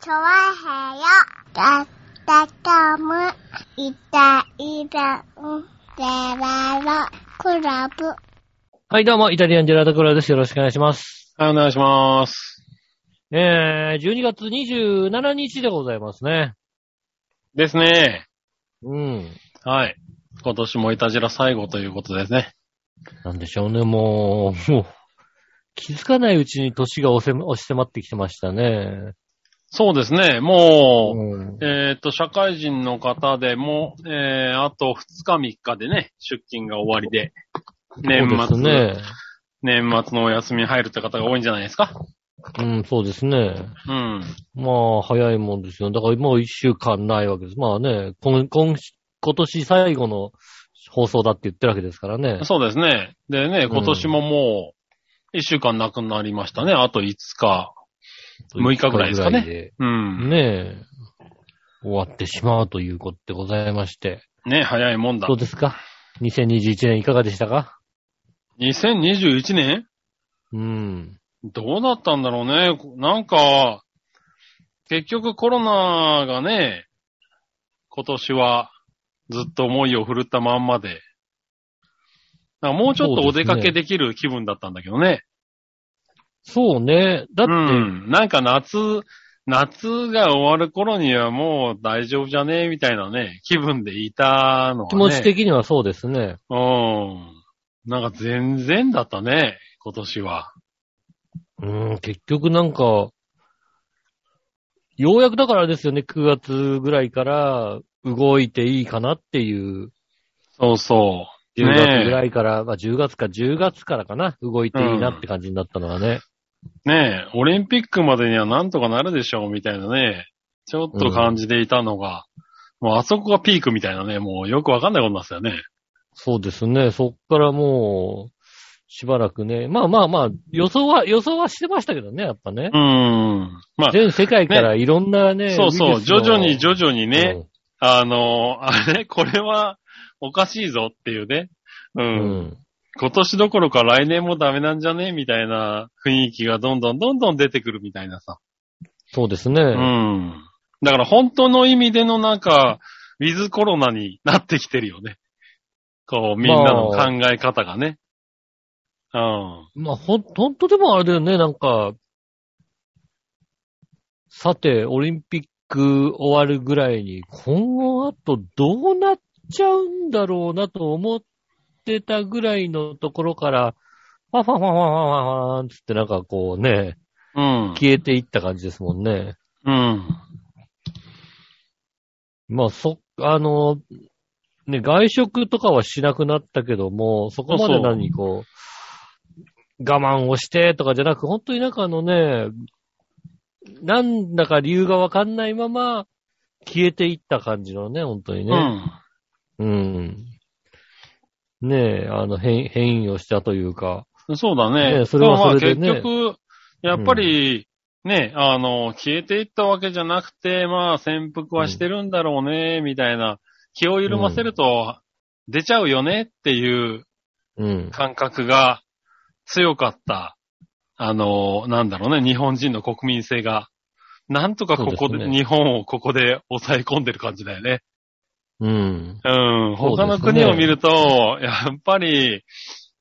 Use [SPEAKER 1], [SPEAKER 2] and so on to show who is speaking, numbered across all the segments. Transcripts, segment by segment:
[SPEAKER 1] チョワヘヨだったかむいたいたんジェラロクラブ
[SPEAKER 2] はい、どうも、イタリアンジェラートクラブです。よろしくお願いします。
[SPEAKER 3] はい、お願いします。
[SPEAKER 2] えー、12月27日でございますね。
[SPEAKER 3] ですね。
[SPEAKER 2] うん。
[SPEAKER 3] はい。今年もいたじら最後ということですね。
[SPEAKER 2] なんでしょうね、もう、もう、気づかないうちに年が押せ、押し迫ってきてましたね。
[SPEAKER 3] そうですね。も
[SPEAKER 2] うん
[SPEAKER 3] う、。えーっと、社会人の方でも、えー、あと2日3日でね、出勤が終わりで、年
[SPEAKER 2] そ
[SPEAKER 3] 末、
[SPEAKER 2] うですね。
[SPEAKER 3] 年末のお休みに入るって方が多いんじゃないですか。
[SPEAKER 2] うん、そうですね。
[SPEAKER 3] うん。
[SPEAKER 2] まあ、早いもんですよ。だからもう一週間ないわけです。まあね、今、今、今年最後の放送だって言ってるわけですからね。
[SPEAKER 3] そうですね。でね、
[SPEAKER 2] ん
[SPEAKER 3] 今年ももう、1週間なくなりましたね。あと5日。6日ぐらいですかね
[SPEAKER 2] 6日ぐらいで
[SPEAKER 3] うん。
[SPEAKER 2] ねえ、終わってしまうということでございまして。
[SPEAKER 3] ね、早いもんだ
[SPEAKER 2] どう。ですか ?2021 年いかがでしたか
[SPEAKER 3] 2021年
[SPEAKER 2] うん。
[SPEAKER 3] どうだったんだろうね。なんか、結局コロナがね、今年はずっと思いを振るったまんまで、なんかもうちょっとお出かけできる気分だったんだけどね。
[SPEAKER 2] そうね。だっ
[SPEAKER 3] う
[SPEAKER 2] て、
[SPEAKER 3] ん。なんか夏、夏が終わる頃にはもう大丈夫じゃねえみたいなね、気分でいたのはね。
[SPEAKER 2] 気持ち的にはそうですね。
[SPEAKER 3] うん。なんか全然だったね、今年は。
[SPEAKER 2] うん、結局なんか、ようやくだからあれですよね、9月ぐらいから動いていいかなっていう、
[SPEAKER 3] そうそう。
[SPEAKER 2] 10月ぐ
[SPEAKER 3] ねえ
[SPEAKER 2] らいから、まあ10月か10月からかな、動いていいなって感じになったのはね。
[SPEAKER 3] ねえ、オリンピックまでにはなんとかなるでしょう、みたいなね、ちょっと感じていたのが、もうあそこがピークみたいなね、もうよくわかんないことになってたよね。
[SPEAKER 2] そうですね、そっからもう、しばらくね、まあまあまあ、予想は、予想はしてましたけどね、やっぱね。
[SPEAKER 3] うーん。まあ、
[SPEAKER 2] 全世界からいろんなね、
[SPEAKER 3] そうそう、徐々に徐々に
[SPEAKER 2] 々
[SPEAKER 3] ね、、あの、 あれ、これはおかしいぞっていうね、う。
[SPEAKER 2] うんん。
[SPEAKER 3] 今年どころか来年もダメなんじゃねみたいな雰囲気がどんどんどんどん出てくるみたいなさ。
[SPEAKER 2] そうですね。
[SPEAKER 3] うん。だから本当の意味でのなんか、ウィズコロナになってきてるよね。こう、みんなの考え方がね。うん。
[SPEAKER 2] まあ、ほん、ほんとでもあれだよね、なんか、さて、オリンピック終わるぐらいに、今後あとどうなっちゃうんだろうなと思ってたぐらいのところから、ファファファファファファファつってなんかこうね、
[SPEAKER 3] うん。
[SPEAKER 2] 消えていった感じですもんね。
[SPEAKER 3] うん。
[SPEAKER 2] まあ、そ、あの、ね、外食とかはしなくなったけども、そこまで何こう、我慢をしてとかじゃなく、本当になんかあのね、なんだか理由がわかんないまま、消えていった感じのね、本当に
[SPEAKER 3] う
[SPEAKER 2] ね。
[SPEAKER 3] ん。
[SPEAKER 2] うん。ねえ、あの、変、変異をしたというか。
[SPEAKER 3] そうだね。
[SPEAKER 2] ねえそれはそれでね
[SPEAKER 3] まあ結局、やっぱり、ね、あの、消えていったわけじゃなくて、まあ、潜伏はしてるんだろうね、みたいな、気を緩ませると、出ちゃうよねっていう
[SPEAKER 2] うん。
[SPEAKER 3] 感覚が強かった、あの、なんだろうね、日本人の国民性が、なんとかここ
[SPEAKER 2] そうで
[SPEAKER 3] で、
[SPEAKER 2] すね
[SPEAKER 3] 日本をここで抑え込んでる感じだよね。
[SPEAKER 2] うん。そうで
[SPEAKER 3] うん。
[SPEAKER 2] すね
[SPEAKER 3] 他の国を見ると、やっぱり、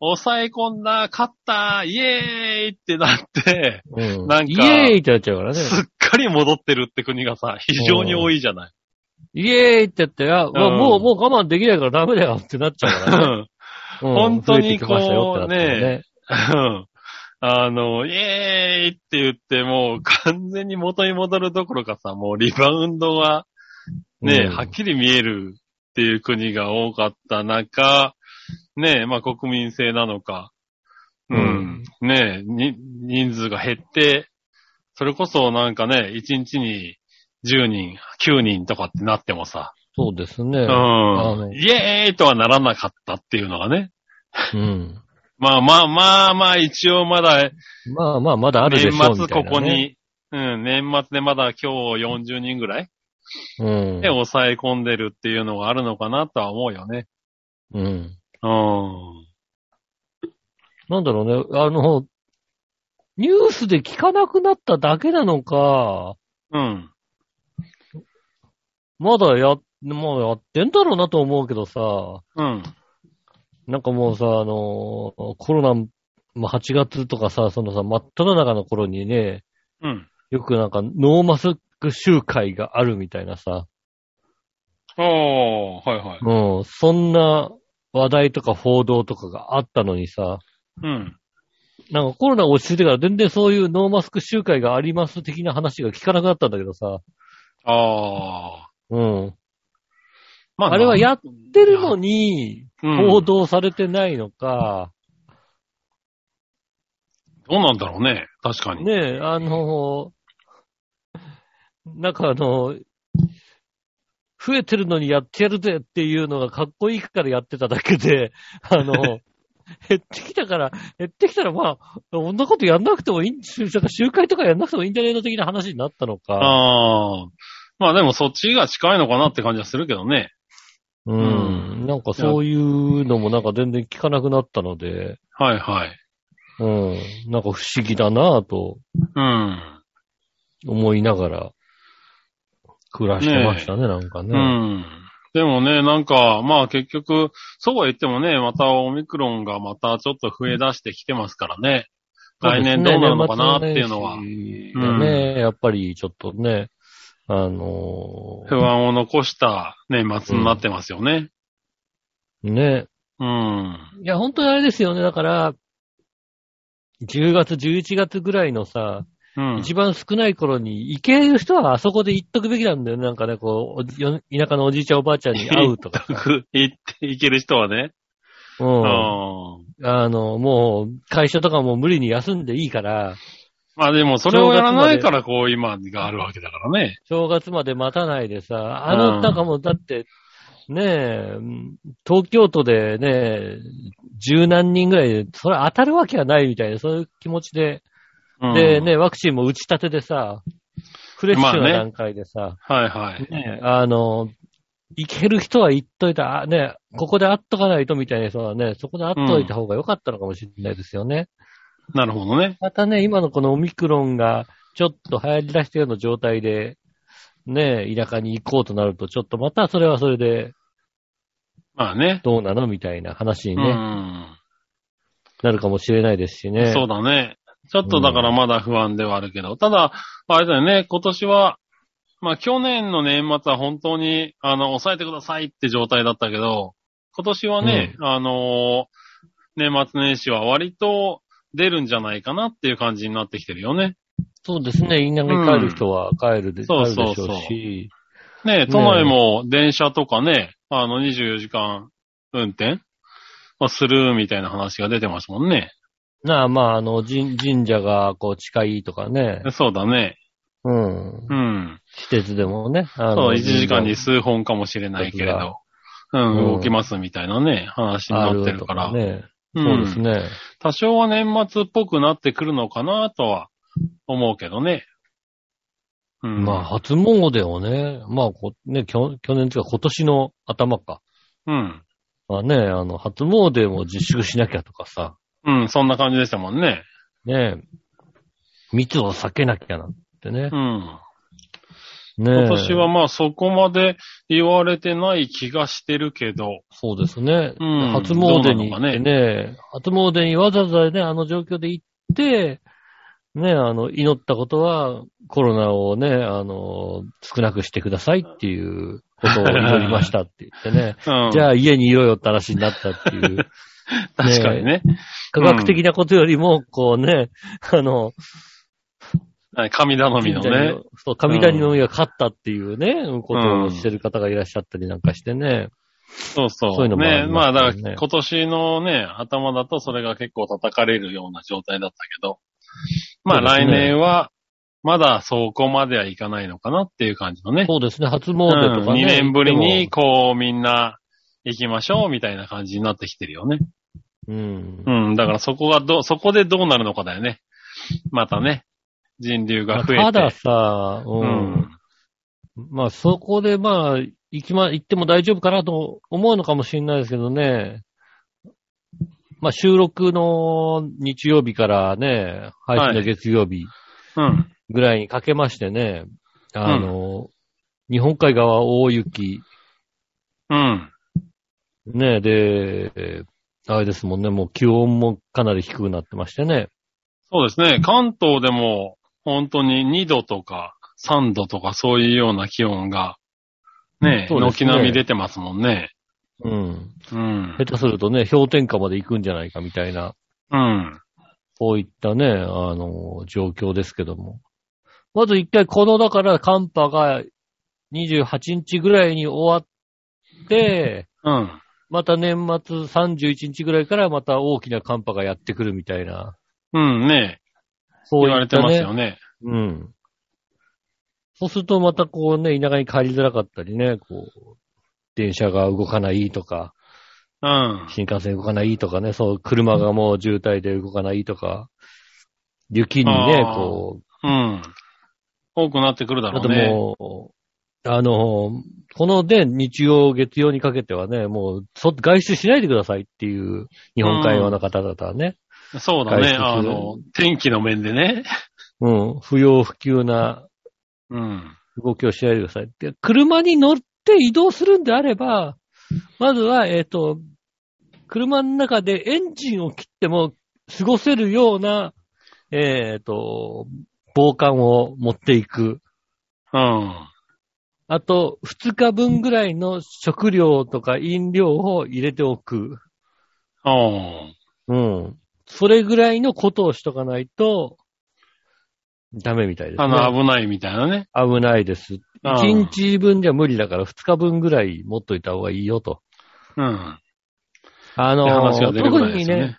[SPEAKER 3] 抑え込んだ、勝った、イエーイってなって、
[SPEAKER 2] うん。
[SPEAKER 3] なんか
[SPEAKER 2] イエーイってなっちゃうからね。
[SPEAKER 3] すっかり戻ってるって国がさ、非常に多いじゃない。
[SPEAKER 2] イエーイってやって、あ、もう、
[SPEAKER 3] うん
[SPEAKER 2] もうもう我慢できないからダメだよ ってなっちゃう からね。うん
[SPEAKER 3] 本当にこう
[SPEAKER 2] 増えてきましたよってなってるね。
[SPEAKER 3] うんあの、イエーイって言って、もう完全に元に戻るどころかさ、もうリバウンドがね、
[SPEAKER 2] うん
[SPEAKER 3] はっきり見えるっていう国が多かった中、ね、まあ国民性なのか、うん、ね、に人数が減って、それこそなんかね、1日に10人、9人とかってなってもさ、
[SPEAKER 2] そうですね。
[SPEAKER 3] う
[SPEAKER 2] あ
[SPEAKER 3] ん
[SPEAKER 2] の、
[SPEAKER 3] イエーイとはならなかったっていうのがね、
[SPEAKER 2] うん。
[SPEAKER 3] まあまあまあまあ一応まだ
[SPEAKER 2] まあまあ、まだあるでしょうみたいな、
[SPEAKER 3] 年末ここ。に、うん、年末でまだ今日40人ぐらい
[SPEAKER 2] うん
[SPEAKER 3] で。抑え込んでるっていうのがあるのかなとは思うよね。
[SPEAKER 2] うん。
[SPEAKER 3] うん。
[SPEAKER 2] なんだろうね。あの、ニュースで聞かなくなっただけなのか、
[SPEAKER 3] うん。
[SPEAKER 2] まだや、もうやってんだろうなと思うけどさ、
[SPEAKER 3] うん。
[SPEAKER 2] なんかもうさ、あのーコロナ、まあ、8月とかさ、そのさ、真っ只中の頃にね、
[SPEAKER 3] うん。
[SPEAKER 2] よくなんかノーマスク集会があるみたいなさ、
[SPEAKER 3] ああ、はいはい。
[SPEAKER 2] うん、そんな話題とか報道とかがあったのにさ、
[SPEAKER 3] うん。
[SPEAKER 2] なんかコロナ落ち着いてから全然そういうノーマスク集会があります的な話が聞かなくなったんだけどさ、
[SPEAKER 3] ああ。
[SPEAKER 2] うん。
[SPEAKER 3] ま
[SPEAKER 2] あれはやってるのに、
[SPEAKER 3] うん
[SPEAKER 2] 報道されてないのか、
[SPEAKER 3] どうなんだろうね。確かに。
[SPEAKER 2] ねえ、あのーなんかあのー増えてるのにやってやるぜっていうのがかっこいいからやってただけで、あの ー減ってきたから、減ってきたらまあ、そんなことやんなくてもいいん、集集会とかやんなくてもいいんじゃねえの的な話になったのか。
[SPEAKER 3] ああ。まあでもそっちが近いのかなって感じはするけどね。
[SPEAKER 2] うん。なんかそういうのもなんか全然聞かなくなったので、
[SPEAKER 3] はいはい。
[SPEAKER 2] うん。なんか不思議だなぁと
[SPEAKER 3] うん。
[SPEAKER 2] 思いながら暮らしてましたね、なんかね。
[SPEAKER 3] うん。でもね、なんか、まあ結局、そうは言ってもね、またオミクロンがまたちょっと増え出してきてますからね。来年どうなるのかなっていうのは
[SPEAKER 2] そうですね年末年始がね、やっぱりちょっとね、あの
[SPEAKER 3] 不安を残した年末になってますよね。
[SPEAKER 2] ーね。
[SPEAKER 3] うん。
[SPEAKER 2] いや、本当にあれですよね。だから、10月、11月ぐらいのさ、
[SPEAKER 3] うん。
[SPEAKER 2] 一番少ない頃に行ける人はあそこで行っとくべきなんだよね。なんかね、こうおじ、よ田舎のおじいちゃんおばあちゃんに会うとか。
[SPEAKER 3] 行って、行ける人はね。
[SPEAKER 2] う。
[SPEAKER 3] うんん。
[SPEAKER 2] あの、もう、会社とかも無理に休んでいいから、
[SPEAKER 3] まあでもそれをやらないからこう今があるわけだからね。
[SPEAKER 2] 正月まで待たないでさ、あの、
[SPEAKER 3] うん
[SPEAKER 2] なんかもう、だって、ねえ、うん東京都でね、十何人ぐらいで、それ当たるわけはないみたいな、そういう気持ちで、
[SPEAKER 3] うん
[SPEAKER 2] でね、。ワクチンも打ち立てでさ、フレッシュ
[SPEAKER 3] まあ
[SPEAKER 2] な
[SPEAKER 3] ね
[SPEAKER 2] 段階でさ、
[SPEAKER 3] はいはい。
[SPEAKER 2] ねえあの、行ける人は行っといた、あね、ここで会っとかないとみたいな人はね、そこで会っといた方が良かったのかもしれないですよね。
[SPEAKER 3] なるほどね。
[SPEAKER 2] またね、今のこのオミクロンがちょっと流行り出してるような状態で、ねえ、田舎に行こうとなると、ちょっとまたそれはそれで
[SPEAKER 3] まあね。
[SPEAKER 2] どうなのみたいな話に
[SPEAKER 3] う
[SPEAKER 2] ね、
[SPEAKER 3] ん。
[SPEAKER 2] なるかもしれないですしね。
[SPEAKER 3] そうだね。ちょっとだからまだ不安ではあるけど、ただ、あれだよね、今年は、まあ去年の年末は本当に、あの、抑えてくださいって状態だったけど、今年はね、あの年末年始は割と出るんじゃないかなっていう感じになってきてるよね。
[SPEAKER 2] そうですね。田舎に帰る人は帰るで、
[SPEAKER 3] そう
[SPEAKER 2] 帰る
[SPEAKER 3] そ
[SPEAKER 2] でし
[SPEAKER 3] うそう
[SPEAKER 2] ょうし。
[SPEAKER 3] ね、都内も電車とかね、あの、24時間運転をするみたいな話が出てますもんね。
[SPEAKER 2] なあ、まあ、あの、神神社がこう近いとかね。
[SPEAKER 3] そうだね。
[SPEAKER 2] うん。
[SPEAKER 3] うん。
[SPEAKER 2] 施設でもね。あの
[SPEAKER 3] そう、1時間に数本かもしれないけれど、うん、
[SPEAKER 2] うん
[SPEAKER 3] 動きますみたいなね、話に
[SPEAKER 2] あ
[SPEAKER 3] な
[SPEAKER 2] る
[SPEAKER 3] って
[SPEAKER 2] と
[SPEAKER 3] るか。
[SPEAKER 2] からね。
[SPEAKER 3] う
[SPEAKER 2] そうんですね。
[SPEAKER 3] 多少は年末っぽくなってくるのかなとは思うけどね。うん。
[SPEAKER 2] まあ、初詣をね、まあこ、ね、去去年というか今年の頭か。
[SPEAKER 3] うん。
[SPEAKER 2] まあね、あの、初詣も自粛しなきゃとかさ、
[SPEAKER 3] うん、そんな感じでしたもんね。
[SPEAKER 2] ね、密を避けなきゃなんてね
[SPEAKER 3] う。ん。
[SPEAKER 2] ね
[SPEAKER 3] 今年はまあそこまで言われてない気がしてるけど、
[SPEAKER 2] そうですね。
[SPEAKER 3] うん
[SPEAKER 2] 初詣に行って
[SPEAKER 3] どうなのか
[SPEAKER 2] ね初詣にわざわざね、あの状況で行って、ね、あの、祈ったことは、コロナをね、あの、少なくしてくださいっていうことを祈りましたって言ってね。
[SPEAKER 3] うん。
[SPEAKER 2] じゃあ家にいろよって話になったってい う。
[SPEAKER 3] 確かにね。
[SPEAKER 2] 科学的なことよりも、こうね、あの、
[SPEAKER 3] はい神頼みの
[SPEAKER 2] 神谷
[SPEAKER 3] ね。
[SPEAKER 2] のそう、神谷の海が勝ったっていうね、ことをしてる方がいらっしゃったりなんかしてね。
[SPEAKER 3] そうそう。
[SPEAKER 2] そういうのもあ
[SPEAKER 3] ね。
[SPEAKER 2] り
[SPEAKER 3] ま
[SPEAKER 2] ま
[SPEAKER 3] あ
[SPEAKER 2] す
[SPEAKER 3] だ
[SPEAKER 2] から
[SPEAKER 3] から
[SPEAKER 2] ね
[SPEAKER 3] 今年のね、頭だとそれが結構叩かれるような状態だったけど、まあ
[SPEAKER 2] そうです
[SPEAKER 3] 来
[SPEAKER 2] ね
[SPEAKER 3] 年は、まだそこまではいかないのかなっていう感じのね。
[SPEAKER 2] そうですね、初詣とかね。
[SPEAKER 3] 2年ぶりに
[SPEAKER 2] 行っ
[SPEAKER 3] こうみんな行きましょうみたいな感じになってきてるよね。
[SPEAKER 2] ても。うん
[SPEAKER 3] う。ん。だからそこがどう、そこでどうなるのかだよね。またね、人流が増えて。
[SPEAKER 2] たださ、
[SPEAKER 3] う
[SPEAKER 2] うん
[SPEAKER 3] ん。。
[SPEAKER 2] まあそこでまあ、行きま、行っても大丈夫かなと思うのかもしれないですけどね。まあ収録の日曜日からね、配信の月曜日
[SPEAKER 3] うん。
[SPEAKER 2] ぐらいにかけましてね、あの、日本海側大雪。
[SPEAKER 3] うん。
[SPEAKER 2] ねえ、で、えーあれですもんね、もう気温もかなり低くなってましてね。
[SPEAKER 3] そうですね。関東でも、本当に2度とか3度とかそういうような気温が、ね、
[SPEAKER 2] そうです
[SPEAKER 3] 軒
[SPEAKER 2] ね
[SPEAKER 3] 並み出てますもんね。
[SPEAKER 2] うん。
[SPEAKER 3] うん
[SPEAKER 2] 下。手するとね、氷点下まで行くんじゃないかみたいな、
[SPEAKER 3] うん。
[SPEAKER 2] そういったね、あの、状況ですけども。まず一回この、だから寒波が28日ぐらいに終わって、
[SPEAKER 3] うん。
[SPEAKER 2] また年末31日ぐらいからまた大きな寒波がやってくるみたいな。
[SPEAKER 3] うんね。
[SPEAKER 2] そう
[SPEAKER 3] 言
[SPEAKER 2] い
[SPEAKER 3] わ
[SPEAKER 2] っ
[SPEAKER 3] れて
[SPEAKER 2] た
[SPEAKER 3] ます
[SPEAKER 2] ね
[SPEAKER 3] よね。
[SPEAKER 2] うん。そうするとまたこうね、田舎に帰りづらかったりね、こう、電車が動かないとか、
[SPEAKER 3] うん。
[SPEAKER 2] 新幹線動かないとかね、そう、車がもう渋滞で動かないとか、雪にね、
[SPEAKER 3] あー
[SPEAKER 2] こ
[SPEAKER 3] うん。多くなってくるだ
[SPEAKER 2] う、
[SPEAKER 3] ろ
[SPEAKER 2] あ
[SPEAKER 3] う
[SPEAKER 2] と
[SPEAKER 3] ね。
[SPEAKER 2] もう、あの、こので、日曜、月曜にかけてはね、もう、そ外出しないでくださいっていう、日本海側の方々はね、
[SPEAKER 3] そうだね。
[SPEAKER 2] 外出
[SPEAKER 3] あ
[SPEAKER 2] する
[SPEAKER 3] の、天気の面でね。
[SPEAKER 2] うん、不要不急な
[SPEAKER 3] うん。
[SPEAKER 2] 動きをしないでください。で、車に乗って移動するんであれば、まずは、えっ、と、車の中でエンジンを切っても過ごせるような、えっ、と、防寒を持っていく。
[SPEAKER 3] うん。
[SPEAKER 2] あと、2日分ぐらいの食料とか飲料を入れておく。
[SPEAKER 3] おー
[SPEAKER 2] うん。それぐらいのことをしとかないと、ダメみたいですね。
[SPEAKER 3] あの、危ないみたいなね。
[SPEAKER 2] 危ないです。
[SPEAKER 3] ああ
[SPEAKER 2] 1日分じゃ無理だから2日分ぐらい持っといた方がいいよと。
[SPEAKER 3] うん。
[SPEAKER 2] あ
[SPEAKER 3] って
[SPEAKER 2] の
[SPEAKER 3] 話が出るぐ
[SPEAKER 2] 特
[SPEAKER 3] らいで
[SPEAKER 2] に
[SPEAKER 3] すよ
[SPEAKER 2] ね
[SPEAKER 3] ね、。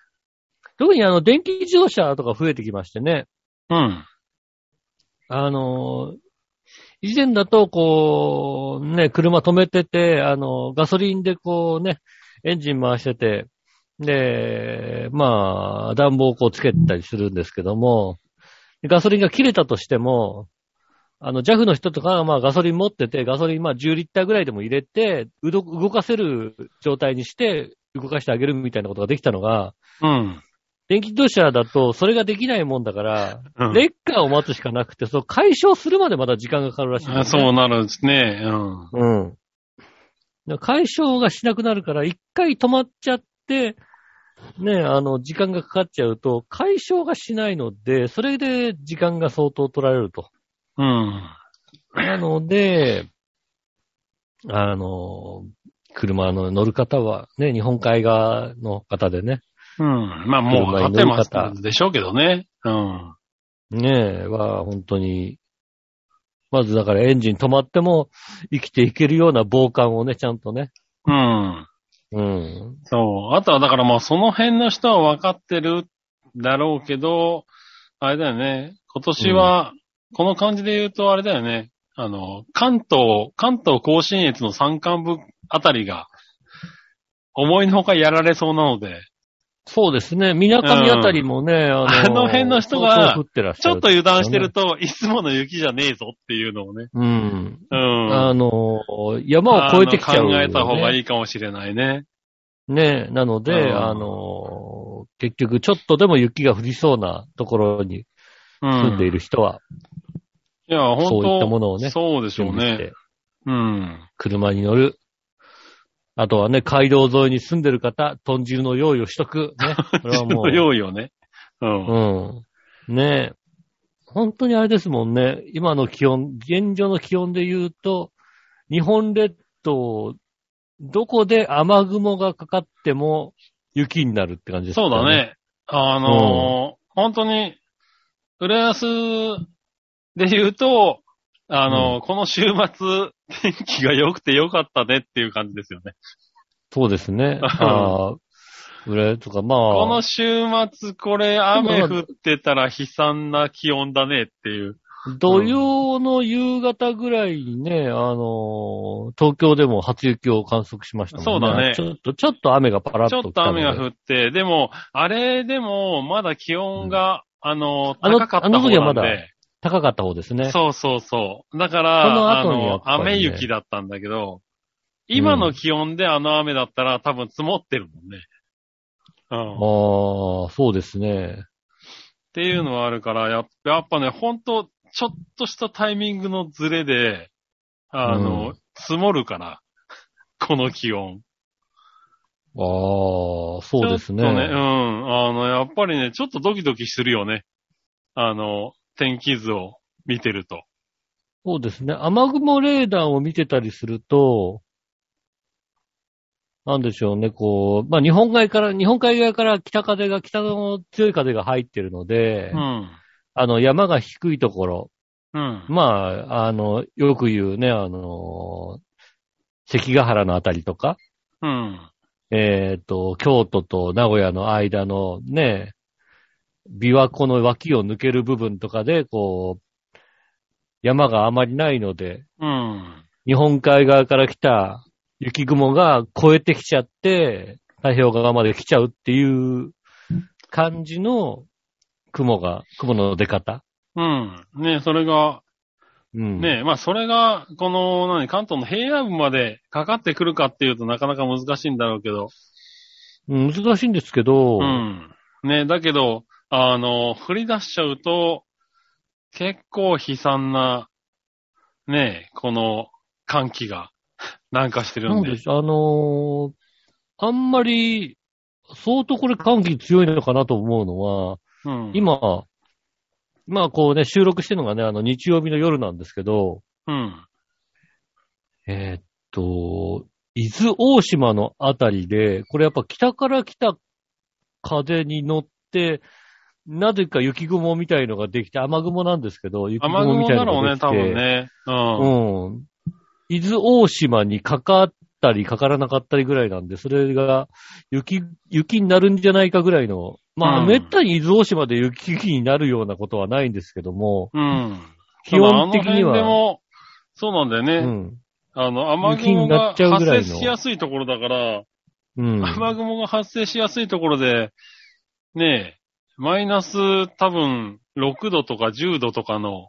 [SPEAKER 2] 特にあの、電気自動車とか増えてきましてね、
[SPEAKER 3] うん。
[SPEAKER 2] あの、以前だと、こう、ね、車止めてて、あの、ガソリンでこうね、エンジン回してて、で、まあ、暖房をこうつけたりするんですけども、ガソリンが切れたとしても、あの、JAF の人とかが、まあ、ガソリン持ってて、ガソリン、まあ、10リッターぐらいでも入れて、うど動かせる状態にして、動かしてあげるみたいなことができたのが、
[SPEAKER 3] うん。
[SPEAKER 2] 電気自動車だと、それができないもんだから、
[SPEAKER 3] うん
[SPEAKER 2] レッカーを待つしかなくて、その解消するまでまだ時間がかかるらしいんだよね、
[SPEAKER 3] あそうなるんですね。うん。
[SPEAKER 2] うん。だから解消がしなくなるから、一回止まっちゃって、ね、あの、時間がかかっちゃうと、解消がしないので、それで時間が相当取られると。
[SPEAKER 3] うん。
[SPEAKER 2] なので、あの、車の乗る方は、ね、日本海側の方でね、
[SPEAKER 3] うん。まあもう
[SPEAKER 2] 車
[SPEAKER 3] 勝
[SPEAKER 2] に乗
[SPEAKER 3] て
[SPEAKER 2] る
[SPEAKER 3] ま
[SPEAKER 2] 方
[SPEAKER 3] すでしょうけどね。うん。
[SPEAKER 2] ねえ、は、本当に、まずだからエンジン止まっても生きていけるような防寒をね、ちゃんとね。
[SPEAKER 3] うん。
[SPEAKER 2] うん。
[SPEAKER 3] そう。あとはだからまあその辺の人は分かってるだろうけど、あれだよね。今年は、この感じで言うとあれだよね。あの、関東、関東甲信越の山間部あたりが、思いのほかやられそうなので、
[SPEAKER 2] そうですね。みなかみあたりもね、あの
[SPEAKER 3] あの辺の人が
[SPEAKER 2] 相当降ってらっし
[SPEAKER 3] ち
[SPEAKER 2] ゃ
[SPEAKER 3] ょっ
[SPEAKER 2] る
[SPEAKER 3] と油断してると、いつもの雪じゃねえぞっていうのをね。
[SPEAKER 2] うん。
[SPEAKER 3] うん。
[SPEAKER 2] あの、山を越えてきちゃう、
[SPEAKER 3] あの考えた方がい
[SPEAKER 2] い。
[SPEAKER 3] いかもしれないね。
[SPEAKER 2] ねえ、なので、
[SPEAKER 3] うん
[SPEAKER 2] あの、結局ちょっとでも雪が降りそうなところに
[SPEAKER 3] うん。
[SPEAKER 2] 住んでいる人は、
[SPEAKER 3] いや、本当
[SPEAKER 2] そういったものをね
[SPEAKER 3] そうでしょう
[SPEAKER 2] 準備し
[SPEAKER 3] ね
[SPEAKER 2] て。
[SPEAKER 3] うん。
[SPEAKER 2] 車に乗る。あとはね、街道沿いに住んでる方、豚汁の用意をしとく。 ね。これは
[SPEAKER 3] 自分
[SPEAKER 2] も
[SPEAKER 3] の用意をね。うん。
[SPEAKER 2] う。うん。ねえ。本当にあれですもんね。今の気温、現状の気温で言うと、日本列島、どこで雨雲がかかっても雪になるって感じです
[SPEAKER 3] そうだ。ね。あのー本当に、浦安で言うと、あのーこの週末、天気が良くて良かったねっていう感じですよね。
[SPEAKER 2] そうです ね。ああ。裏とか、まあ。
[SPEAKER 3] この週末、これ雨
[SPEAKER 2] でも
[SPEAKER 3] 降ってたら悲惨な気温だねっていう。
[SPEAKER 2] 土曜の夕方ぐらいにね、あのー東京でも初雪を観測しましたもんね。
[SPEAKER 3] そうだね
[SPEAKER 2] ちょっと、ちょっと雨がパラッ
[SPEAKER 3] ち
[SPEAKER 2] と
[SPEAKER 3] ょっと雨が降
[SPEAKER 2] っ
[SPEAKER 3] って、でも、あれでも、まだ気温が、あのー、
[SPEAKER 2] あの
[SPEAKER 3] 高かった方
[SPEAKER 2] あの時は
[SPEAKER 3] な
[SPEAKER 2] ま
[SPEAKER 3] ん
[SPEAKER 2] だ
[SPEAKER 3] で。
[SPEAKER 2] 高かった方ですね。
[SPEAKER 3] そうそうそう。だ
[SPEAKER 2] そ
[SPEAKER 3] か
[SPEAKER 2] の
[SPEAKER 3] ら、あ
[SPEAKER 2] 後にやっ
[SPEAKER 3] の、
[SPEAKER 2] ぱりね
[SPEAKER 3] 雨雪だったんだけど、今の気温であの雨だったら多分積もってるもんね。うん。っ
[SPEAKER 2] ああ、そうですね。
[SPEAKER 3] ていうのはあるから、やっぱやっぱね、ほんと、ちょっとしたタイミングのズレで、あの、
[SPEAKER 2] う
[SPEAKER 3] 積もるから、この気温。
[SPEAKER 2] ああ、そうですね。
[SPEAKER 3] ちょっとね、うん。あの、やっぱりね、ちょっとドキドキするよね。あの、天気図を見てると。
[SPEAKER 2] そうですね。雨雲レーダーを見てたりすると、なんでしょうね、こう、まあ、日本海から、日本海側から北風が、北の強い風が入ってるので、
[SPEAKER 3] うん。
[SPEAKER 2] あの、山が低いところ、
[SPEAKER 3] うん。
[SPEAKER 2] まあ、あの、よく言うね、あの、関ヶ原のあたりとか、
[SPEAKER 3] うん。
[SPEAKER 2] えっ、と、京都と名古屋の間のね、琵琶湖の脇を抜ける部分とかで、こう、山があまりないので、
[SPEAKER 3] うん。
[SPEAKER 2] 日本海側から来た雪雲が越えてきちゃって、太平洋側まで来ちゃうっていう感じの雲が、雲の出方。
[SPEAKER 3] うん。ねそれが、
[SPEAKER 2] うん。
[SPEAKER 3] ねまあそれが、この、何、関東の平野部までかかってくるかっていうとなかなか難しいんだろうけど、
[SPEAKER 2] うん難しいんですけど、
[SPEAKER 3] うん。ねだけど、あの、降り出しちゃうと、結構悲惨な、ねこの寒気が 南下してる
[SPEAKER 2] なんん
[SPEAKER 3] で。
[SPEAKER 2] でしょう、あのーあんまり、相当これ寒気強いのかなと思うのは、
[SPEAKER 3] うん、
[SPEAKER 2] 今、まあこうね、収録してるのがね、あの日曜日の夜なんですけど、
[SPEAKER 3] うん。
[SPEAKER 2] えーっと、伊豆大島のあたりで、これやっぱ北から来た風に乗って、なぜか雪雲みたいのができて、雨雲なんですけど、雪
[SPEAKER 3] 雨
[SPEAKER 2] 雲み
[SPEAKER 3] 雲
[SPEAKER 2] たい
[SPEAKER 3] だ
[SPEAKER 2] の
[SPEAKER 3] ろう
[SPEAKER 2] が
[SPEAKER 3] ね、
[SPEAKER 2] できて、
[SPEAKER 3] 多分ね。うん。
[SPEAKER 2] うん。伊豆大島にかかったりかからなかったりぐらいなんで、それが雪、雪になるんじゃないかぐらいの、まあ、
[SPEAKER 3] うん
[SPEAKER 2] めったに伊豆大島で雪になるようなことはないんですけども、
[SPEAKER 3] うん。
[SPEAKER 2] 基本的に
[SPEAKER 3] ただあの辺で
[SPEAKER 2] は、
[SPEAKER 3] も、そうなんだよね。
[SPEAKER 2] うん。
[SPEAKER 3] あの、雨
[SPEAKER 2] 雪
[SPEAKER 3] 雲
[SPEAKER 2] にな
[SPEAKER 3] が
[SPEAKER 2] っちゃう
[SPEAKER 3] 発
[SPEAKER 2] ぐらいの
[SPEAKER 3] 生しやすいところだから、
[SPEAKER 2] うん。
[SPEAKER 3] 雨雲が発生しやすいところで、ねえ、マイナス多分6度とか10度とかの、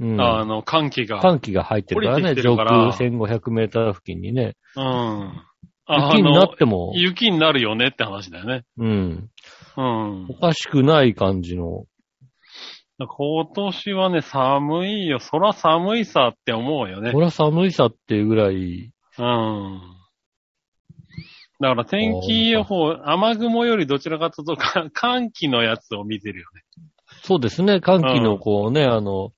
[SPEAKER 2] うん
[SPEAKER 3] あの、寒気が。
[SPEAKER 2] 寒気が入ってるから
[SPEAKER 3] 降り
[SPEAKER 2] ね、
[SPEAKER 3] てきてる
[SPEAKER 2] 上
[SPEAKER 3] から
[SPEAKER 2] 空1500メーター付近にね。
[SPEAKER 3] うん。あ
[SPEAKER 2] 雪にな
[SPEAKER 3] の
[SPEAKER 2] っ、ても、
[SPEAKER 3] 雪になるよねって話だよね。
[SPEAKER 2] うん。
[SPEAKER 3] うん
[SPEAKER 2] お。かしくない感じの。
[SPEAKER 3] 今年はね、寒いよ。空寒いさって思うよね
[SPEAKER 2] こ。れは寒いさっていうぐらい、
[SPEAKER 3] うん。だから天気予報、雨雲よりどちらかというとか寒気のやつを見てるよね。
[SPEAKER 2] そうですね、寒気
[SPEAKER 3] う
[SPEAKER 2] の
[SPEAKER 3] ん
[SPEAKER 2] こうね、あの、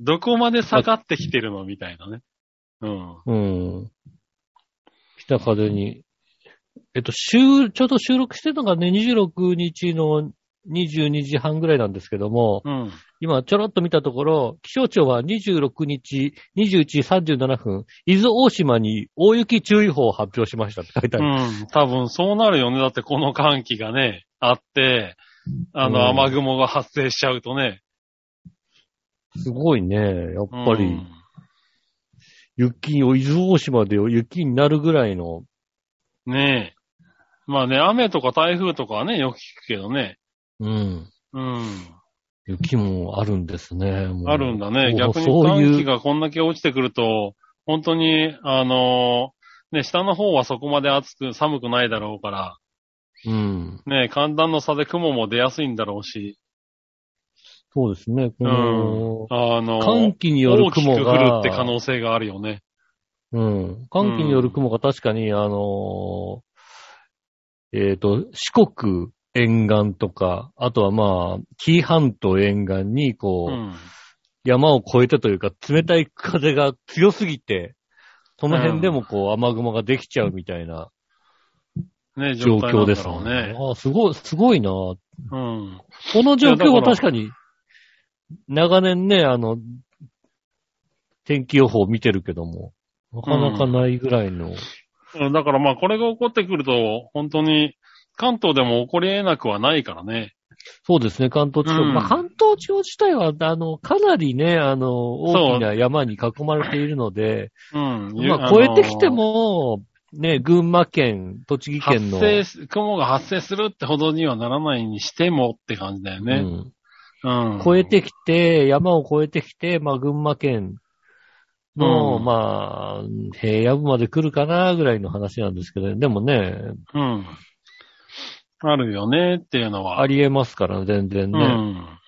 [SPEAKER 3] どこまで下がってきてるのみたいなね。うん。
[SPEAKER 2] うん。北風に。えっと、週、ちょうど収録してるのがね、26日の22時半ぐらいなんですけども、
[SPEAKER 3] うん。
[SPEAKER 2] 今ちょろっと見たところ、気象庁は26日21時37分、伊豆大島に大雪注意報を発表しましたって書いてある。
[SPEAKER 3] うん。多分そうなるよね。だってこの寒気がね、あって、あの
[SPEAKER 2] うん
[SPEAKER 3] 雨雲が発生しちゃうとね。
[SPEAKER 2] すごいね。やっ
[SPEAKER 3] うん
[SPEAKER 2] ぱり、雪を、伊豆大島で雪になるぐらいの、
[SPEAKER 3] ねえ。まあね、雨とか台風とかはね、よく聞くけどね。
[SPEAKER 2] うん。
[SPEAKER 3] うん。
[SPEAKER 2] 雪もあるんですね。もう
[SPEAKER 3] あるんだね。
[SPEAKER 2] もう
[SPEAKER 3] 逆に
[SPEAKER 2] そう
[SPEAKER 3] 寒
[SPEAKER 2] い
[SPEAKER 3] 気
[SPEAKER 2] う、
[SPEAKER 3] がこんだけ落ちてくると、本当に、あのーね、下の方はそこまで暑く、寒くないだろうから、
[SPEAKER 2] うん。
[SPEAKER 3] ね、寒暖の差で雲も出やすいんだろうし、
[SPEAKER 2] そうですね。こ
[SPEAKER 3] うん。
[SPEAKER 2] の、
[SPEAKER 3] あのー
[SPEAKER 2] 寒気による
[SPEAKER 3] 大きく
[SPEAKER 2] 雲
[SPEAKER 3] 降る
[SPEAKER 2] が、
[SPEAKER 3] って可能性があるよね。
[SPEAKER 2] うん。寒気による雲が確かに、あのー、えっ、と、四国沿岸とか、あとはまあ、紀伊半島沿岸に、こ
[SPEAKER 3] う
[SPEAKER 2] う、
[SPEAKER 3] ん。
[SPEAKER 2] 山を越えてというか、冷たい風が強すぎて、その辺でもこう雨雲ができちゃうみたいな
[SPEAKER 3] ね、
[SPEAKER 2] 状
[SPEAKER 3] 状況
[SPEAKER 2] 況
[SPEAKER 3] で
[SPEAKER 2] ですす
[SPEAKER 3] も
[SPEAKER 2] も
[SPEAKER 3] ん
[SPEAKER 2] ん
[SPEAKER 3] ね。
[SPEAKER 2] ああすごい、すごいな。こ
[SPEAKER 3] うん。
[SPEAKER 2] の状況
[SPEAKER 3] いやだ
[SPEAKER 2] は
[SPEAKER 3] から
[SPEAKER 2] 確かに、長年ね、あの、天気予報を見てるけども、なかなかないぐらいの、
[SPEAKER 3] うんだからまあ、これが起こってくると、本当に、関東でも起こり得なくはないからね。
[SPEAKER 2] そうですね、関東地方。
[SPEAKER 3] うん
[SPEAKER 2] まあ、関東地方自体は、あの、かなりね、あの、大きな山に囲まれているので、
[SPEAKER 3] うん。
[SPEAKER 2] まあ、越えてきても、ね、群馬県、栃木県の、
[SPEAKER 3] 発生す、雲が発生するってほどにはならないにしてもって感じだよ
[SPEAKER 2] う
[SPEAKER 3] ね。
[SPEAKER 2] ん
[SPEAKER 3] うん。
[SPEAKER 2] 越えてきて、山を越えてきて、まあ、群馬県の、
[SPEAKER 3] うん
[SPEAKER 2] まあ、平野部まで来るかな、ぐらいの話なんですけど、でもね、
[SPEAKER 3] うん。あるよねっていうのは。
[SPEAKER 2] ありえますからね、全然
[SPEAKER 3] う
[SPEAKER 2] ね。
[SPEAKER 3] ん。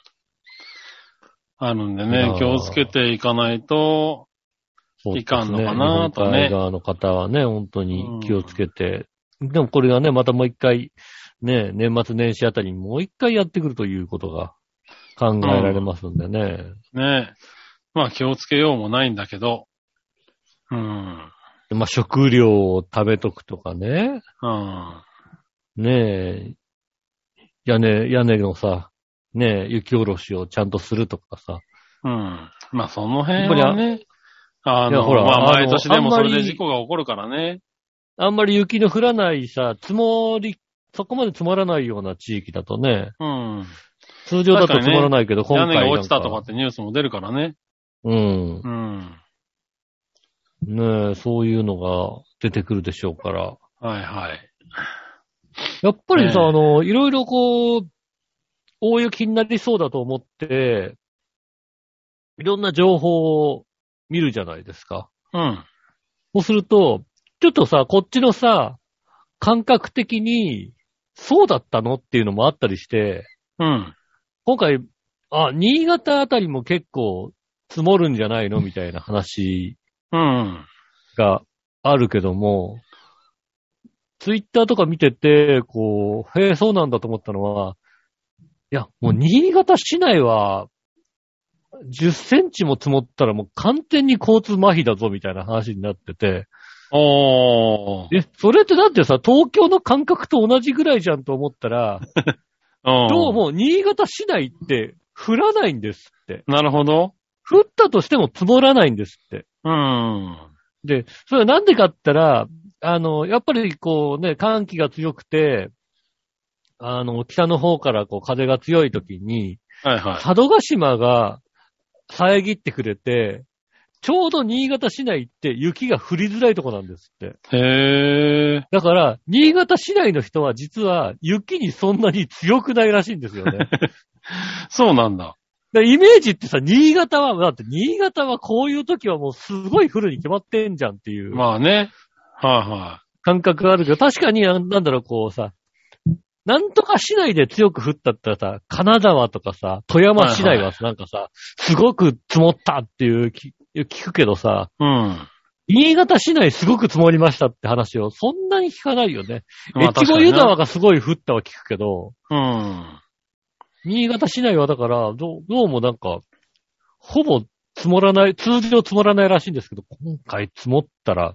[SPEAKER 3] あるんで
[SPEAKER 2] いや
[SPEAKER 3] ね、
[SPEAKER 2] ー
[SPEAKER 3] 気をつけていかないと、
[SPEAKER 2] そうですね
[SPEAKER 3] いかんのかなとね
[SPEAKER 2] 日本海側の方はね、本当に気をつけて。でもこれがね、またもう一回、ね、年末年始あたりにもう一回やってくるということが考えられますんでね。
[SPEAKER 3] ねえ。まあ気をつけようもないんだけど。うん。
[SPEAKER 2] まあ、食料を食べとくとかね。
[SPEAKER 3] うん。
[SPEAKER 2] ねえ、屋根、屋根のさ、ねえ、雪下ろしをちゃんとするとかさ。
[SPEAKER 3] うん。まあその辺はね。あ
[SPEAKER 2] いや
[SPEAKER 3] の、
[SPEAKER 2] ほら
[SPEAKER 3] まあ
[SPEAKER 2] あの
[SPEAKER 3] 毎年でも
[SPEAKER 2] あ
[SPEAKER 3] そ
[SPEAKER 2] んまり
[SPEAKER 3] れで事故が起こるからね。
[SPEAKER 2] あんまり雪の降らないさ、積もり、そこまで積もらないような地域だとね、
[SPEAKER 3] うん。
[SPEAKER 2] 通常だと積もらないけど、今
[SPEAKER 3] 屋
[SPEAKER 2] 回
[SPEAKER 3] 根
[SPEAKER 2] なんか。
[SPEAKER 3] が落ちたとかってニュースも出るからね。
[SPEAKER 2] うん。
[SPEAKER 3] うん。
[SPEAKER 2] ねえ、そういうのが出てくるでしょうから。
[SPEAKER 3] はいはい。
[SPEAKER 2] やっぱりさ、
[SPEAKER 3] ねえ
[SPEAKER 2] あの、いろいろこう、大雪になりそうだと思って、いろんな情報を見るじゃないですか。
[SPEAKER 3] うん。
[SPEAKER 2] そうすると、ちょっとさ、こっちのさ、感覚的に、そうだったのっていうのもあったりして、
[SPEAKER 3] うん。
[SPEAKER 2] 今回、あ、新潟あたりも結構積もるんじゃないのみたいな話
[SPEAKER 3] うん。
[SPEAKER 2] があるけども、ツイッターとか見てて、こう、へえ、そうなんだと思ったのは、いや、もう新潟市内は、10センチも積もったらもう完全に交通麻痺だぞみたいな話になってて、
[SPEAKER 3] おー。
[SPEAKER 2] え、それってだってさ、東京の感覚と同じぐらいじゃんと思ったら、ど
[SPEAKER 3] ど
[SPEAKER 2] うも新潟市内って降らないんですって。
[SPEAKER 3] なるほど。
[SPEAKER 2] 降ったとしても積もらないんですって。
[SPEAKER 3] うん。
[SPEAKER 2] で、それはなんでかって言ったら、あの、やっぱりこうね、寒気が強くて、あの、北の方からこう風が強い時に、
[SPEAKER 3] はいはい。
[SPEAKER 2] 佐渡島が遮ってくれて、ちょうど新潟市内って雪が降りづらいとこなんですって。
[SPEAKER 3] へえ。
[SPEAKER 2] だから、新潟市内の人は実は雪にそんなに強くないらしいんですよね。
[SPEAKER 3] そうなんだ。
[SPEAKER 2] でイメージってさ、新潟は、だって新潟はこういう時はもうすごい降るに決まってんじゃんっていう。
[SPEAKER 3] まあね。はいは
[SPEAKER 2] 感覚があるけど、確かに、あなんだろう、こうさ、なんとか市内で強く降ったったらさ、金沢とかさ、富山市内
[SPEAKER 3] はいは
[SPEAKER 2] はさなんかさ、すごく積もったっていうき聞くけどさ、
[SPEAKER 3] い。うん。
[SPEAKER 2] 新潟市内すごく積もりましたって話をそんなに聞かないよね。
[SPEAKER 3] まあ
[SPEAKER 2] 越
[SPEAKER 3] 確
[SPEAKER 2] 後
[SPEAKER 3] かに
[SPEAKER 2] 湯
[SPEAKER 3] な
[SPEAKER 2] 沢がすごい降ったは聞くけど、
[SPEAKER 3] うん。
[SPEAKER 2] 新潟市内はだから、どうどうもなんか、ほぼ積もらない、通常積もらないらしいんですけど、今回積もったら、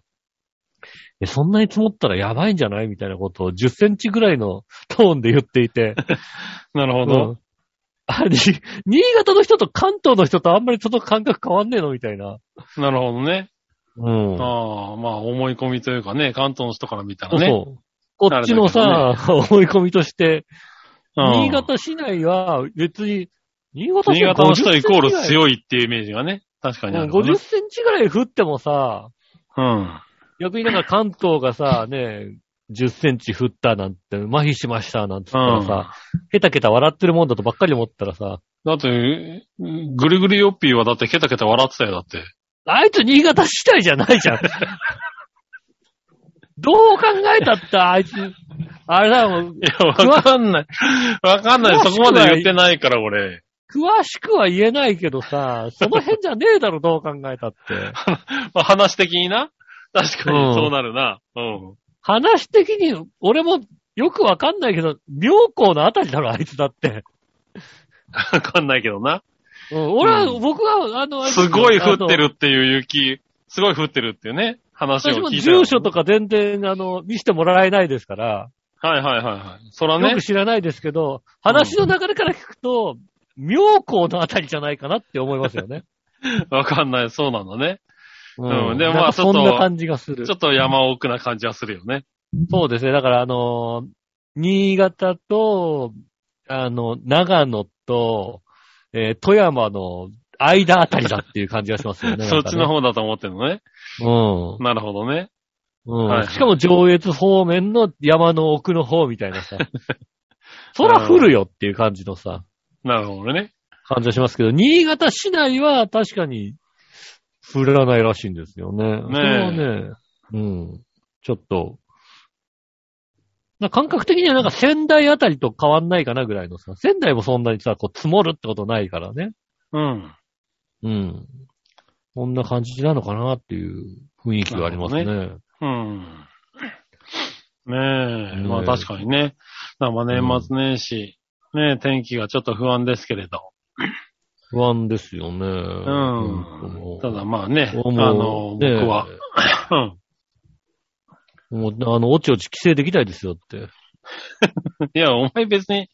[SPEAKER 2] え、そんなに積もったらやばいんじゃないみたいなことを10センチぐらいのトーンで言っていて、
[SPEAKER 3] なる
[SPEAKER 2] う
[SPEAKER 3] ほど。
[SPEAKER 2] ん、あに新潟の人と関東の人とあんまりその感覚変わんねえのみたいな。
[SPEAKER 3] なるほどね。
[SPEAKER 2] うん。
[SPEAKER 3] ああ、まあ思い込みというかね、関東の人から見た
[SPEAKER 2] そ
[SPEAKER 3] ら
[SPEAKER 2] う
[SPEAKER 3] ね。
[SPEAKER 2] そう。こっちのさ、思い込みとして、
[SPEAKER 3] うん
[SPEAKER 2] 新潟市内は別に、新潟市
[SPEAKER 3] 新潟の人
[SPEAKER 2] 50
[SPEAKER 3] イコール
[SPEAKER 2] センチぐらい
[SPEAKER 3] 強いっていうイメージがね。確かにある、ね。
[SPEAKER 2] 50センチぐらい降ってもさ、
[SPEAKER 3] うん。
[SPEAKER 2] 逆になんか関東がさ、ね、10センチ降ったなんて、麻痺しましたなんて言ったらさ、ヘタケタ笑ってるもんだとばっかり思ったらさ、
[SPEAKER 3] だって、ぐるぐるよっぴーはだってケタケタ笑ってたよ、だって。
[SPEAKER 2] あいつ新潟市内じゃないじゃん。どう考えたってあいつ、あれだもん、
[SPEAKER 3] いや、わかんない。わかんない。そこまで言ってないから、俺。
[SPEAKER 2] 詳しくは言えないけどさ、その辺じゃねえだろ、どう考えたって。
[SPEAKER 3] まあ話的にな。確かにそうなるな。うん。
[SPEAKER 2] 話的に、俺もよくわかんないけど、妙高のあたりだろ、あいつだって。
[SPEAKER 3] わかんないけどな。
[SPEAKER 2] うん、俺は、
[SPEAKER 3] う
[SPEAKER 2] 僕は、あの、
[SPEAKER 3] すごい降ってるっていう雪、すごい降ってるっていうね、話
[SPEAKER 2] あの。
[SPEAKER 3] を
[SPEAKER 2] 私も
[SPEAKER 3] 聞いたよ
[SPEAKER 2] 住所とか全然、あの、見せてもらえないですから、
[SPEAKER 3] はいはいはいはい。そら
[SPEAKER 2] よ
[SPEAKER 3] ね
[SPEAKER 2] く。知らないですけど、話の流れから聞くと、妙高のあたりじゃないかなって思いますよね。
[SPEAKER 3] わかんない。そうなのね。
[SPEAKER 2] うん
[SPEAKER 3] で
[SPEAKER 2] なん
[SPEAKER 3] もま
[SPEAKER 2] か
[SPEAKER 3] あちょ
[SPEAKER 2] そ
[SPEAKER 3] っと
[SPEAKER 2] んな感じがする
[SPEAKER 3] ちょ。っと山奥な感じはするよね。
[SPEAKER 2] そうですね。だから、あの、新潟と、あの、長野と、えー富山の間あたりだっていう感じがしますよ ね。
[SPEAKER 3] そっちの
[SPEAKER 2] 方。
[SPEAKER 3] 方だと思ってるのね。
[SPEAKER 2] うん。
[SPEAKER 3] なるほどね。
[SPEAKER 2] うん
[SPEAKER 3] はい
[SPEAKER 2] しかも上越方面の山の奥の方みたいな さ。そら降るよっていう感じのさ、
[SPEAKER 3] なるほどね。
[SPEAKER 2] 感じがしますけど、新潟市内は確かに降らないらしいんですよね。それはね、うん。ちょっと、な感覚的にはなんか仙台あたりと変わんないかなぐらいのさ、仙台もそんなにさ、こう積もるってことないからね。
[SPEAKER 3] うん。
[SPEAKER 2] うん。こんな感じなのかなっていう雰囲気がありますね。
[SPEAKER 3] なうん。ねえ、まあ確かにね。なんか年末年始、ねえ、天気がちょっと不安ですけれど。
[SPEAKER 2] 不安ですよね。う
[SPEAKER 3] うん。ただまあね、あ
[SPEAKER 2] もう
[SPEAKER 3] の、
[SPEAKER 2] ね
[SPEAKER 3] 僕は、うん
[SPEAKER 2] もう、あの、おちおち帰省できないですよって。
[SPEAKER 3] いや、お前別に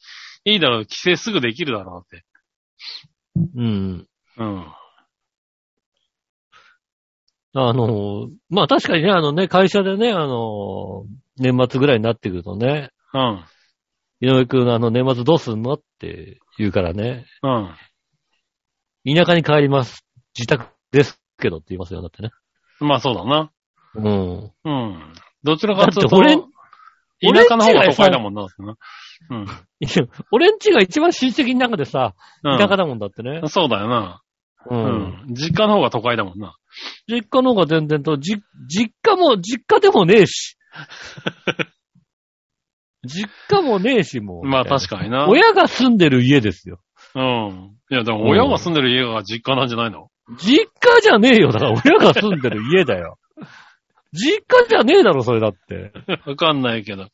[SPEAKER 3] いいだろう、帰省すぐできるだろうって。
[SPEAKER 2] うん。
[SPEAKER 3] うん。
[SPEAKER 2] あの、まあ確かにね、あのね、会社でね、あの、年末ぐらいになってくるとね、
[SPEAKER 3] うん。
[SPEAKER 2] 井上くん、あの、年末どうすんのって言うからね、
[SPEAKER 3] うん。
[SPEAKER 2] 田舎に帰ります。自宅ですけどって言いますよ、だってね。
[SPEAKER 3] まあそうだな。
[SPEAKER 2] うん。
[SPEAKER 3] うん。どちらかという
[SPEAKER 2] だって
[SPEAKER 3] と、
[SPEAKER 2] 俺ん
[SPEAKER 3] 田舎の
[SPEAKER 2] 俺ん
[SPEAKER 3] 方が
[SPEAKER 2] ちが
[SPEAKER 3] 都
[SPEAKER 2] さ
[SPEAKER 3] 会だもんな。うん。
[SPEAKER 2] いや俺んちが一番親戚の中でさ、
[SPEAKER 3] う
[SPEAKER 2] 田
[SPEAKER 3] ん
[SPEAKER 2] 舎だもんだってね。
[SPEAKER 3] そうだよな。
[SPEAKER 2] う。
[SPEAKER 3] うんん。実家の方が都会だもんな。
[SPEAKER 2] 実家の方が全然と、じ、実家も、実家でもねえ し。実家もねえし、もう。
[SPEAKER 3] まあ確かにな。
[SPEAKER 2] 親が住んでる家ですよ。
[SPEAKER 3] うん。いや、でも親が住んでる家が実家なんじゃないの
[SPEAKER 2] 実家じゃねえよ。だから親が住んでる家だよ。実家じゃねえだろ、それだって。
[SPEAKER 3] わかんないけど。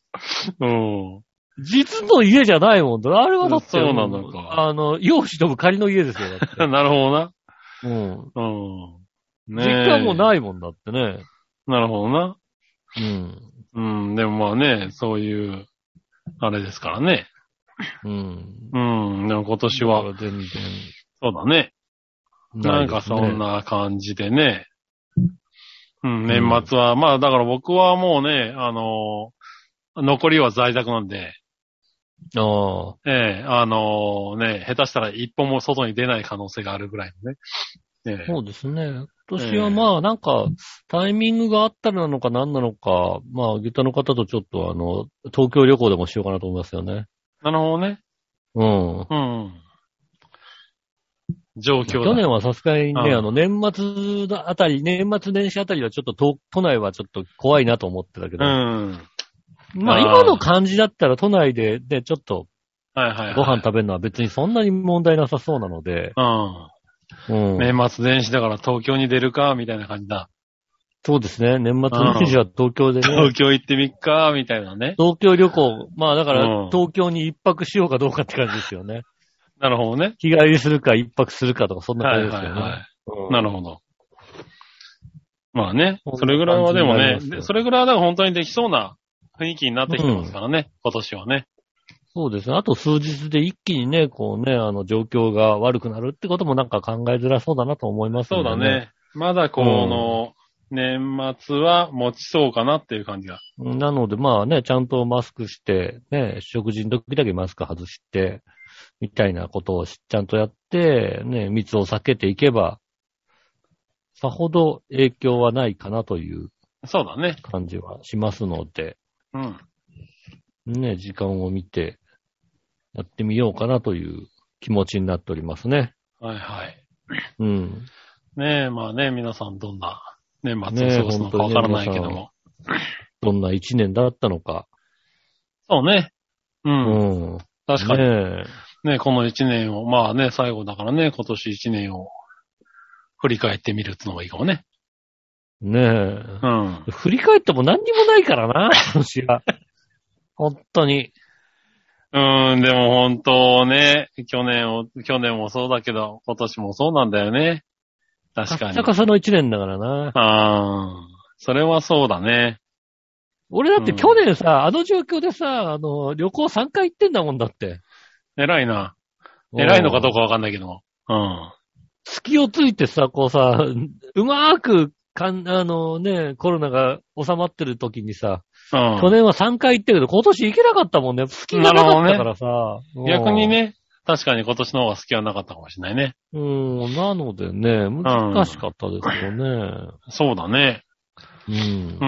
[SPEAKER 3] うん。
[SPEAKER 2] 実の家じゃないもんだ。あれはだって、
[SPEAKER 3] そうなのか
[SPEAKER 2] あの、養子とぶ仮の家ですよ、だって。
[SPEAKER 3] なるほどな。
[SPEAKER 2] うん。
[SPEAKER 3] うん。
[SPEAKER 2] 実
[SPEAKER 3] ねえ
[SPEAKER 2] 家はもうないもんだってね。
[SPEAKER 3] なるほどな。
[SPEAKER 2] うん。
[SPEAKER 3] うん。でもまあね、そういう、あれですからね。
[SPEAKER 2] うん。
[SPEAKER 3] うん。でも今年は、
[SPEAKER 2] 全然
[SPEAKER 3] そうだね。
[SPEAKER 2] いですね。
[SPEAKER 3] なんかそんな感じでね。うん、年末は、まあだから僕はもうね、あのー残りは在宅なんで、
[SPEAKER 2] ああ。
[SPEAKER 3] ええあのーね、下手したら一歩も外に出ない可能性があるぐらいのね。ええ
[SPEAKER 2] そうですね。今年
[SPEAKER 3] ええ
[SPEAKER 2] はまあなんか、タイミングがあったらなのか何なのか、まあ、下駄の方とちょっとあの、東京旅行でもしようかなと思いますよね。
[SPEAKER 3] なるほどね。
[SPEAKER 2] うん。
[SPEAKER 3] うん。状況だ。
[SPEAKER 2] 去年はさすがにね、
[SPEAKER 3] うん
[SPEAKER 2] あの、年末あたり、年末年始あたりはちょっと都都内はちょっと怖いなと思ってたけ
[SPEAKER 3] う
[SPEAKER 2] ど、
[SPEAKER 3] ん。
[SPEAKER 2] まあ
[SPEAKER 3] あー
[SPEAKER 2] 今の感じだったら都内で、ね、ちょっと
[SPEAKER 3] はいはい、はい。
[SPEAKER 2] ご飯食べるのは別にそんなに問題なさそうなので、うん
[SPEAKER 3] うん。年末年始だから東京に出るか、みたいな感じだ。
[SPEAKER 2] そうですね、年末年始は東京でね
[SPEAKER 3] 東、京行ってみっか、みたいなね。
[SPEAKER 2] 東京旅行、まあだから
[SPEAKER 3] うん
[SPEAKER 2] 東京に一泊しようかどうかって感じですよね。
[SPEAKER 3] なるほどね。
[SPEAKER 2] 日帰りするか一泊するかとか、そんな
[SPEAKER 3] は
[SPEAKER 2] 感じ
[SPEAKER 3] い
[SPEAKER 2] で
[SPEAKER 3] は
[SPEAKER 2] す
[SPEAKER 3] い
[SPEAKER 2] よ
[SPEAKER 3] はい
[SPEAKER 2] ね。。うん
[SPEAKER 3] なるほど。まあね、
[SPEAKER 2] こんな
[SPEAKER 3] それぐらいはでも
[SPEAKER 2] 感
[SPEAKER 3] ね
[SPEAKER 2] じになります、よ
[SPEAKER 3] それぐらいはだから本当にできそうな雰囲気になってきてますからね、今年はね。
[SPEAKER 2] そうですね。あと数日で一気にね、こうね、あの、状況が悪くなるってこともなんか考えづらそうだなと思います
[SPEAKER 3] そう
[SPEAKER 2] ので
[SPEAKER 3] だ。ね。まだこの、年末は持ちそうかなっていう感じが。
[SPEAKER 2] なので、まあね、ちゃんとマスクして、ね、食事の時だけマスク外して、みたいなことをしちゃんとやって、ね、密を避けていけば、さほど影響はないかなという
[SPEAKER 3] そうだね。
[SPEAKER 2] 感じはしますので、
[SPEAKER 3] うん。
[SPEAKER 2] ね、時間を見て、やってみようかなという気持ちになっておりますね。
[SPEAKER 3] はいはい。
[SPEAKER 2] うん。
[SPEAKER 3] ねえ、まあね、皆さんどんな年末を過ごすのか
[SPEAKER 2] ね
[SPEAKER 3] わ
[SPEAKER 2] え
[SPEAKER 3] からないけ
[SPEAKER 2] 本
[SPEAKER 3] ど
[SPEAKER 2] 当に皆
[SPEAKER 3] も。
[SPEAKER 2] どんな一年だったのか。
[SPEAKER 3] そうね。
[SPEAKER 2] う
[SPEAKER 3] う。
[SPEAKER 2] んん。
[SPEAKER 3] 確かに。
[SPEAKER 2] ね
[SPEAKER 3] ね、この一年を、まあね、最後だからね、今年一年を振り返ってみるってのがいいかもね。
[SPEAKER 2] え。ね
[SPEAKER 3] うん。
[SPEAKER 2] え。振り返っても何にもないから な、私は。本当に。
[SPEAKER 3] うーん、でも本当ね、去年を、去年もそうだけど、今年もそうなんだよね。確か
[SPEAKER 2] カッ
[SPEAKER 3] に
[SPEAKER 2] サ。カサの一年だからな。
[SPEAKER 3] あー、それはそうだね。
[SPEAKER 2] 俺だって去年さ、あの状況でさ、あの、旅行3回行ってんだもんだって。
[SPEAKER 3] 偉いな。偉いのかどう
[SPEAKER 2] か。
[SPEAKER 3] かわかんないけども。うん。
[SPEAKER 2] 隙をついてさ、こうさ、うまーく、かん、あのね、コロナが収まってる時にさ、
[SPEAKER 3] うん。
[SPEAKER 2] 去年は3回行ったけど、今年行けなかったもんね。好きがなかったからさ。
[SPEAKER 3] 逆に。ね、確かに今年の方が好きはなかったかもしれないね。
[SPEAKER 2] うん、なのでね、難しかったですよね。
[SPEAKER 3] そうだね。
[SPEAKER 2] うん
[SPEAKER 3] う。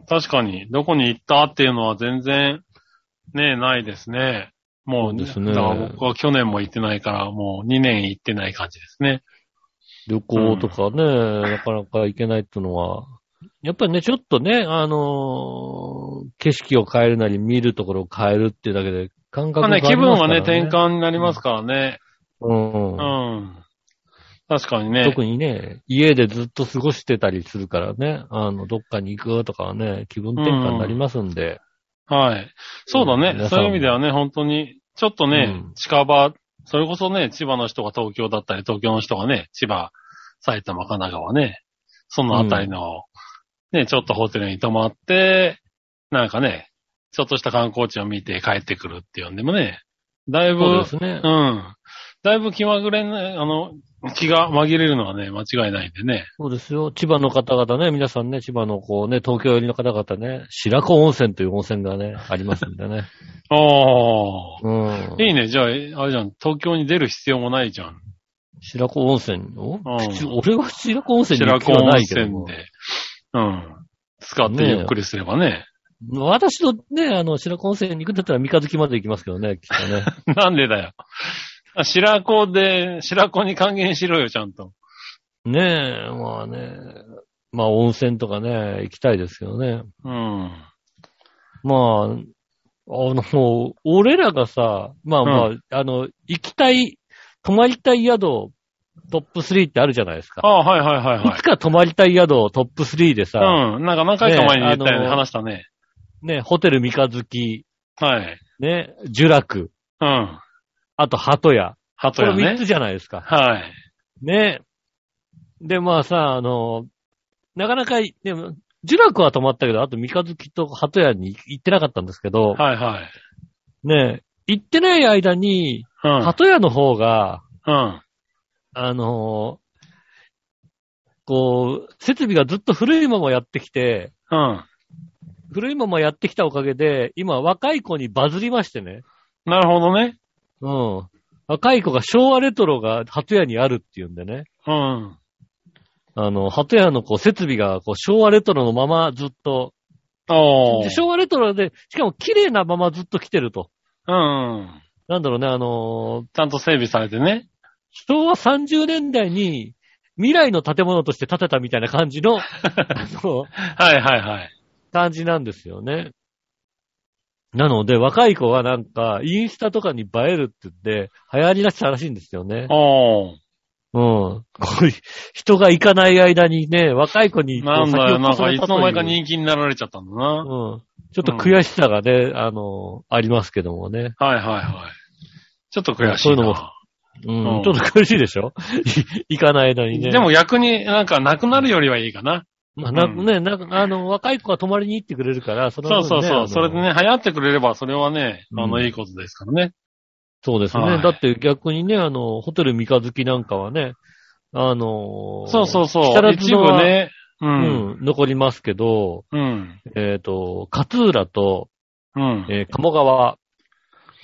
[SPEAKER 3] ん。確かに、どこに行ったっていうのは全然、ね、ないですね。もう、
[SPEAKER 2] そうですね
[SPEAKER 3] だから僕は去年も行ってないから、もう2年行ってない感じですね。
[SPEAKER 2] 旅行とかね、なかなか行けないっていうのは、やっぱりね、ちょっとね、あのー景色を変えるなり、見るところを変えるっていうだけで、感覚
[SPEAKER 3] まあ
[SPEAKER 2] が
[SPEAKER 3] ね、気分はね、
[SPEAKER 2] 変
[SPEAKER 3] 転換になりますからね。
[SPEAKER 2] 換。うん。
[SPEAKER 3] うん。確かにね。
[SPEAKER 2] 特にね、家でずっと過ごしてたりするからね、あの、どっかに行くとかはね、気分転換になりますんで。
[SPEAKER 3] はい。そうだ
[SPEAKER 2] うん
[SPEAKER 3] ね。
[SPEAKER 2] 皆さん
[SPEAKER 3] そういう意味ではね、本当に、ちょっとね、
[SPEAKER 2] うん
[SPEAKER 3] 近場、それこそね、千葉の人が東京だったり、東京の人がね、千葉、埼玉、神奈川ね、そのあたりの、ね、ちょっとホテルに泊まって、なんかね、ちょっとした観光地を見て帰ってくるっていうんでもね、だいぶ、
[SPEAKER 2] そうですね
[SPEAKER 3] う。ん。だいぶ気まぐれね、あの、気が紛れるのはね、間違いないんでね。
[SPEAKER 2] そうですよ。千葉の方々ね、皆さんね、千葉のこうね、東京寄りの方々ね、白子温泉という温泉がね、ありますん でね。
[SPEAKER 3] あ
[SPEAKER 2] うん
[SPEAKER 3] あ。。いいね。じゃあ、あれじゃん。東京に出る必要もないじゃん。
[SPEAKER 2] 白子温泉を、
[SPEAKER 3] うん
[SPEAKER 2] 口俺は白子温泉に行
[SPEAKER 3] 白
[SPEAKER 2] く気
[SPEAKER 3] 子
[SPEAKER 2] は
[SPEAKER 3] 温
[SPEAKER 2] ないけど
[SPEAKER 3] 泉
[SPEAKER 2] も。
[SPEAKER 3] で、うん。使ってゆっくりすればね。
[SPEAKER 2] 私とね、あの、白子温泉に行くんだったら三日月まで行きますけどね、きっとね。
[SPEAKER 3] なんでだよ。あ白子で、白子に還元しろよ、ちゃんと。
[SPEAKER 2] ねえ、まあね。まあ温泉とかね、行きたいですよね。
[SPEAKER 3] うん。
[SPEAKER 2] まあ、あの、俺らがさ、まあまあ、あの、行きたい、泊まりたい宿、トップ3ってあるじゃないです
[SPEAKER 3] あ
[SPEAKER 2] か。
[SPEAKER 3] あ、はいはいはい
[SPEAKER 2] い
[SPEAKER 3] はい
[SPEAKER 2] つ。か泊まりたい宿をトップ3でさ、
[SPEAKER 3] うん。なんか何回か前に言ったよね、
[SPEAKER 2] ねあの
[SPEAKER 3] 話したね。
[SPEAKER 2] ね、ホテル三日月、
[SPEAKER 3] はい。
[SPEAKER 2] ね、呪楽、
[SPEAKER 3] うん。
[SPEAKER 2] あと鳩屋。
[SPEAKER 3] 鳩
[SPEAKER 2] これ
[SPEAKER 3] 屋
[SPEAKER 2] 3
[SPEAKER 3] ね。
[SPEAKER 2] つじゃないですか。
[SPEAKER 3] はい。
[SPEAKER 2] ね。で、まあさ、あの、なかなか、でも、呪楽は泊まったけど、あと三日月と鳩屋に行ってなかったんですけど、
[SPEAKER 3] はいはい。
[SPEAKER 2] ね、行ってない間に、
[SPEAKER 3] うん。
[SPEAKER 2] 鳩屋の方が、
[SPEAKER 3] うん。
[SPEAKER 2] あのこう、設備がずっと古いままやってきて、
[SPEAKER 3] うん。
[SPEAKER 2] 古いままやってきたおかげで、今若い子にバズりましてね。
[SPEAKER 3] なるほどね。
[SPEAKER 2] うん。若い子が昭和レトロが鳩屋にあるっていうんでね。
[SPEAKER 3] うん。
[SPEAKER 2] あの、鳩屋のこう設備がこう昭和レトロのままずっと、
[SPEAKER 3] お
[SPEAKER 2] で
[SPEAKER 3] ー。
[SPEAKER 2] 昭和レトロで、しかも綺麗なままずっと来てると。
[SPEAKER 3] うん。
[SPEAKER 2] なんだろうね、あのー
[SPEAKER 3] ちゃんと整備されてね。
[SPEAKER 2] 昭和30年代に未来の建物として建てたみたいな感じの、あの、
[SPEAKER 3] はいはいはい。
[SPEAKER 2] 感じなんですよね。なので、若い子はなんか、インスタとかに映えるって言って、流行りだしたらしいんですよね。
[SPEAKER 3] おー。
[SPEAKER 2] うん。 こういう人が行かない間にね、若い子にこう
[SPEAKER 3] なんだよ、
[SPEAKER 2] 先
[SPEAKER 3] な
[SPEAKER 2] を越
[SPEAKER 3] ん
[SPEAKER 2] さ
[SPEAKER 3] か
[SPEAKER 2] れ
[SPEAKER 3] い
[SPEAKER 2] た
[SPEAKER 3] つ
[SPEAKER 2] と
[SPEAKER 3] の
[SPEAKER 2] う
[SPEAKER 3] 間にか人気になられちゃったんだ
[SPEAKER 2] う
[SPEAKER 3] な。
[SPEAKER 2] ん。ちょっと悔しさがね、あの、ありますけどもね。
[SPEAKER 3] はいはいはい。ちょっと悔しいな。
[SPEAKER 2] そういうのもうん。
[SPEAKER 3] うん
[SPEAKER 2] ちょっと悔しいでしょ 行かない間にね。
[SPEAKER 3] で、も逆になんかなくなるよりはいいかな。
[SPEAKER 2] まあ、な、
[SPEAKER 3] うん
[SPEAKER 2] ね、なんか、あの、若い子が泊まりに行ってくれるから、その
[SPEAKER 3] そう
[SPEAKER 2] 分
[SPEAKER 3] そう
[SPEAKER 2] あ
[SPEAKER 3] そう。
[SPEAKER 2] の
[SPEAKER 3] それでね、流行ってくれればそれはね、あ
[SPEAKER 2] う
[SPEAKER 3] の、
[SPEAKER 2] ん
[SPEAKER 3] いいことですからね。
[SPEAKER 2] そうですね。
[SPEAKER 3] はい
[SPEAKER 2] だって逆にね、あの、ホテル三日月なんかはね、あのー
[SPEAKER 3] そうそうそ
[SPEAKER 2] 木
[SPEAKER 3] う。
[SPEAKER 2] 更津
[SPEAKER 3] 一
[SPEAKER 2] の
[SPEAKER 3] 部
[SPEAKER 2] は、
[SPEAKER 3] ね。う。
[SPEAKER 2] うんん、残りますけど、
[SPEAKER 3] うん。
[SPEAKER 2] えっ、と、勝浦と、
[SPEAKER 3] うん。
[SPEAKER 2] えー鴨川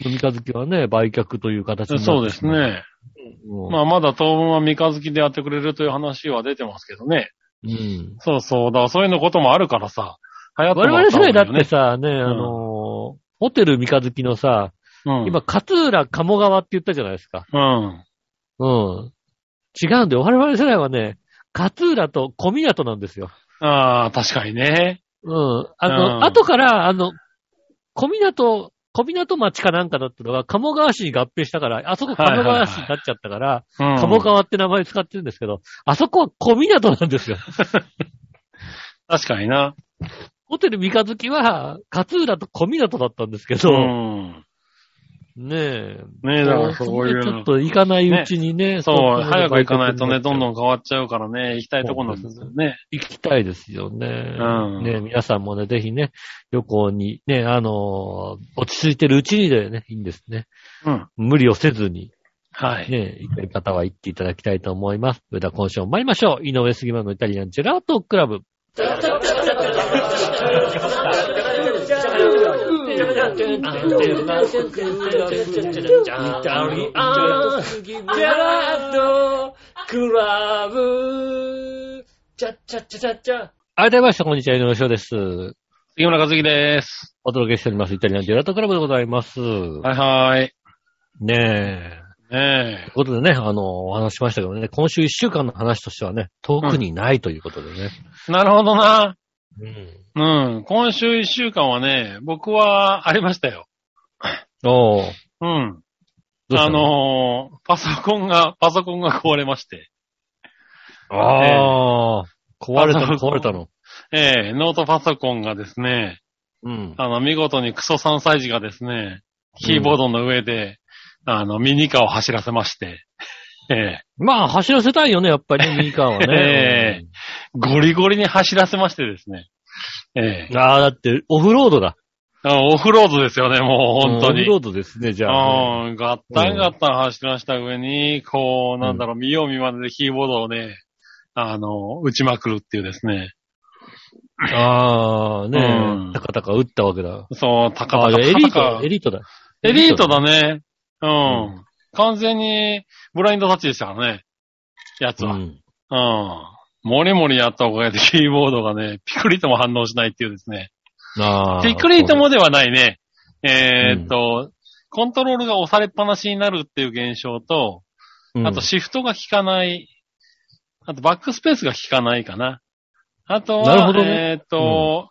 [SPEAKER 2] の三日月はね、売却という形になって
[SPEAKER 3] そうです。ね。
[SPEAKER 2] うん
[SPEAKER 3] まあ、まだ当分は三日月でやってくれるという話は出てますけどね。
[SPEAKER 2] うん。
[SPEAKER 3] そうそう。だからそういうのこともあるからさ。流行って
[SPEAKER 2] 我
[SPEAKER 3] もら
[SPEAKER 2] 々
[SPEAKER 3] っ
[SPEAKER 2] 世
[SPEAKER 3] た方が
[SPEAKER 2] 代
[SPEAKER 3] いいよ
[SPEAKER 2] だって
[SPEAKER 3] ね。
[SPEAKER 2] さ、ね、あのーホテル三日月のさ、今、勝浦、鴨川って言ったじゃないですか。
[SPEAKER 3] うん。うん。
[SPEAKER 2] うん。違うんで、我々世代はね、勝浦と小湊なんですよ。
[SPEAKER 3] ああ、確かにね。
[SPEAKER 2] うん。あ
[SPEAKER 3] う
[SPEAKER 2] の、
[SPEAKER 3] ん
[SPEAKER 2] 後から、あの、小港、小港町かなんかだったのが、鴨川市に合併したから、あそこ鴨川市になっちゃったから、
[SPEAKER 3] うん。
[SPEAKER 2] 鴨川って名前使ってるんですけど、あそこは小港なんですよ。
[SPEAKER 3] 確かにな。
[SPEAKER 2] ホテル三日月は、勝浦と小港だったんですけ
[SPEAKER 3] う
[SPEAKER 2] ど、
[SPEAKER 3] ん。
[SPEAKER 2] ねえ。
[SPEAKER 3] ねえ、だからそういう
[SPEAKER 2] ちょっ
[SPEAKER 3] の。
[SPEAKER 2] と行かないうちにね、
[SPEAKER 3] そう、早く行かないとね、どんど
[SPEAKER 2] ん。
[SPEAKER 3] ん変わっちゃうからね、行きたいとこなんですよね。
[SPEAKER 2] 行きたいですよね。
[SPEAKER 3] うん
[SPEAKER 2] ねえ皆さんもね、ぜひね、旅行に、ね、あのー落ち着いてるうちにでね、いいんですね。
[SPEAKER 3] うん。
[SPEAKER 2] 無理をせずに、
[SPEAKER 3] はい。
[SPEAKER 2] ね、行ける方は行っていただきたいと思います。それでは今週も参りましょう。井上杉村のイタリアンジェラートクラブ。ありがとうございました。こんにちは、井上翔です。
[SPEAKER 3] 杉村和樹です。
[SPEAKER 2] お届けしております。イタリアンジェラートクラブでございます。
[SPEAKER 3] はいはい。
[SPEAKER 2] ねえ。
[SPEAKER 3] ね
[SPEAKER 2] ということでね、あの、お話ししましたけどね、今週一週間の話としてはね、特にないということでね。
[SPEAKER 3] え。なるほどな。
[SPEAKER 2] うん。
[SPEAKER 3] うん。今週一週間はね、僕はありましたよ。
[SPEAKER 2] おー
[SPEAKER 3] うん。
[SPEAKER 2] どうした
[SPEAKER 3] あのーパソコンが、パソコンが壊れまして。
[SPEAKER 2] ああ、壊れたの、壊れたの。
[SPEAKER 3] ええノートパソコンがですね、
[SPEAKER 2] うん。
[SPEAKER 3] あの、見事にクソ3歳児がですね、キーボードの上で、あの、ミニカーを走らせまして、ええ
[SPEAKER 2] まあ、走らせたいよね、やっぱ りね、ミニカーはね。
[SPEAKER 3] えゴリゴリに走らせましてですね。ええ
[SPEAKER 2] うんああ、だって、オフロードだ。
[SPEAKER 3] あオフロードですよね、もう本当
[SPEAKER 2] うんオフロ
[SPEAKER 3] に。
[SPEAKER 2] ードですね、じゃあね。
[SPEAKER 3] うん、ガッタンガッタン走らした上に、こう、なんだろう、見よう見まねでキーボードをね、あの、打ちまくるっていうですね。
[SPEAKER 2] ああ、
[SPEAKER 3] う
[SPEAKER 2] ね
[SPEAKER 3] ん
[SPEAKER 2] え、たかたか打ったわけだ。
[SPEAKER 3] そう、高
[SPEAKER 2] あ
[SPEAKER 3] 々
[SPEAKER 2] あ、じゃあエリー
[SPEAKER 3] 高々
[SPEAKER 2] ト、エリートだ。
[SPEAKER 3] エリートだ
[SPEAKER 2] ね。
[SPEAKER 3] ね。うん。
[SPEAKER 2] う
[SPEAKER 3] 完全に、ブラインドタッチでしたからね。やつ
[SPEAKER 2] う
[SPEAKER 3] は。うん。
[SPEAKER 2] ん。
[SPEAKER 3] もりもりやったおかげでキーボードがね、ピクリとも反応しないっていうですね。
[SPEAKER 2] ああ。
[SPEAKER 3] ピクリともではないね。えーっと、コントロールが押されっぱなしになるっていう現象と、
[SPEAKER 2] うん、
[SPEAKER 3] あとシフトが効かない、あとバックスペースが効かないかな。あとは、
[SPEAKER 2] なるほどね
[SPEAKER 3] えーっと、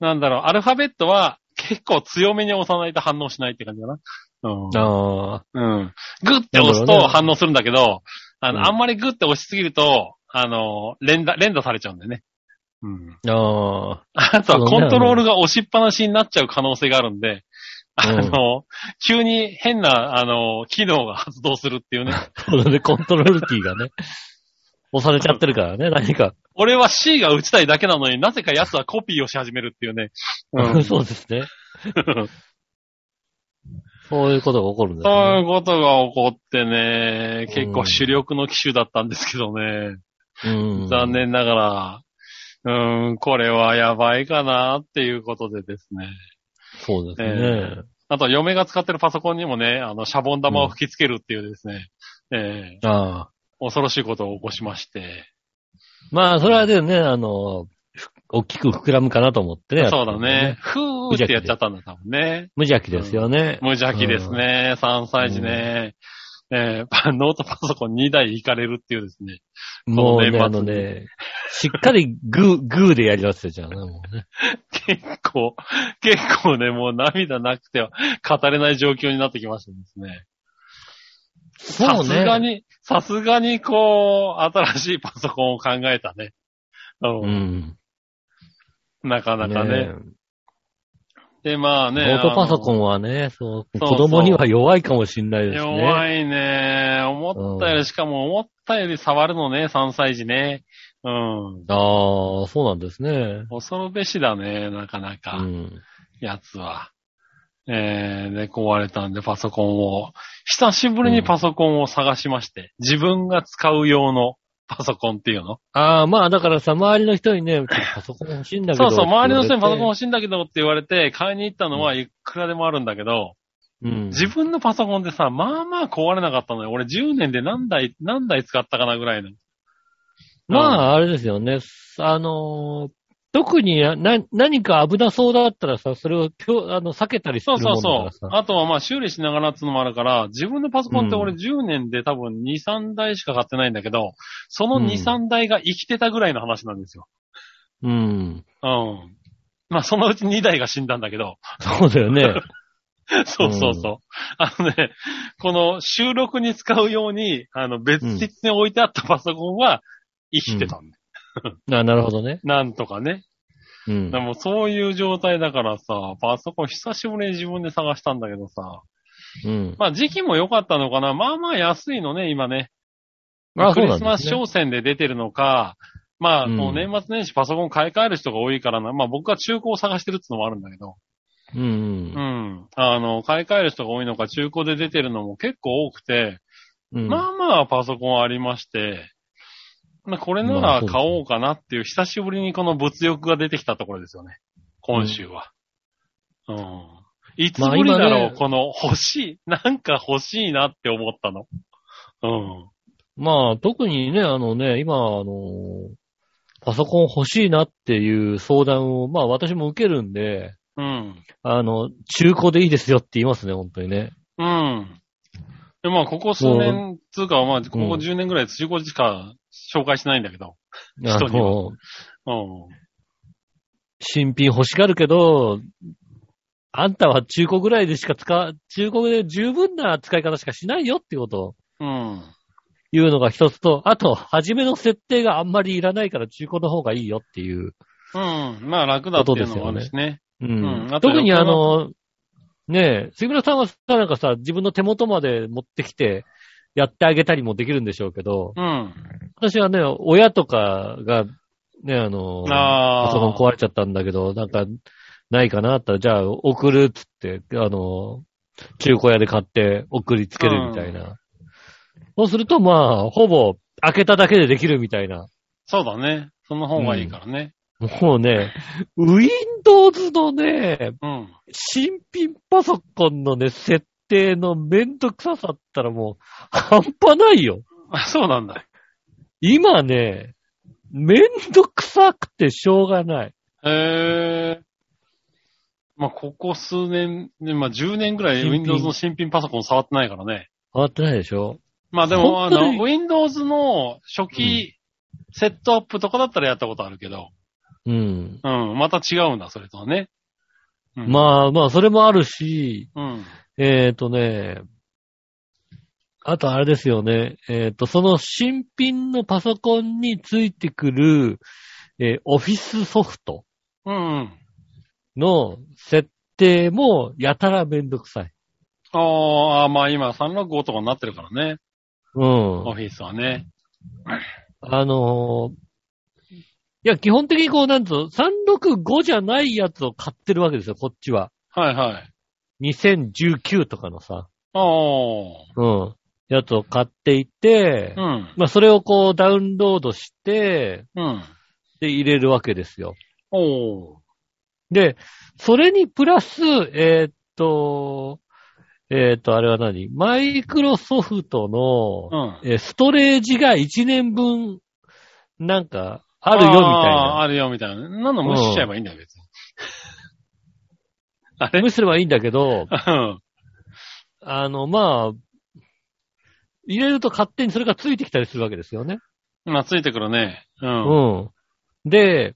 [SPEAKER 3] なんだろう、アルファベットは結構強めに押さないと反応しないって感じかな。うん。
[SPEAKER 2] ああ。
[SPEAKER 3] うん。グッて押すと反応するんだけど、あの、
[SPEAKER 2] うん
[SPEAKER 3] あんまりグッて押しすぎると、あの、連打、連打されちゃうんだよね。うん。
[SPEAKER 2] ああ。
[SPEAKER 3] あとはコントロールが押しっぱなしになっちゃう可能性があるんで、あ
[SPEAKER 2] うん
[SPEAKER 3] の、急に変な、あの、機能が発動するっていうね。
[SPEAKER 2] そうだね、コントロールキーがね、押されちゃってるからね、何か。
[SPEAKER 3] 俺は C が打ちたいだけなのになぜか奴はコピーをし始めるっていうね。う ん
[SPEAKER 2] そうですね。そういうことが起こるんだ
[SPEAKER 3] そうい
[SPEAKER 2] よね。
[SPEAKER 3] うことが起こってね、結
[SPEAKER 2] う
[SPEAKER 3] 構
[SPEAKER 2] ん
[SPEAKER 3] 主力の機種だったんですけどね。
[SPEAKER 2] うん
[SPEAKER 3] 残。念ながら、うーん、これはやばいかなっていうことでですね。
[SPEAKER 2] そうですね。
[SPEAKER 3] えあと、嫁が使ってるパソコンにもね、あの、シャボン玉を吹きつけるっていうですね、ええ
[SPEAKER 2] ああ。
[SPEAKER 3] 恐ろしいことを起こしまして、
[SPEAKER 2] まあ、それはでね、あの、ふ大きく膨らむかなと思ってね。
[SPEAKER 3] そうだね、。ふーってやっちゃったんだ、多分ね。
[SPEAKER 2] 無邪気ですよね。
[SPEAKER 3] 無邪気ですね、3歳児ね。ええ パノートパソコン2台いかれるっていうですね。
[SPEAKER 2] もう
[SPEAKER 3] そう
[SPEAKER 2] ね、
[SPEAKER 3] ね
[SPEAKER 2] あのね、しっかり グー、グーでやりますよ、じゃあね。もうね
[SPEAKER 3] 結構、結構ね、もう涙なくては語れない状況になってきましたですね。
[SPEAKER 2] そ
[SPEAKER 3] さ
[SPEAKER 2] う
[SPEAKER 3] すが
[SPEAKER 2] ね。
[SPEAKER 3] に、さすがにこう、新しいパソコンを考えたね。
[SPEAKER 2] う。
[SPEAKER 3] うんん。なかなかね。で、まあ
[SPEAKER 2] え。
[SPEAKER 3] ね。
[SPEAKER 2] ノートパソコ
[SPEAKER 3] ン
[SPEAKER 2] ンはね、そう、
[SPEAKER 3] そうそう
[SPEAKER 2] 子供には弱いかもしんないですね。
[SPEAKER 3] 弱いね。思ったより、しかも思ったより触るのね、3歳児ね。うん。
[SPEAKER 2] ああ、そうなんですね。
[SPEAKER 3] 恐るべしだね、なかな
[SPEAKER 2] う
[SPEAKER 3] か、
[SPEAKER 2] ん。
[SPEAKER 3] やつは。えー、で、壊れたんで、パソコンを。久しぶりにパソコンを探しまして、自分が使う用のパソコンっていうの
[SPEAKER 2] ああ、まあだからさ、周りの人に ね、ちょっとパソコン欲しいんだけ
[SPEAKER 3] そ
[SPEAKER 2] ど。
[SPEAKER 3] うそう、周りの人にパソコン
[SPEAKER 2] ン。
[SPEAKER 3] 欲しいんだけどって言われて、買いに行ったのはいくらでもあるんだけど、
[SPEAKER 2] うん。
[SPEAKER 3] 自分のパソコンってさ、まあまあ壊れなかったのよ。俺10年で何台、何台使ったかなぐらいの。
[SPEAKER 2] まあ、あれですよね。あのー特にな何か危なそうだったらさ、それをきょあの避けたりす
[SPEAKER 3] そ
[SPEAKER 2] る
[SPEAKER 3] うそ
[SPEAKER 2] も
[SPEAKER 3] うん
[SPEAKER 2] だから
[SPEAKER 3] そう。
[SPEAKER 2] さ。
[SPEAKER 3] あとはまあ修理しながらっていうのもあるから、自分のパソコンって俺
[SPEAKER 2] う
[SPEAKER 3] 10年で多分2、3台しか買ってないんだけど、その
[SPEAKER 2] うん
[SPEAKER 3] 2、3台が生きてたぐらいの話なんですよ。
[SPEAKER 2] うん。
[SPEAKER 3] うん。まあそのうち2台が死んだんだけど、
[SPEAKER 2] そうだよね。
[SPEAKER 3] そうそうそう。あのね、この収録に使うように、あの別室に置いてあったパソコンは生きてたんだ、
[SPEAKER 2] あなるほどね。
[SPEAKER 3] なんとかね。
[SPEAKER 2] うん
[SPEAKER 3] で。もそういう状態だからさ、パソコン久しぶりに自分で探したんだけどさ、
[SPEAKER 2] うん。
[SPEAKER 3] まあ時期も良かったのかな。まあまあ安いのね、今ね。
[SPEAKER 2] あ
[SPEAKER 3] ク
[SPEAKER 2] そうなん
[SPEAKER 3] リ
[SPEAKER 2] ですね
[SPEAKER 3] スマス商戦で出てるのか、まあ、
[SPEAKER 2] うん
[SPEAKER 3] もう年末年始パソコン買い替える人が多いからな。まあ僕は中古を探してるってのもあるんだけど。
[SPEAKER 2] うん。
[SPEAKER 3] う
[SPEAKER 2] うん
[SPEAKER 3] ん。あの、買い替える人が多いのか、中古で出てるのも結構多くて、
[SPEAKER 2] うん。
[SPEAKER 3] まあまあパソコンありまして、まあこれな
[SPEAKER 2] まあ
[SPEAKER 3] ら
[SPEAKER 2] そうです
[SPEAKER 3] 買
[SPEAKER 2] ね
[SPEAKER 3] おうかなっていう、久しぶりにこの物欲が出てきたところですよね。今週は。うん。いつぶりだ
[SPEAKER 2] まあ
[SPEAKER 3] ろう、
[SPEAKER 2] 今ね
[SPEAKER 3] この欲しい、なんか欲しいなって思ったの。うん。
[SPEAKER 2] まあ、特にね、あのね、今、あのーパソコン欲しいなっていう相談を、まあ私も受けるんで、
[SPEAKER 3] うん。
[SPEAKER 2] あの、中古でいいですよって言いますね、本当にね。
[SPEAKER 3] うん。でまあ、ここ数年、つうか、まあ、ここ
[SPEAKER 2] うん
[SPEAKER 3] 10年ぐらい中古しか紹介しないんだけど。
[SPEAKER 2] あ
[SPEAKER 3] 人には
[SPEAKER 2] の、
[SPEAKER 3] うん。
[SPEAKER 2] 新品欲しがるけど、あんたは中古ぐらいでしか使う、中古で十分な使い方しかしないよっていうことを
[SPEAKER 3] うん。
[SPEAKER 2] いうのが一つと、あと、初めの設定があんまりいらないから中古の方がいいよっていう。
[SPEAKER 3] うん。まあ楽だっていうのもあるしね。
[SPEAKER 2] うん。
[SPEAKER 3] うんあと
[SPEAKER 2] 特にあの、ねえ、杉村さんはさ、なんかさ、自分の手元まで持ってきて、やってあげたりもできるんでしょうけど、
[SPEAKER 3] うん。
[SPEAKER 2] 私はね、親とかが、ね、あの、
[SPEAKER 3] ああ。
[SPEAKER 2] パソコン壊れちゃったんだけど、なんか、ないかなあったら、じゃあ、送るっつって、あの、中古屋で買って送りつけるみたいな。そうすると、まあ、ほぼ、開けただけでできるみたいな。
[SPEAKER 3] そうだね。その方がいいからね。
[SPEAKER 2] もうね、Windows のね、
[SPEAKER 3] うん。
[SPEAKER 2] 新品パソコンのね、設定のめんどくささったらもう、半端ないよ。
[SPEAKER 3] あ、そうなんだ。
[SPEAKER 2] 今ね、めんどくさくてしょうがない。
[SPEAKER 3] へえ。まあ、ここ数年、ねまあ、10年ぐらい
[SPEAKER 2] 新品
[SPEAKER 3] Windows の新品パソコン触ってないからね。
[SPEAKER 2] 変わってないでしょ
[SPEAKER 3] まあ、でも、あ
[SPEAKER 2] 本当に
[SPEAKER 3] の、Windows の初期セットアップとかだったらやったことあるけど、
[SPEAKER 2] うん。
[SPEAKER 3] うん、また違うんだ、それとはね。うん、
[SPEAKER 2] まあまあ、それもあるし、
[SPEAKER 3] あ、うん。
[SPEAKER 2] えっ、ー、とね、あとあれですよね、えっ、と、その新品のパソコンについてくる、えーオフィスソフト
[SPEAKER 3] うん、うん。
[SPEAKER 2] の設定もやたらめんどくさい。
[SPEAKER 3] あーあー、まあ今365とかになってるからね、
[SPEAKER 2] うん
[SPEAKER 3] オ。フィスはね。
[SPEAKER 2] あのーいや、基本的にこう、なんつうの、365じゃないやつを買ってるわけですよ、こっちは。
[SPEAKER 3] はいはい。
[SPEAKER 2] 2019とかのさ、
[SPEAKER 3] あ
[SPEAKER 2] うん、やつを買っていて、
[SPEAKER 3] あ、うん、
[SPEAKER 2] まあ、それをこう、ダウンロードして、
[SPEAKER 3] うん。
[SPEAKER 2] で、入れるわけですよ。
[SPEAKER 3] おー、
[SPEAKER 2] で、それにプラス、えーっと、えーっと、あれは何マイクロソフト
[SPEAKER 3] う
[SPEAKER 2] の、
[SPEAKER 3] ん。
[SPEAKER 2] えーストレージが1年分、なんか、あるよ、みたいな
[SPEAKER 3] あ。ーあるよ、みたいな。なんの無視しちゃえばいいんだよ、別に。あれ
[SPEAKER 2] 無視すればいいんだけど、
[SPEAKER 3] うん。
[SPEAKER 2] あの、まあ、入れると勝手にそれがついてきたりするわけですよね。
[SPEAKER 3] まあ、ついてくるね。うん。うん。
[SPEAKER 2] うん。で、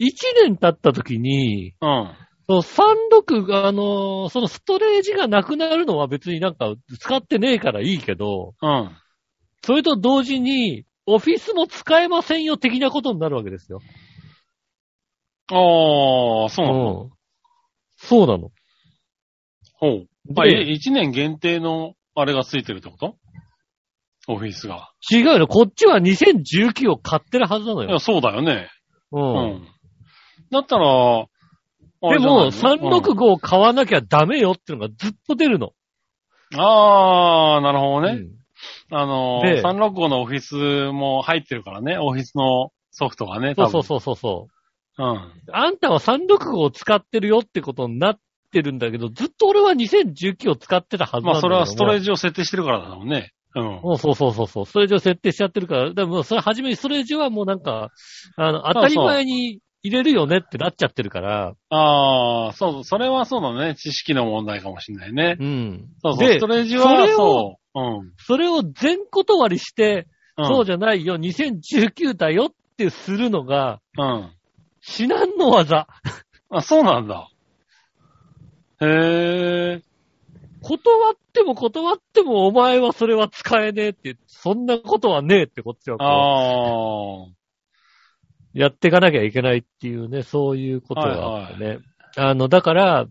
[SPEAKER 2] 1年経った時に、その36が、あの、そのストレージがなくなるのは別になんか使ってねえからいいけど、
[SPEAKER 3] うん。
[SPEAKER 2] それと同時に、オフィスも使えませんよ的なことになるわけですよ。
[SPEAKER 3] ああ、そうなの。
[SPEAKER 2] ん。そうなの。
[SPEAKER 3] ほう。まあ、
[SPEAKER 2] で
[SPEAKER 3] え一年限定の、あれがついてるってことオフィスが。
[SPEAKER 2] 違うの。こっちは2019を買ってるはずなの
[SPEAKER 3] い
[SPEAKER 2] よ
[SPEAKER 3] や、。そうだよね。
[SPEAKER 2] う。
[SPEAKER 3] うんん。だったら、あ
[SPEAKER 2] で
[SPEAKER 3] れじゃないの
[SPEAKER 2] も、365を買わなきゃダメよってのがずっと出るの。
[SPEAKER 3] うんああ、なるほどね。あのー、
[SPEAKER 2] で
[SPEAKER 3] 365のオフィスも入ってるからね、オフィスのソフトがね、
[SPEAKER 2] う
[SPEAKER 3] 多
[SPEAKER 2] んそう
[SPEAKER 3] 分。
[SPEAKER 2] そうそうそうそう
[SPEAKER 3] うん。
[SPEAKER 2] う。あんたは365を使ってるよってことになってるんだけど、ずっと俺は2019を使ってたはずなんだ
[SPEAKER 3] まあ、
[SPEAKER 2] けども。
[SPEAKER 3] それはストレージを設定してるからだもんね。うん。
[SPEAKER 2] もうそうそうそうそう。ストレージを設定しちゃってるから、でもそれ初めにストレージはもうなんか、あの、当たり前に入れるよねってなっちゃってるから。
[SPEAKER 3] ああ、そう、それはそうだね。知識の問題かもしれないね。
[SPEAKER 2] うん。
[SPEAKER 3] そうそう、
[SPEAKER 2] で
[SPEAKER 3] ストレージ
[SPEAKER 2] そ
[SPEAKER 3] は、
[SPEAKER 2] れを
[SPEAKER 3] そう。うん。
[SPEAKER 2] それを全断りして、
[SPEAKER 3] うん、
[SPEAKER 2] そうじゃないよ、2019だよってするのが、
[SPEAKER 3] うん。
[SPEAKER 2] 至難の技。
[SPEAKER 3] あ、そうなんだ。へえ。
[SPEAKER 2] 断っても断ってもお前はそれは使えねえって、そんなことはねえってこっちはこ
[SPEAKER 3] ああ。
[SPEAKER 2] うやっていかなきゃいけないっていうね、そういうことがあってね。あの、だから、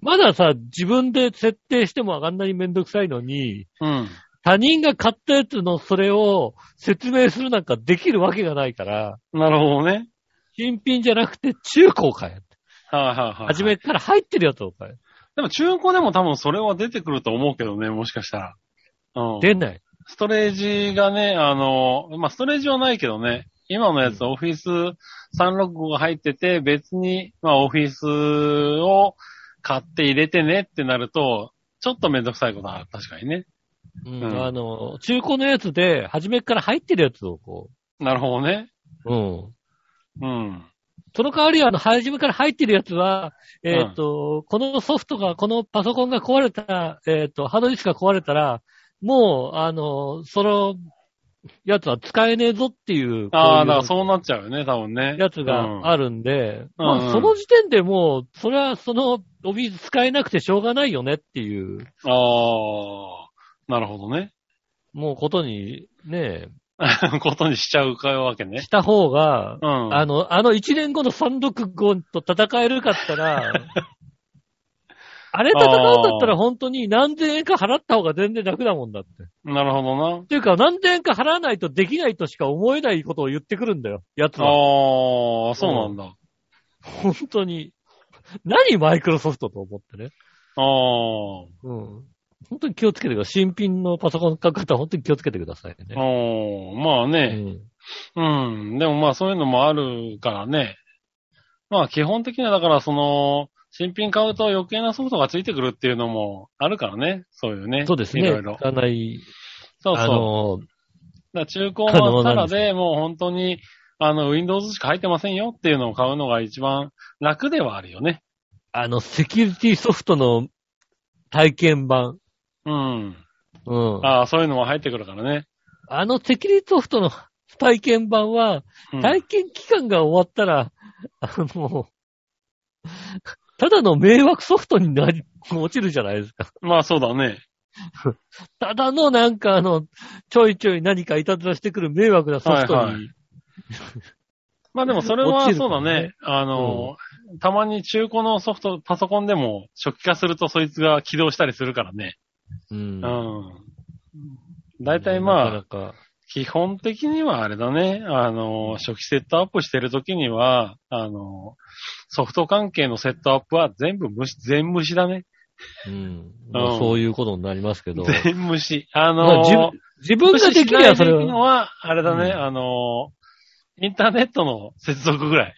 [SPEAKER 2] まださ、自分で設定してもあんなにめんどくさいのに、
[SPEAKER 3] うん。
[SPEAKER 2] 他人が買ったやつのそれを説明するなんかできるわけがないから、
[SPEAKER 3] なるほどね。
[SPEAKER 2] 新品じゃなくて中古を買え。
[SPEAKER 3] はいはいはい。
[SPEAKER 2] 初めから入ってるやつを買え。
[SPEAKER 3] でも中古でも多分それは出てくると思うけどね、もしかしたら。うん。
[SPEAKER 2] 出ない。
[SPEAKER 3] ストレージがね、あの、まあ、ストレージはないけどね、今のやつ、オフィス365が入ってて、別に、まあ、オフィスを買って入れてねってなると、ちょっとめんどくさいことは確かにね。
[SPEAKER 2] うん
[SPEAKER 3] うん
[SPEAKER 2] あの、中古のやつで、初めから入ってるやつをこ
[SPEAKER 3] なるほどね。
[SPEAKER 2] う、うん。
[SPEAKER 3] うん。
[SPEAKER 2] その代わり、あの、初めから入ってるやつは、えっ、と、このソフトが、このパソコンが壊れたら、えっ、と、ハードディスクが壊れたら、もう、あの、その、やつは使えねえぞっていう、
[SPEAKER 3] ああ、だから
[SPEAKER 2] こ
[SPEAKER 3] そうなっちゃうよね、多分ね
[SPEAKER 2] ういう。やつが
[SPEAKER 3] あ
[SPEAKER 2] あるんで、
[SPEAKER 3] うんうん
[SPEAKER 2] まあ、その時点でもう、それはその、お水使えなくてしょうがないよねっていう、
[SPEAKER 3] あー、なるほどね。
[SPEAKER 2] もうことに、ね、
[SPEAKER 3] ことにしちゃうかわけね
[SPEAKER 2] し。た方が、
[SPEAKER 3] うん。
[SPEAKER 2] あの、あの1年後の365と戦えるかった ら、あれ戦うんだったら本当に何千円か払った方が全然楽だもんだって。っ
[SPEAKER 3] なるほどな。
[SPEAKER 2] ていうか何千円か払わないとできないとしか思えないことを言ってくるんだよ、奴は。
[SPEAKER 3] ああ、そうなんだ。
[SPEAKER 2] 本当に。何マイクロソフトと思ってね。
[SPEAKER 3] ああ。
[SPEAKER 2] うん。本当に気をつけてください。新品のパソコン買う方は本当に気をつけてくださいね。
[SPEAKER 3] おー、まあね、うん。でもまあそういうのもあるからね。まあ基本的にはだからその、新品買うと余計なソフトがついてくるっていうのもあるからね。そういう
[SPEAKER 2] う
[SPEAKER 3] ね。
[SPEAKER 2] ん、そうですね。
[SPEAKER 3] いろいろ
[SPEAKER 2] 使。わない、
[SPEAKER 3] そう
[SPEAKER 2] あの、
[SPEAKER 3] そう。だから中古はた
[SPEAKER 2] 可能な
[SPEAKER 3] だ
[SPEAKER 2] んです
[SPEAKER 3] でもう本当に、あの、Windows しか入ってませんよっていうのを買うのが一番楽ではあるよね。
[SPEAKER 2] あの、セキュリティソフトの体験版。
[SPEAKER 3] うん。
[SPEAKER 2] うん。
[SPEAKER 3] ああ、そういうのも入ってくるからね。
[SPEAKER 2] あのセキュリティソフトの体験版は、
[SPEAKER 3] うん、
[SPEAKER 2] 体験期間が終わったら、あの、ただの迷惑ソフトになり、落ちるじゃないですか。
[SPEAKER 3] まあそうだね。
[SPEAKER 2] ただのなんかあの、ちょいちょい何かいたずらしてくる迷惑なソフトに、
[SPEAKER 3] はいはい まあでもそれは
[SPEAKER 2] 落ち
[SPEAKER 3] そ
[SPEAKER 2] る
[SPEAKER 3] う
[SPEAKER 2] か
[SPEAKER 3] だ
[SPEAKER 2] らね
[SPEAKER 3] ね。あの、たまに中古のソフト、パソコンでも初期化するとそいつが起動したりするからね。
[SPEAKER 2] うん
[SPEAKER 3] うん。大体まあ、
[SPEAKER 2] なかなか
[SPEAKER 3] 基本的にはあれだね。あの、初期セットアップしてるときには、あの、ソフト関係のセットアップは全部無視、全無視だね。
[SPEAKER 2] うん。まあそういうことになりますけど。
[SPEAKER 3] 全無視。あ
[SPEAKER 2] まあ
[SPEAKER 3] の、
[SPEAKER 2] 自分自分ができればそれ
[SPEAKER 3] 無視しないでいいの
[SPEAKER 2] は。
[SPEAKER 3] は、あれだね、
[SPEAKER 2] うん
[SPEAKER 3] あの、インターネットの接続ぐらい。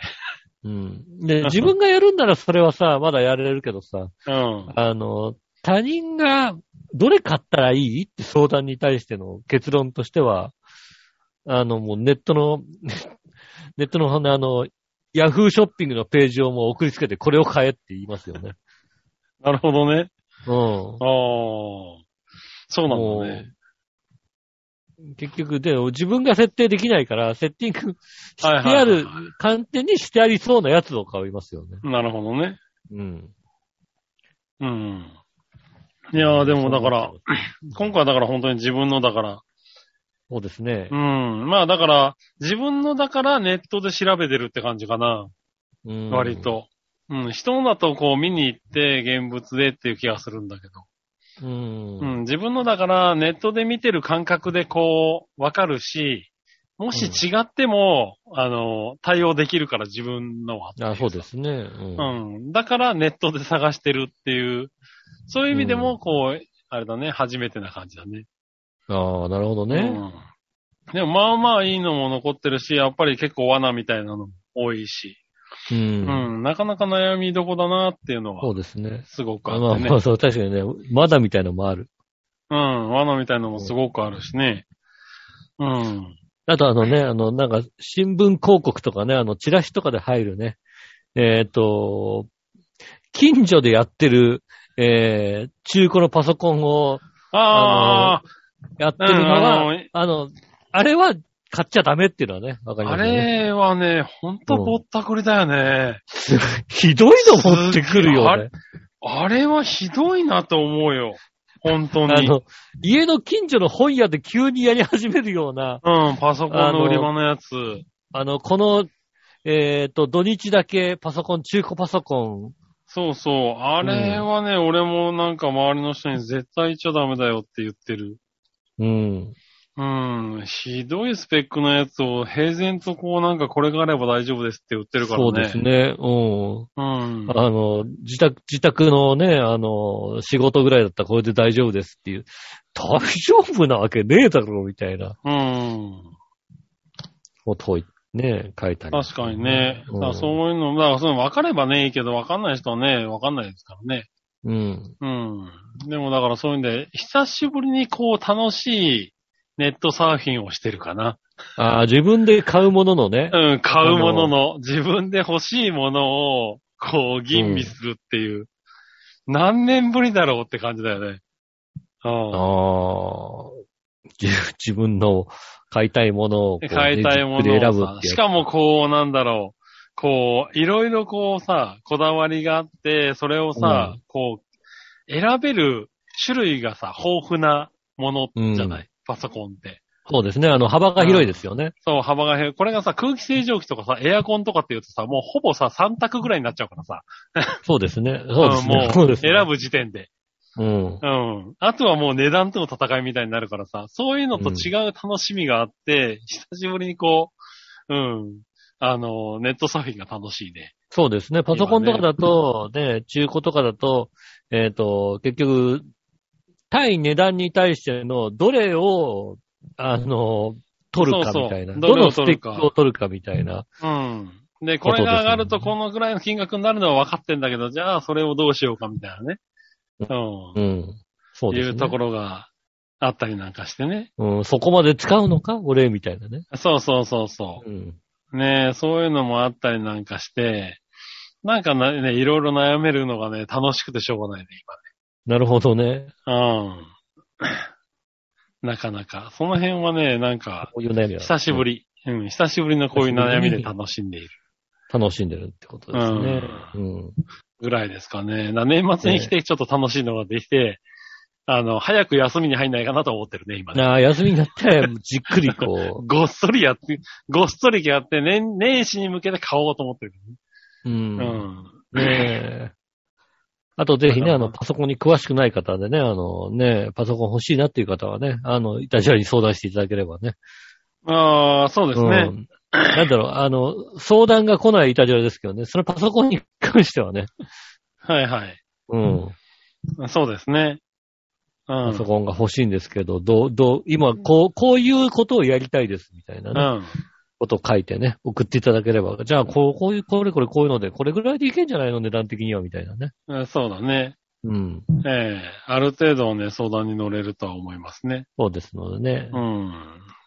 [SPEAKER 2] うん。で、自分がやるんならそれはさ、まだやれるけどさ、
[SPEAKER 3] うん。
[SPEAKER 2] あの、他人がどれ買ったらいいって相談に対しての結論としては、あの、もうネットの、 ネットのあの、ヤフーショッピングのページをもう送りつけてこれを買えって言いますよね。
[SPEAKER 3] なるほどね。
[SPEAKER 2] うん。
[SPEAKER 3] ああ。そうなんだね。
[SPEAKER 2] 結局、で、自分が設定できないから、セッティングして
[SPEAKER 3] はいはい
[SPEAKER 2] あ
[SPEAKER 3] はいはい
[SPEAKER 2] る、観点にしてありそうなやつを買いますよね。
[SPEAKER 3] なるほどね。
[SPEAKER 2] うん。
[SPEAKER 3] うん。いやーでもだから
[SPEAKER 2] そ、
[SPEAKER 3] 今回だから本当に自分のだから、
[SPEAKER 2] うですね
[SPEAKER 3] う。ん。まあだから、自分のだからネットで調べてるって感じかな。
[SPEAKER 2] うん
[SPEAKER 3] 割。と。うん。人のだとこう見に行って現物でっていう気がするんだけど。
[SPEAKER 2] うん。
[SPEAKER 3] うん。自分のだからネットで見てる感覚でこう、わかるし、もし違っても、あの、対応できるから自分のは。
[SPEAKER 2] あそうですね。うん。
[SPEAKER 3] うん。だからネットで探してるっていう、そういう意味で
[SPEAKER 2] う
[SPEAKER 3] も、
[SPEAKER 2] ん
[SPEAKER 3] こう、あれだね、初めてな感じだね。
[SPEAKER 2] ああ、なるほどね。
[SPEAKER 3] うん。でも、まあまあいいのも残ってるし、やっぱり結構罠みたいなのも多いし、
[SPEAKER 2] うん。
[SPEAKER 3] うん、なかなか悩みどこだなっていうの
[SPEAKER 2] そ
[SPEAKER 3] は、
[SPEAKER 2] うですね。
[SPEAKER 3] すごく
[SPEAKER 2] ま
[SPEAKER 3] あ
[SPEAKER 2] あま
[SPEAKER 3] っ
[SPEAKER 2] あ
[SPEAKER 3] てね
[SPEAKER 2] ま。あ、そう、確かにね、まだみたいのもある。
[SPEAKER 3] うん、罠みたいなのもすごくあるしね。うん。
[SPEAKER 2] あとあのね、あの、なんか、新聞広告とかね、あの、チラシとかで入るね、えっ、と、近所でやってる、えー、中古のパソコンを
[SPEAKER 3] あ
[SPEAKER 2] やってるのは、
[SPEAKER 3] うんあ
[SPEAKER 2] あ
[SPEAKER 3] の
[SPEAKER 2] の、あれは買っちゃダメっていうのはね、わか
[SPEAKER 3] あ、
[SPEAKER 2] りま
[SPEAKER 3] あ
[SPEAKER 2] すよね。
[SPEAKER 3] れはね、ほんとぼったくりだよね。
[SPEAKER 2] ひどいの持ってくるよね。
[SPEAKER 3] あれはひどいなと思うよ。本当
[SPEAKER 2] あ
[SPEAKER 3] に。
[SPEAKER 2] の、家の近所の本屋で急にやり始めるような、
[SPEAKER 3] うん、パソコンの売り場のやつ。
[SPEAKER 2] あの、この、えっ、と、土日だけパソコン、中古パソコン、
[SPEAKER 3] そうそう。あれはね、俺もなんか周りの人に絶対言っちゃダメだよって言ってる。
[SPEAKER 2] うん。
[SPEAKER 3] うん。ひどいスペックのやつを平然とこうなんかこれがあれば大丈夫ですって売ってるからね。
[SPEAKER 2] そうです。ね。うん。
[SPEAKER 3] うん。
[SPEAKER 2] あの、自宅、自宅のね、あの、仕事ぐらいだったらこれで大丈夫ですっていう。大丈夫なわけねえだろ、みたいな
[SPEAKER 3] うん。
[SPEAKER 2] ことをね、書いたり、
[SPEAKER 3] 確かにね。だからそう
[SPEAKER 2] う。
[SPEAKER 3] いうの、だからその分かればね、いいけど分かんない人はね、分かんないですからね。
[SPEAKER 2] うん。
[SPEAKER 3] うん。でもだからそういうんで、久しぶりにこう楽しいネットサーフィンをしてるかな。
[SPEAKER 2] ああ、自分で買うもののね、
[SPEAKER 3] うん、買うものの、自分で欲しいものを、こう、吟味するっていう、何年ぶりだろうって感じだよね。あ
[SPEAKER 2] ああ、自自分の買いたいものをこう、
[SPEAKER 3] 買いたいも
[SPEAKER 2] ね自
[SPEAKER 3] のを
[SPEAKER 2] 分で選ぶ
[SPEAKER 3] さ
[SPEAKER 2] ってやつ
[SPEAKER 3] しかもこう、なんだろう、こう、いろいろこうさ、こだわりがあって、それをさ、
[SPEAKER 2] う
[SPEAKER 3] こう、選べる種類がさ、豊富なものじゃない。パソコンって。
[SPEAKER 2] そうですね。あの、幅が広いですよね。
[SPEAKER 3] そう、幅が減る。これがさ、空気清浄機とかさ、エアコンとかって言うとさ、もうほぼさ、3択ぐらいになっちゃうからさ。
[SPEAKER 2] そうですね。そうです
[SPEAKER 3] ん
[SPEAKER 2] ね。そ
[SPEAKER 3] も
[SPEAKER 2] うで
[SPEAKER 3] う、
[SPEAKER 2] すね。
[SPEAKER 3] 選ぶ時点で。
[SPEAKER 2] うん。
[SPEAKER 3] うん。あとはもう値段との戦いみたいになるからさ、そういうのと違う楽しみがあって、久しぶりにこう、うん。あの、ネットサーフィンが楽しいね。
[SPEAKER 2] そうですね。パソコンとかだと、ね、中古とかだと、えっ、と、結局、対値段に対しての、どれを、あの、取るかみたいな。
[SPEAKER 3] そうそうどれ
[SPEAKER 2] ど
[SPEAKER 3] を
[SPEAKER 2] のス
[SPEAKER 3] 取
[SPEAKER 2] ペ
[SPEAKER 3] る
[SPEAKER 2] ッ
[SPEAKER 3] か
[SPEAKER 2] クを取るかみたいな。
[SPEAKER 3] うん。で、これが上がるとこのぐらいの金額になるのは分かってんだけど、じゃあそれをどうしようかみたいなね。うん。
[SPEAKER 2] うん。そうですね。
[SPEAKER 3] いうところがあったりなんかしてね。
[SPEAKER 2] うん、そこまで使うのか俺みたいなね。
[SPEAKER 3] そうそうそうそ
[SPEAKER 2] うん。
[SPEAKER 3] う。ねえそういうのもあったりなんかして、なんかなね、いろいろ悩めるのがね、楽しくてしょうがないね、
[SPEAKER 2] なるほどね。
[SPEAKER 3] 今。うん。なかなか。その辺はね、なんか、
[SPEAKER 2] こういう悩みは。
[SPEAKER 3] 久しぶ
[SPEAKER 2] り。
[SPEAKER 3] り。うん、久しぶりのこういう悩みで楽しんでいる
[SPEAKER 2] 楽しんでるってことですね。うん。
[SPEAKER 3] ぐらいですかね。な年末に来てちょっと楽しいのができて、あの、早く休みに入んないかなと思ってるね、今ね。
[SPEAKER 2] なあ、休みになったら、じっくりこ
[SPEAKER 3] ごっそりやって、ごっそりやって、年、年始に向けて買おうと思ってる。
[SPEAKER 2] う。う。
[SPEAKER 3] うんん。
[SPEAKER 2] ねえ。あとぜひね、あの、パソコンに詳しくない方でね、あのね、パソコン欲しいなっていう方はね、あの、いたじらに相談していただければね。
[SPEAKER 3] ああ、そうですね。
[SPEAKER 2] ん。なんだろう、あの、相談が来ないいたじらですけどね、そのパソコンに関してはね、
[SPEAKER 3] はいはい。
[SPEAKER 2] うん。
[SPEAKER 3] そうですね。う
[SPEAKER 2] パ
[SPEAKER 3] ん。
[SPEAKER 2] ソコンが欲しいんですけど、どう、どう、今、こう、こういうことをやりたいです、みたいな
[SPEAKER 3] う
[SPEAKER 2] ね、
[SPEAKER 3] ん。
[SPEAKER 2] ことを書いてね、送っていただければ、じゃあ、こう、こういう、これこれこういうので、これぐらいでいけんじゃないの値段的には、みたいなね。
[SPEAKER 3] うんそうだね。
[SPEAKER 2] うん。
[SPEAKER 3] ええある程度ね、相談に乗れるとは思いますね。
[SPEAKER 2] そうですのでね。
[SPEAKER 3] うん。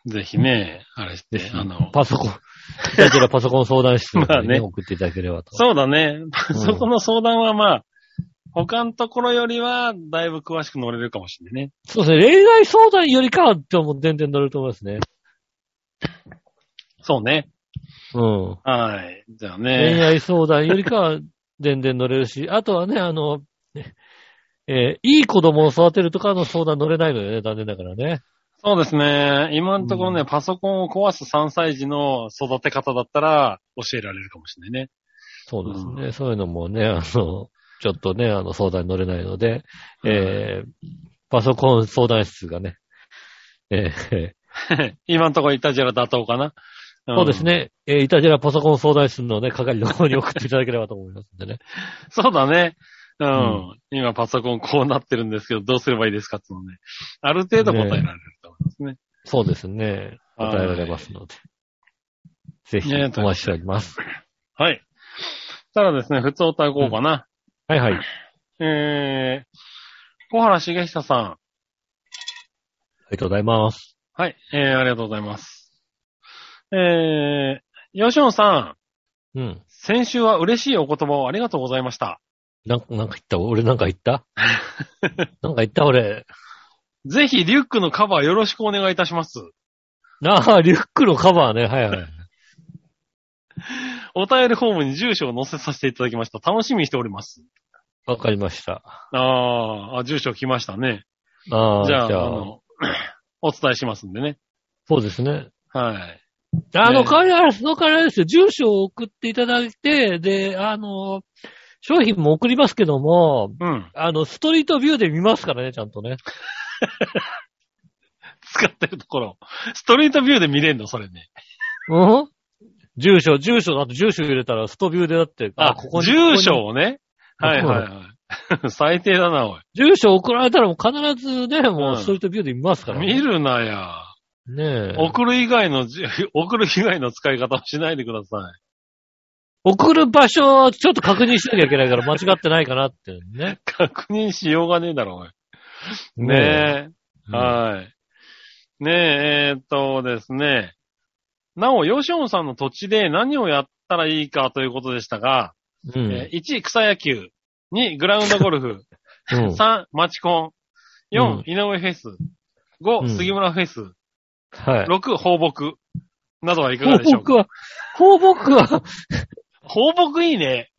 [SPEAKER 3] ぜひね、あれして、あの、
[SPEAKER 2] パソコン、いたじらパソコン相談室に、ね
[SPEAKER 3] まあね
[SPEAKER 2] 送っていただければと。
[SPEAKER 3] そうだね。そこの相談はまあ、他のところよりは、だいぶ詳しく乗れるかもしれないね。
[SPEAKER 2] そうですね。恋愛相談よりかはってもう全然乗れると思いますね。
[SPEAKER 3] そうね。
[SPEAKER 2] うん。
[SPEAKER 3] はい。じゃあ
[SPEAKER 2] 恋
[SPEAKER 3] ね。
[SPEAKER 2] 愛相談よりかは全然乗れるし、あとはね、あの、えーいい子供を育てるとかの相談乗れないのよね、残念ながらね。
[SPEAKER 3] そうですね。今のところね、
[SPEAKER 2] うん
[SPEAKER 3] パソコンを壊す3歳児の育て方だったら、教えられるかもしれないね。
[SPEAKER 2] そうですね。
[SPEAKER 3] う
[SPEAKER 2] そういうのもね、あの、ちょっとね、あの、相談に乗れないので、えーパソコン相談室がね、えー
[SPEAKER 3] 今んところイタジェラ妥当かな。ん
[SPEAKER 2] そうです。ね。えーいたじらパソコン相談室のね、係の方に送っていただければと思いますんでね。
[SPEAKER 3] そうだね。うん。
[SPEAKER 2] う
[SPEAKER 3] 今パソコンこうなってるんですけど、どうすればいいですかっていうのね。ある程度答えられると思いますね。
[SPEAKER 2] そうですね。
[SPEAKER 3] はい
[SPEAKER 2] 答えられますので。ぜひ、
[SPEAKER 3] ね
[SPEAKER 2] お待ちしております。
[SPEAKER 3] はい。ただですね、普通おたこうかな。
[SPEAKER 2] はいはい。あ
[SPEAKER 3] えー、小原茂久さん。
[SPEAKER 2] りがとうございます。
[SPEAKER 3] はい。えー、ありがとうございます。えー、吉野さん。
[SPEAKER 2] うん。
[SPEAKER 3] 先週は嬉しいお言葉をありがとうございました。
[SPEAKER 2] なんか、なんか言った俺なんか言った なんか言った俺。
[SPEAKER 3] ぜひ、リュックのカバーよろしくお願いいたします。
[SPEAKER 2] なあ、リュックのカバーね。はいはい。
[SPEAKER 3] お便りフォームに住所を載せさせていただきました。楽しみにしております。
[SPEAKER 2] わかりました。
[SPEAKER 3] あーあ、住所来ましたね。
[SPEAKER 2] ああ、
[SPEAKER 3] じ
[SPEAKER 2] じ
[SPEAKER 3] ゃ
[SPEAKER 2] ゃ
[SPEAKER 3] あ、
[SPEAKER 2] あ、
[SPEAKER 3] あの、 お伝えしますんでね。
[SPEAKER 2] そうですね。
[SPEAKER 3] はい。
[SPEAKER 2] あの、
[SPEAKER 3] ね
[SPEAKER 2] 代わりあれ、その代わりあれですよ。住所を送っていただいて、で、あの、商品も送りますけども、
[SPEAKER 3] うん。
[SPEAKER 2] あの、ストリートビューで見ますからね、ちゃんとね。
[SPEAKER 3] 使ってるところ。ストリートビューで見れんのそれね。
[SPEAKER 2] うん住所、住所だと住所入れたらストビューでだって、
[SPEAKER 3] あ、住所をね。
[SPEAKER 2] ここ
[SPEAKER 3] は
[SPEAKER 2] に
[SPEAKER 3] いはいはい。 最低だな、おい。
[SPEAKER 2] 住所送られたらもう必ずね、もううんストリートビューで見ますからね。
[SPEAKER 3] 見るなや。
[SPEAKER 2] ねえ。
[SPEAKER 3] 送る以外の じ、送る以外の使い方をしないでくださ
[SPEAKER 2] 送る場所をちょっと確認しなきゃいけないから間違ってないかなってね。
[SPEAKER 3] い。確認しようがねえだろ、おい。
[SPEAKER 2] え。
[SPEAKER 3] ねえ。
[SPEAKER 2] うん
[SPEAKER 3] はい。ねえ、えーっとですね。なお、ヨシオンさんの土地で何をやったらいいかということでしたが、
[SPEAKER 2] うん
[SPEAKER 3] えー1、草野球。2、グラウンドゴル フ。
[SPEAKER 2] うん
[SPEAKER 3] 3、マチコン。4、
[SPEAKER 2] うん
[SPEAKER 3] 井上フェス。
[SPEAKER 2] う
[SPEAKER 3] 5、
[SPEAKER 2] ん
[SPEAKER 3] 杉村フェス。
[SPEAKER 2] はい。
[SPEAKER 3] 6、放牧。などはいかが
[SPEAKER 2] 放
[SPEAKER 3] でしょう
[SPEAKER 2] 牧
[SPEAKER 3] か
[SPEAKER 2] は、放牧は、
[SPEAKER 3] 放牧いいね。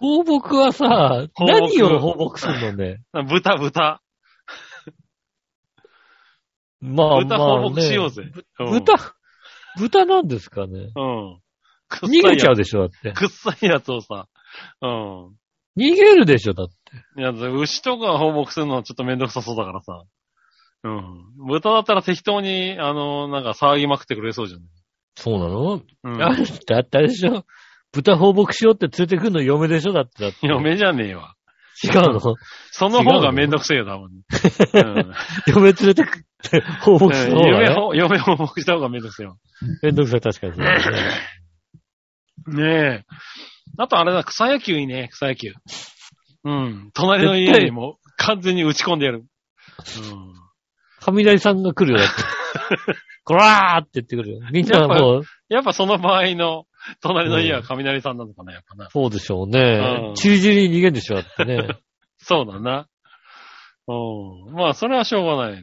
[SPEAKER 2] 放牧はさ、
[SPEAKER 3] 放牧
[SPEAKER 2] 何を放牧するのね。
[SPEAKER 3] 豚、豚。
[SPEAKER 2] まあま
[SPEAKER 3] 豚
[SPEAKER 2] あ、ね。
[SPEAKER 3] 放牧しようぜ。うん
[SPEAKER 2] 豚、豚なんですかね。
[SPEAKER 3] うん。くっ
[SPEAKER 2] 逃
[SPEAKER 3] さ
[SPEAKER 2] げ
[SPEAKER 3] い
[SPEAKER 2] ちゃ
[SPEAKER 3] や
[SPEAKER 2] うでしょ、だって。
[SPEAKER 3] くっさいやつをさ。うん。
[SPEAKER 2] 逃げるでしょ、だって。
[SPEAKER 3] いや、牛とか放牧するのはちょっとめんどくさそうだからさ。うん。豚だったら適当に、あの、なんか騒ぎまくってくれそうじゃ
[SPEAKER 2] そうなの、
[SPEAKER 3] な
[SPEAKER 2] あ
[SPEAKER 3] いうん。
[SPEAKER 2] んたあったでしょ豚放牧しようって連れてくんの嫁でしょだって、だって。
[SPEAKER 3] 嫁じゃねえわ。
[SPEAKER 2] 違うの
[SPEAKER 3] その方がめんどくせえ よ、多分。うん
[SPEAKER 2] 嫁連れてくって放牧する方が、
[SPEAKER 3] 嫁
[SPEAKER 2] ね、
[SPEAKER 3] ほ、嫁放牧した方がめんどくせえわ。
[SPEAKER 2] めんどくさい、確かにそうだね。
[SPEAKER 3] ねえ。あとあれだ、草野球いいね、草野球。うん。隣の家にもう完全に打ち込んでやる。うん。
[SPEAKER 2] 雷さんが来るよ、だ って。こらーって言ってくるよ。みんなもう、
[SPEAKER 3] やっぱその場合の、隣の家は雷さんなのかな、やっぱな。
[SPEAKER 2] そうでしょうね
[SPEAKER 3] うん。
[SPEAKER 2] ちりじりに逃げんでしょ、だってね。
[SPEAKER 3] そうだな。うん。まあ、それはしょうがないね。
[SPEAKER 2] うん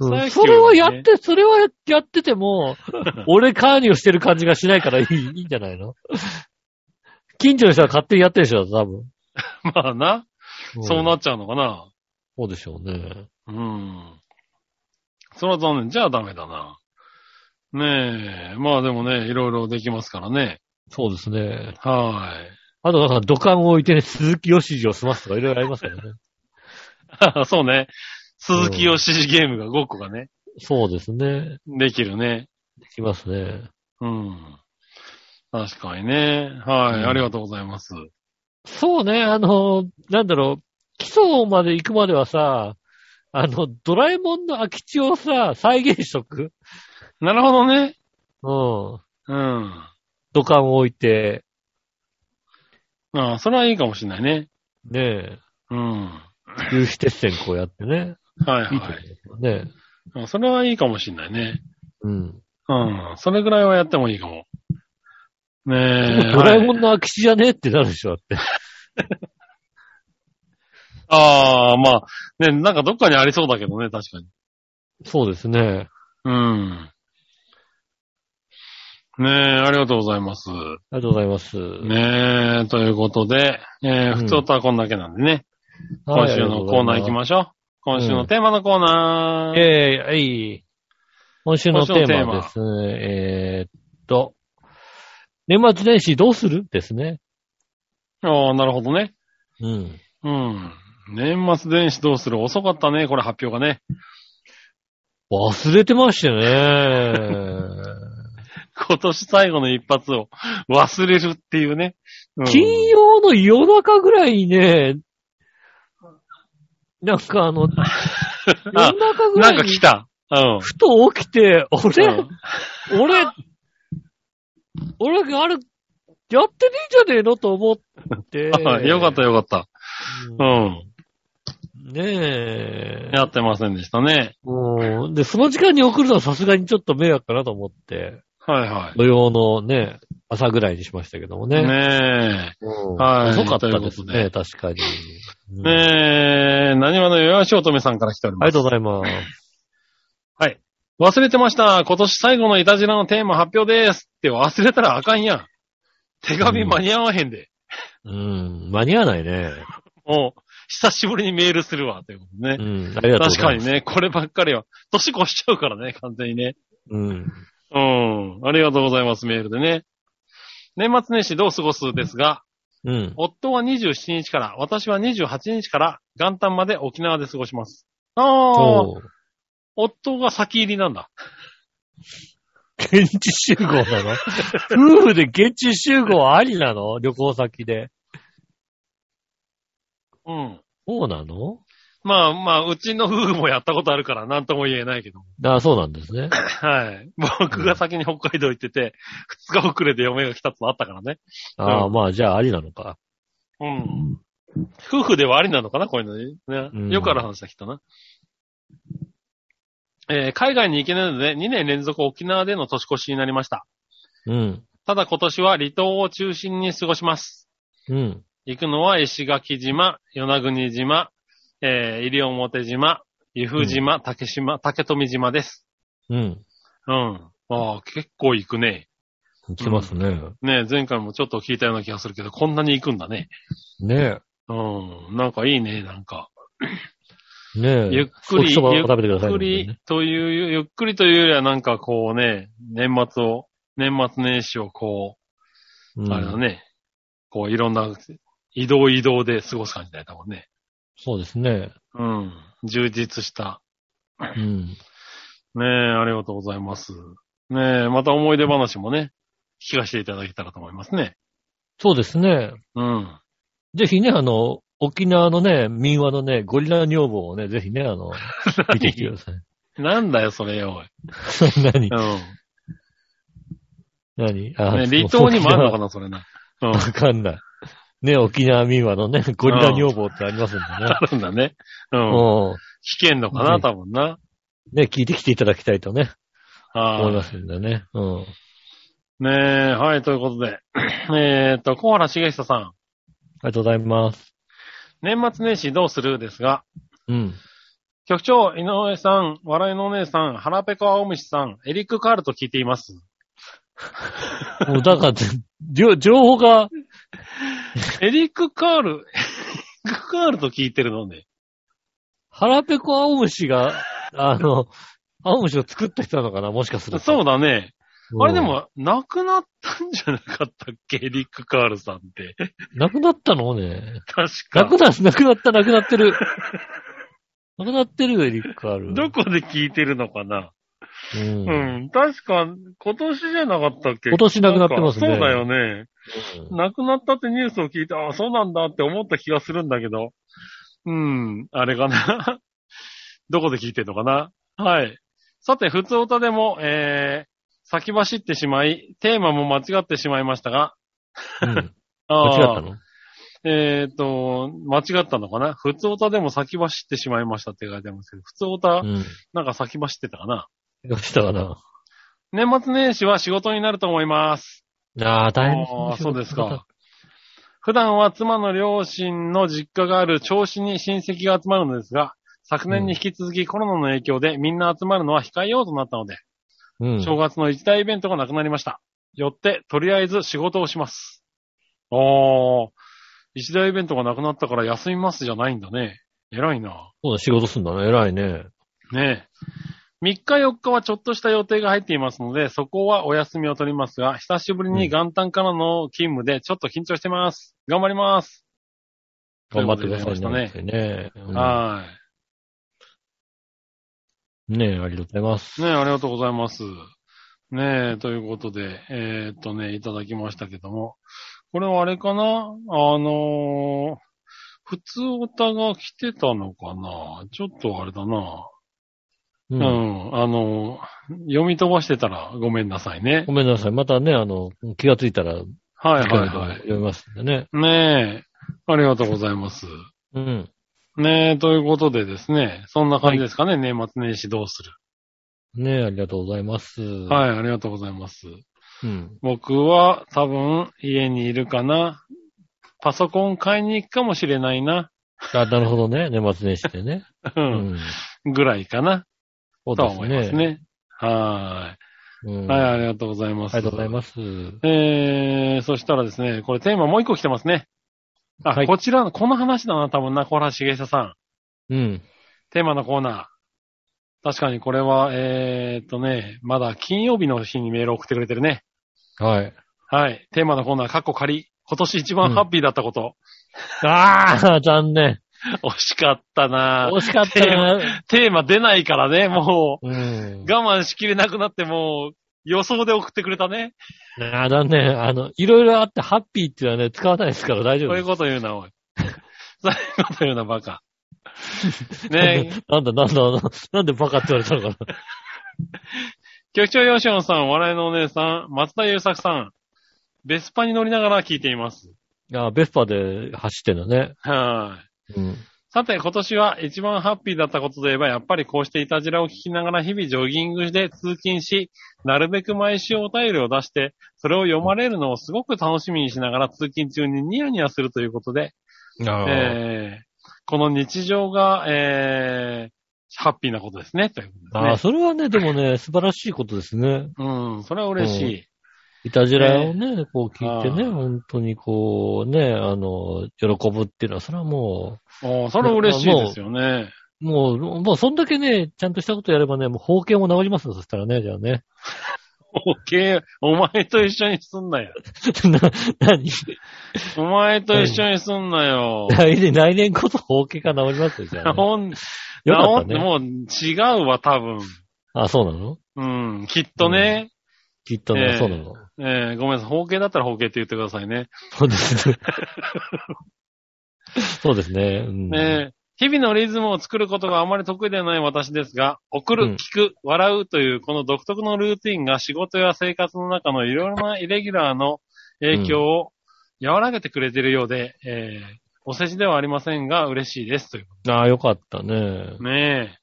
[SPEAKER 3] 草野球ね
[SPEAKER 2] それはやって、それはやってても、俺関与してる感じがしないからいい、いいんじゃないの近所の人は勝手にやってるでしょ、多分。
[SPEAKER 3] まあな。
[SPEAKER 2] ん
[SPEAKER 3] そうなっちゃうのかな。
[SPEAKER 2] そうでしょうね。
[SPEAKER 3] うん。それは残念。じゃあダメだな。ねえ。まあでもね、いろいろできますからね。
[SPEAKER 2] そうですね。
[SPEAKER 3] はーい。
[SPEAKER 2] あと、なんか、土管を置いてね、鈴木よしじを済ますとかいろいろありますからね。
[SPEAKER 3] そうね。鈴木よしゲームが5個がね、
[SPEAKER 2] そうですね。
[SPEAKER 3] できるね。
[SPEAKER 2] できますね。
[SPEAKER 3] うん。確かにね。は
[SPEAKER 2] う
[SPEAKER 3] い、
[SPEAKER 2] ん
[SPEAKER 3] ありがとうございます。
[SPEAKER 2] そうね、あの、なんだろう、基礎まで行くまではさ、あの、ドラえもんの空き地をさ、再現しとく
[SPEAKER 3] なるほどね。
[SPEAKER 2] うん。
[SPEAKER 3] うん。
[SPEAKER 2] 土管を置いて、
[SPEAKER 3] ああ、それはいいかもしれないね。
[SPEAKER 2] ね
[SPEAKER 3] うん。
[SPEAKER 2] え、有刺鉄線こうやってね。
[SPEAKER 3] はい
[SPEAKER 2] いいと思
[SPEAKER 3] は
[SPEAKER 2] う
[SPEAKER 3] い。
[SPEAKER 2] んですよね。
[SPEAKER 3] あそれはいいかもしれないね。
[SPEAKER 2] うん。
[SPEAKER 3] うん。それぐらいはやってもいいかも。ねえ。
[SPEAKER 2] ドラえも
[SPEAKER 3] はい
[SPEAKER 2] んの空き地じゃねえってなるでしょ、だって。
[SPEAKER 3] ああ、まあ、ね、なんかどっかにありそうだけどね、確かに。
[SPEAKER 2] そうですね。
[SPEAKER 3] うん。ねえ、ありがとうございます。
[SPEAKER 2] ありがとうございます。
[SPEAKER 3] ねえ、ということで、えー、
[SPEAKER 2] うん
[SPEAKER 3] 普通とはこんだけなんでね、
[SPEAKER 2] はい
[SPEAKER 3] 今週のコーナー行きましょう。今週のテーマのコーナー。
[SPEAKER 2] ええはい。今週のテーマはですね。えーっと、年末年始どうするですね。
[SPEAKER 3] ああ、なるほどね。
[SPEAKER 2] うん。
[SPEAKER 3] うん。年末年始どうする遅かったね、これ発表がね。
[SPEAKER 2] 忘れてましたね。
[SPEAKER 3] 今年最後の一発を忘れるっていうね。うん
[SPEAKER 2] 金曜の夜中ぐらいにね、なんか あの、
[SPEAKER 3] あ
[SPEAKER 2] 夜中ぐら
[SPEAKER 3] ないんか
[SPEAKER 2] に
[SPEAKER 3] 来た。うん。
[SPEAKER 2] ふと起きて、俺、
[SPEAKER 3] うん
[SPEAKER 2] 俺、俺、あれ、やってねえんじゃねえのと思って。
[SPEAKER 3] あよかったよかった。う
[SPEAKER 2] うん
[SPEAKER 3] ん。
[SPEAKER 2] ねえ。
[SPEAKER 3] やってませんでしたね。
[SPEAKER 2] うん。で、その時間に送るのはさすがにちょっと迷惑かなと思って、
[SPEAKER 3] はいは
[SPEAKER 2] 土曜のね、朝ぐらいにしましたけども
[SPEAKER 3] い。
[SPEAKER 2] ね。
[SPEAKER 3] ね
[SPEAKER 2] うん
[SPEAKER 3] はい
[SPEAKER 2] 遅かったです
[SPEAKER 3] とい
[SPEAKER 2] ね、確かに。
[SPEAKER 3] え。
[SPEAKER 2] うん
[SPEAKER 3] ねえ、何話のよしおとめさんから来ており
[SPEAKER 2] あ
[SPEAKER 3] ま
[SPEAKER 2] りが
[SPEAKER 3] す
[SPEAKER 2] とう。ございます。
[SPEAKER 3] 忘れてました。今年最後のイタジラのテーマ発表です。って忘れたらあかんやん。手紙間に合わへんで。
[SPEAKER 2] うん、間に合わないね。
[SPEAKER 3] もう、久しぶりにメールするわ。ということね
[SPEAKER 2] う。ん、ありがとうご
[SPEAKER 3] 確
[SPEAKER 2] ざ
[SPEAKER 3] か
[SPEAKER 2] いま
[SPEAKER 3] に
[SPEAKER 2] す。
[SPEAKER 3] ね、こればっかりは、年越しちゃうからね、完全にね。
[SPEAKER 2] うん。
[SPEAKER 3] うん。ありがとうございます、メールでね。年末年始どう過ごすですが、
[SPEAKER 2] うん。
[SPEAKER 3] 夫は27日から、私は28日から、元旦まで沖縄で過ごします。ああ、
[SPEAKER 2] おう
[SPEAKER 3] 夫が先入りなんだ。
[SPEAKER 2] 現地集合なの 夫婦で現地集合ありなの旅行先で。
[SPEAKER 3] うん。
[SPEAKER 2] そうなの
[SPEAKER 3] まあまあ、うちの夫婦もやったことあるから、なんとも言えないけど。
[SPEAKER 2] あそうなんですね。
[SPEAKER 3] はい。 僕が先に北海道行ってて、2日遅れで嫁が来たってのあったからね。
[SPEAKER 2] ああ、
[SPEAKER 3] うん
[SPEAKER 2] まあ、じゃあありなのか。
[SPEAKER 3] うん。夫婦ではありなのかなこういうのね。
[SPEAKER 2] うん
[SPEAKER 3] よくある話だ、きっとな。えー海外に行けないので、2年連続沖縄での年越しになりました。
[SPEAKER 2] うん。
[SPEAKER 3] ただ今年は離島を中心に過ごします。
[SPEAKER 2] うん。
[SPEAKER 3] 行くのは石垣島、与那国島、えー、西表島、由布島、竹島、竹富島です。
[SPEAKER 2] うん。
[SPEAKER 3] うん。ああ、結構行くね。
[SPEAKER 2] 行きますね。
[SPEAKER 3] ねえ、前回もちょっと聞いたような気がするけど、こんなに行くんだね。
[SPEAKER 2] ねえ。
[SPEAKER 3] うん。なんかいいね、なんか。
[SPEAKER 2] ねえ。
[SPEAKER 3] ゆっ
[SPEAKER 2] ソ
[SPEAKER 3] くり、
[SPEAKER 2] ーキそばを食べてく
[SPEAKER 3] ゆ
[SPEAKER 2] だ
[SPEAKER 3] っ
[SPEAKER 2] さい、
[SPEAKER 3] くりという、ゆっくりというよりはなんかこうね、年末を、年末年始をこ
[SPEAKER 2] う
[SPEAKER 3] う、
[SPEAKER 2] ん
[SPEAKER 3] あれだね、こういろんな移動移動で過ごす感じだったもんね。
[SPEAKER 2] そうですね。
[SPEAKER 3] うん。充実した。
[SPEAKER 2] うん。
[SPEAKER 3] ねえ、ありがとうございます。ねえ、また思い出話もね、聞かせていただけたらと思いますね。
[SPEAKER 2] そうですね。
[SPEAKER 3] うん。
[SPEAKER 2] ぜひね、あの、沖縄のね、民話のね、ゴリラ女房をね、ぜひね、あの、 見てきてください。
[SPEAKER 3] なんだよ、それよ。
[SPEAKER 2] 何
[SPEAKER 3] おい
[SPEAKER 2] 何
[SPEAKER 3] う
[SPEAKER 2] あ、
[SPEAKER 3] ん。ね、離島にもあるのかな、それ な。うん。
[SPEAKER 2] わかんない。ね、沖縄民話のね、ゴリラ女房ってありますんでね
[SPEAKER 3] あ。るんだね。うん。
[SPEAKER 2] も
[SPEAKER 3] 聞けんのか
[SPEAKER 2] う
[SPEAKER 3] な、
[SPEAKER 2] ん
[SPEAKER 3] 多分な。
[SPEAKER 2] うん、ね、聞いてきていただきたいとね、
[SPEAKER 3] あ
[SPEAKER 2] 思い
[SPEAKER 3] あ。
[SPEAKER 2] ますんでね。うん。
[SPEAKER 3] ねえ、はい、ということで。 えーっと、小原茂久さん。
[SPEAKER 2] ありがとうございます。
[SPEAKER 3] 年末年始どうするですが、
[SPEAKER 2] うん。
[SPEAKER 3] 局長、井上さん、笑いのお姉さん、腹ペコ青虫さん、エリック・カールと聞いています。
[SPEAKER 2] もうだから、じょ情報が、
[SPEAKER 3] エリック・カール、エリック・カールと聞いてるのね。
[SPEAKER 2] 腹ペコ青虫が、あの、青虫を作った人なのかなもしかすると。
[SPEAKER 3] そうだね。
[SPEAKER 2] うん
[SPEAKER 3] あれで、も、亡くなったんじゃなかったっけエリック・カールさんって。
[SPEAKER 2] 亡くなったのね。
[SPEAKER 3] 確
[SPEAKER 2] 亡
[SPEAKER 3] か
[SPEAKER 2] く。な、亡くなった、亡くなってる。亡くなってるよ、エリックある。
[SPEAKER 3] どこで聞いてるのかな、
[SPEAKER 2] う。
[SPEAKER 3] うんん、確か、今年じゃなかったっけ
[SPEAKER 2] 今年亡くなってますね
[SPEAKER 3] なんかそうだよね。
[SPEAKER 2] うん
[SPEAKER 3] 亡くなったってニュースを聞いて、ああ、そうなんだって思った気がするんだけど。うん、あれかな。 どこで聞いてんのかなはい。さて、普通歌でも、えー、先走ってしまい、テーマも間違ってしまいましたが、
[SPEAKER 2] うん。間違
[SPEAKER 3] あ
[SPEAKER 2] った
[SPEAKER 3] ー
[SPEAKER 2] の
[SPEAKER 3] えっ、と、間違ったのかな普通歌でも先走ってしまいましたって書いてありますけど、普通歌、
[SPEAKER 2] うん。
[SPEAKER 3] なんか先走ってたかな
[SPEAKER 2] どうしたかな
[SPEAKER 3] 年末年始は仕事になると思います。
[SPEAKER 2] ああ、大変
[SPEAKER 3] ああ、そうですか。。普段は妻の両親の実家がある調子に親戚が集まるのですが、昨年に引き続きコロナの影響でみんな集まるのは控えようとなったので、
[SPEAKER 2] うん。
[SPEAKER 3] 正月の一大イベントがなくなりました。よって、とりあえず仕事をします。おー、一大イベントがなくなったから休みますじゃないんだね。偉いな。
[SPEAKER 2] そうだ、仕事すんだね。偉いね。
[SPEAKER 3] ねえ。3日4日はちょっとした予定が入っていますので、そこはお休みを取りますが、久しぶりに元旦からの勤務でちょっと緊張してます。頑張ります。
[SPEAKER 2] 頑張ってください
[SPEAKER 3] ということでございま
[SPEAKER 2] ね。ね
[SPEAKER 3] したね。は
[SPEAKER 2] うんねえ、ありがとうございます。
[SPEAKER 3] い。ねえ、ありがとうございます。ねえ、ということで、えーっとね、いただきましたけども。これはあれかなあのー普通オタが来てたのかなちょっとあれだな。
[SPEAKER 2] う
[SPEAKER 3] うん、
[SPEAKER 2] ん。
[SPEAKER 3] あのー読み飛ばしてたらごめんなさいね
[SPEAKER 2] ご。めんなさい。またね、あの、気がついたら、
[SPEAKER 3] はい
[SPEAKER 2] 次回
[SPEAKER 3] は
[SPEAKER 2] の
[SPEAKER 3] い
[SPEAKER 2] とこ
[SPEAKER 3] はい。
[SPEAKER 2] 読みますんでね。
[SPEAKER 3] ねえ。ありがとうございます。
[SPEAKER 2] うん。
[SPEAKER 3] ねえ、ということでですね、そんな感じですかね、年末年始どうする。
[SPEAKER 2] ねえ、ありがとうございます。い。
[SPEAKER 3] はい、ありがとうございます。
[SPEAKER 2] うん。
[SPEAKER 3] 僕は多分家にいるかな。パソコン買いに行くかもしれないな。
[SPEAKER 2] あ、なるほどね。年末年始でね。う
[SPEAKER 3] う。
[SPEAKER 2] んん。
[SPEAKER 3] ぐらいかな。
[SPEAKER 2] そう
[SPEAKER 3] とは
[SPEAKER 2] で
[SPEAKER 3] 思
[SPEAKER 2] す
[SPEAKER 3] います
[SPEAKER 2] ね。
[SPEAKER 3] ね。は
[SPEAKER 2] うん
[SPEAKER 3] ーい。はい、
[SPEAKER 2] あ
[SPEAKER 3] ありがとうございます。
[SPEAKER 2] りがとうございます。
[SPEAKER 3] えー、そしたらですね、これテーマもう一個来てますね。あ、
[SPEAKER 2] はい
[SPEAKER 3] こちらの、この話だな、多分な、小原茂久さん。
[SPEAKER 2] うん。
[SPEAKER 3] テーマのコーナー。確かにこれは、えー、っとね、まだ金曜日の日にメールを送ってくれてるね。
[SPEAKER 2] はい。
[SPEAKER 3] はい。テーマのコーナー、カッコ仮。今年一番ハッピーだったこと。
[SPEAKER 2] ああ、 残念。
[SPEAKER 3] 惜しかったな
[SPEAKER 2] 惜しかった な。
[SPEAKER 3] テーマ出ないからね、も
[SPEAKER 2] うん
[SPEAKER 3] う、。我慢しきれなくなって、もう、予想で送ってくれたね。
[SPEAKER 2] ああ、残念。あの、いろいろあって、ハッピーっていうのはね、使わないですから大丈
[SPEAKER 3] そう
[SPEAKER 2] 夫
[SPEAKER 3] い
[SPEAKER 2] です。
[SPEAKER 3] うこと言うな、おい。 そういうこと言うな、バカ。ねえ、
[SPEAKER 2] なんだ、なんだ、なんでバカって言われたのかな。
[SPEAKER 3] 局長ヨシオンさん、笑いのお姉さん、松田優作さん、ベスパに乗りながら聞いています。
[SPEAKER 2] ああ、ベスパで走ってんのね。
[SPEAKER 3] はい。
[SPEAKER 2] うん。
[SPEAKER 3] さて、今年は一番ハッピーだったことといえば、やっぱりこうしていたじらを聞きながら日々ジョギングで通勤し、なるべく毎週お便りを出して、それを読まれるのをすごく楽しみにしながら通勤中にニヤニヤするということで、
[SPEAKER 2] あ
[SPEAKER 3] えーこの日常が、えーハッピーなことですね、ということ
[SPEAKER 2] ああ、
[SPEAKER 3] ですね。
[SPEAKER 2] それはね、でもね、素晴らしいことですね。
[SPEAKER 3] うん、それは嬉しい。
[SPEAKER 2] いたじらをね、こう聞いてね、
[SPEAKER 3] ああ
[SPEAKER 2] 本当にこうね、あの、喜ぶっていうのは、それはも
[SPEAKER 3] おーそれは嬉しいですよね。
[SPEAKER 2] もう、もうそんだけね、ちゃんとしたことやればね、もう包茎も治りますよ、そしたらね、じゃあね。
[SPEAKER 3] オッケー、お前と一緒にすんなよ。
[SPEAKER 2] な、 何
[SPEAKER 3] お前と一緒にすん なよ。
[SPEAKER 2] 来年、来年こそ包茎が治りますよ、じゃあ、ね。
[SPEAKER 3] ほ ん、治
[SPEAKER 2] よかった
[SPEAKER 3] っ
[SPEAKER 2] ね。
[SPEAKER 3] てもう違うわ、多分。
[SPEAKER 2] あ、そうなの
[SPEAKER 3] うん、きっとね。
[SPEAKER 2] きっとね、
[SPEAKER 3] ええ
[SPEAKER 2] そうなの。
[SPEAKER 3] えーごめんなさい、方形だったら方形って言ってくださいね。
[SPEAKER 2] そうです ね。そうですね。うん、
[SPEAKER 3] ねえ日々のリズムを作ることがあまり得意ではない私ですが、送
[SPEAKER 2] うん
[SPEAKER 3] る、聞く、笑うというこの独特のルーティンが仕事や生活の中のいろいろなイレギュラーの影響を和らげてくれているようで、えーお世辞ではありませんが嬉しいです。というこ
[SPEAKER 2] ああ、よかったね
[SPEAKER 3] と。ねえ。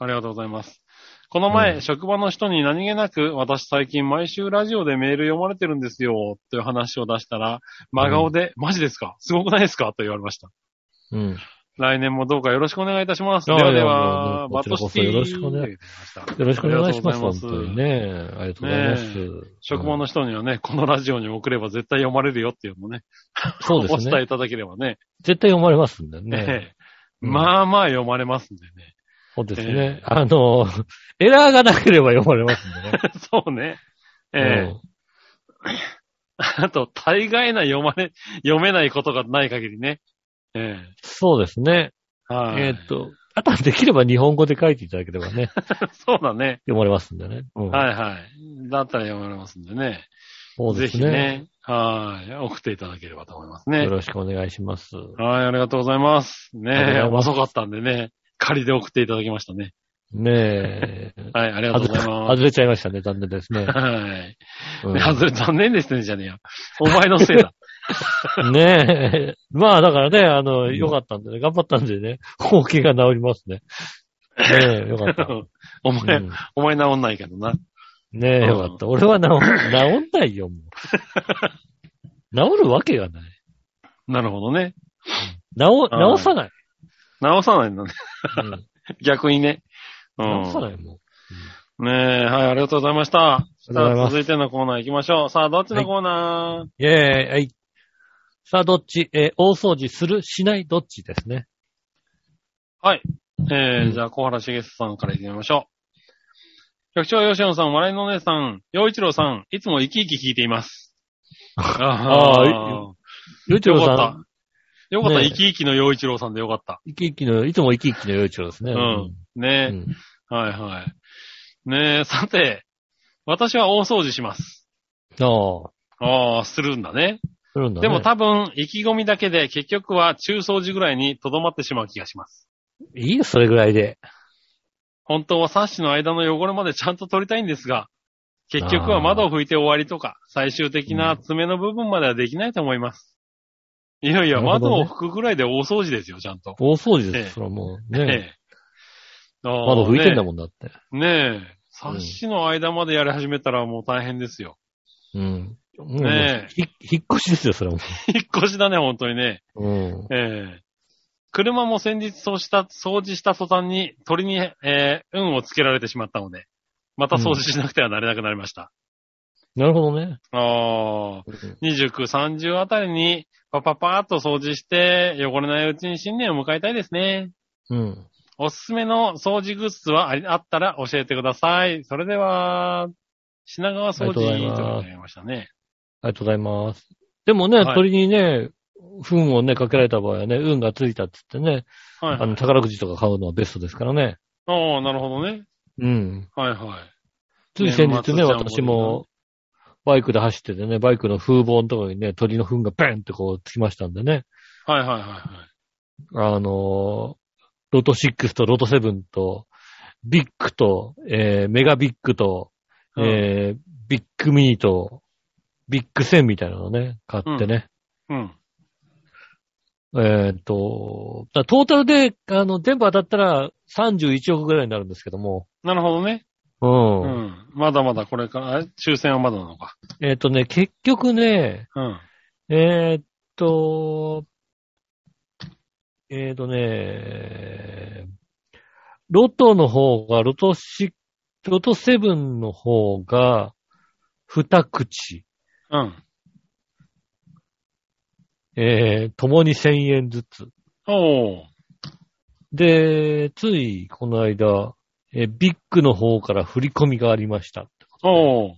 [SPEAKER 3] ありがとうございます。この前、
[SPEAKER 2] うん
[SPEAKER 3] 職場の人に何気なく、私最近毎週ラジオでメール読まれてるんですよ、という話を出したら、真顔で、マジですかすごくないですかと言われました。
[SPEAKER 2] うん。
[SPEAKER 3] 来年もどうかよろしくお願いいたします。
[SPEAKER 2] い
[SPEAKER 3] で
[SPEAKER 2] や
[SPEAKER 3] はで
[SPEAKER 2] いや
[SPEAKER 3] はい
[SPEAKER 2] や、
[SPEAKER 3] バトシティ
[SPEAKER 2] こちらこそよろしくお願い
[SPEAKER 3] いたしました
[SPEAKER 2] よろしくお願いします、
[SPEAKER 3] ありがとうございます
[SPEAKER 2] 本当にね。ありがとうございます。
[SPEAKER 3] ねえ職場の人にはね、このラジオに送れば絶対読まれるよっていうのもね、
[SPEAKER 2] そうです
[SPEAKER 3] お
[SPEAKER 2] ね
[SPEAKER 3] 伝えいただければね、
[SPEAKER 2] 絶対読まれますんでね。
[SPEAKER 3] ね
[SPEAKER 2] うん
[SPEAKER 3] まあまあ読まれますんでね。
[SPEAKER 2] そうです
[SPEAKER 3] え
[SPEAKER 2] ね。あの、 エラーがなければ読まれますんでね。
[SPEAKER 3] そうね。 ええ あと、大概な読まれ、 読めないことがない限りね。え
[SPEAKER 2] そうですね。
[SPEAKER 3] えはい。
[SPEAKER 2] えーっと、あとはできれば日本語で書いていただければね、
[SPEAKER 3] そうだね。
[SPEAKER 2] 読まれますんでね。うん
[SPEAKER 3] はいはい。だったら読まれますんでね。
[SPEAKER 2] そうで
[SPEAKER 3] ぜ
[SPEAKER 2] す
[SPEAKER 3] ひね、はい。送っていただければと思いますね
[SPEAKER 2] よ。ろしくお願いします。
[SPEAKER 3] はい、ありがとうございます。
[SPEAKER 2] あり
[SPEAKER 3] ね
[SPEAKER 2] が
[SPEAKER 3] え、
[SPEAKER 2] とうござ
[SPEAKER 3] 遅かったんでね、仮で送っていただきましたね。
[SPEAKER 2] ねえ。
[SPEAKER 3] はい、ありがとう
[SPEAKER 2] 外
[SPEAKER 3] ございます。
[SPEAKER 2] 外れちゃいましたね、残念ですね。
[SPEAKER 3] はい。
[SPEAKER 2] うん
[SPEAKER 3] ね 外れ、残念ですね、じゃねえよ。お前のせいだ。
[SPEAKER 2] ねえ。まあだからね、あの、良かったんでね、頑張ったんでね、後期が治ります ね。ねえ、よかった。
[SPEAKER 3] お前、
[SPEAKER 2] うん
[SPEAKER 3] お前治んないけどな。
[SPEAKER 2] ねえ、よかった。俺は治ん、治んないよ、もう。治るわけがない。
[SPEAKER 3] なるほどね。
[SPEAKER 2] 治、
[SPEAKER 3] はい
[SPEAKER 2] 治さない。
[SPEAKER 3] 治さないんだね。
[SPEAKER 2] うん
[SPEAKER 3] 逆にね。うん。
[SPEAKER 2] 治さない、も
[SPEAKER 3] ねえ、はい、ありがとうございました。
[SPEAKER 2] ありがとうござい
[SPEAKER 3] さ
[SPEAKER 2] ま
[SPEAKER 3] あ
[SPEAKER 2] す
[SPEAKER 3] 続いてのコーナー行きましょう。さあ、どっちのコーナー、
[SPEAKER 2] う。イェーイ、はい。さあ、どっちえー大掃除するしないどっちですね。
[SPEAKER 3] えー
[SPEAKER 2] うん
[SPEAKER 3] じゃあ、小原茂さんから行ってみましょう。局長、吉野さん、笑いのお姉さん、洋一郎さん、いつも生き生き聞いています。あ
[SPEAKER 2] あーい
[SPEAKER 3] よ
[SPEAKER 2] ゆうちょう
[SPEAKER 3] か
[SPEAKER 2] さ
[SPEAKER 3] っ
[SPEAKER 2] ん
[SPEAKER 3] た、。よかった、
[SPEAKER 2] ねえ
[SPEAKER 3] 生き生きの洋一郎さんでよかった。
[SPEAKER 2] 生き生きの、いつも生き生きのゆうちょうですね。
[SPEAKER 3] うん
[SPEAKER 2] う
[SPEAKER 3] ねえ、
[SPEAKER 2] ん。
[SPEAKER 3] はいはい。ねえ、さて、私は大掃除します。
[SPEAKER 2] ああ、
[SPEAKER 3] ああ、するんだね。
[SPEAKER 2] するんだね。
[SPEAKER 3] でも多分、意気込みだけで結局は中掃除ぐらいにとどまってしまう気がします。
[SPEAKER 2] いいよ、それぐらいで。
[SPEAKER 3] 本当はサッシの間の汚れまでちゃんと取りたいんですが、結局は窓を拭いて終わりとか、最終的な爪の部分まではできないと思います。いやいや、
[SPEAKER 2] なるほど
[SPEAKER 3] 窓
[SPEAKER 2] ね
[SPEAKER 3] を拭くぐらいで大掃除ですよ、ちゃんと。
[SPEAKER 2] 大掃除
[SPEAKER 3] え
[SPEAKER 2] で
[SPEAKER 3] え
[SPEAKER 2] す。それはもう
[SPEAKER 3] え
[SPEAKER 2] ね。
[SPEAKER 3] えああ
[SPEAKER 2] 窓拭いてんだもんだって。
[SPEAKER 3] ねえ。ねえサッシの間までやり始めたらもう大変ですよ。
[SPEAKER 2] うん。もう
[SPEAKER 3] ね
[SPEAKER 2] ひ引っ越しですよ、それは
[SPEAKER 3] 引っ越しだね、本当にね。
[SPEAKER 2] もう。
[SPEAKER 3] ええ車も先日そうした、掃除した途端に鳥に、えー運をつけられてしまったので、また掃除しなくてはなれなくなりました。
[SPEAKER 2] うん。なるほどね。
[SPEAKER 3] ああ、29、30あたりに、パパパーっと掃除して、汚れないうちに新年を迎えたいですね。
[SPEAKER 2] うん。
[SPEAKER 3] おすすめの掃除グッズはありあったら教えてください。それでは、品川掃除と
[SPEAKER 2] ありがとうございます
[SPEAKER 3] なりましたね。
[SPEAKER 2] ありがとうございます。でもね、
[SPEAKER 3] はい
[SPEAKER 2] 鳥にね、糞をね、かけられた場合はね、運がついたって言ってね、
[SPEAKER 3] はい
[SPEAKER 2] あ
[SPEAKER 3] はい。
[SPEAKER 2] の、宝くじとか買うのはベストですからね。
[SPEAKER 3] ああ、なるほどね。
[SPEAKER 2] うん。
[SPEAKER 3] はいはい。
[SPEAKER 2] つい先日ね、
[SPEAKER 3] ね
[SPEAKER 2] 私も、バイクで走っててね、バイクの風防のところにね、鳥の糞がペンってこうつきましたんでね、
[SPEAKER 3] はいはいはいはい。
[SPEAKER 2] あのーロト6とロト7と、ビッグと、えーメガビッグと、
[SPEAKER 3] うん
[SPEAKER 2] えービッグミニと、ビッグ1000みたいなのをね、買ってね、
[SPEAKER 3] うん。
[SPEAKER 2] えーっと、だトータルで、あの、全部当たったら31億ぐらいになるんですけども。
[SPEAKER 3] なるほどね。
[SPEAKER 2] うん。
[SPEAKER 3] うん。まだまだこれから、あ抽選はまだなのか。
[SPEAKER 2] えーっとね、結局ね、
[SPEAKER 3] うん。
[SPEAKER 2] えーっと、えーっとね、ロトの方が、ロト6、ロト7の方が、二口、
[SPEAKER 3] うん。
[SPEAKER 2] えー、ともに1000円ずつ。
[SPEAKER 3] おー。
[SPEAKER 2] で、ついこの間、えビッグの方から振り込みがありましたってこ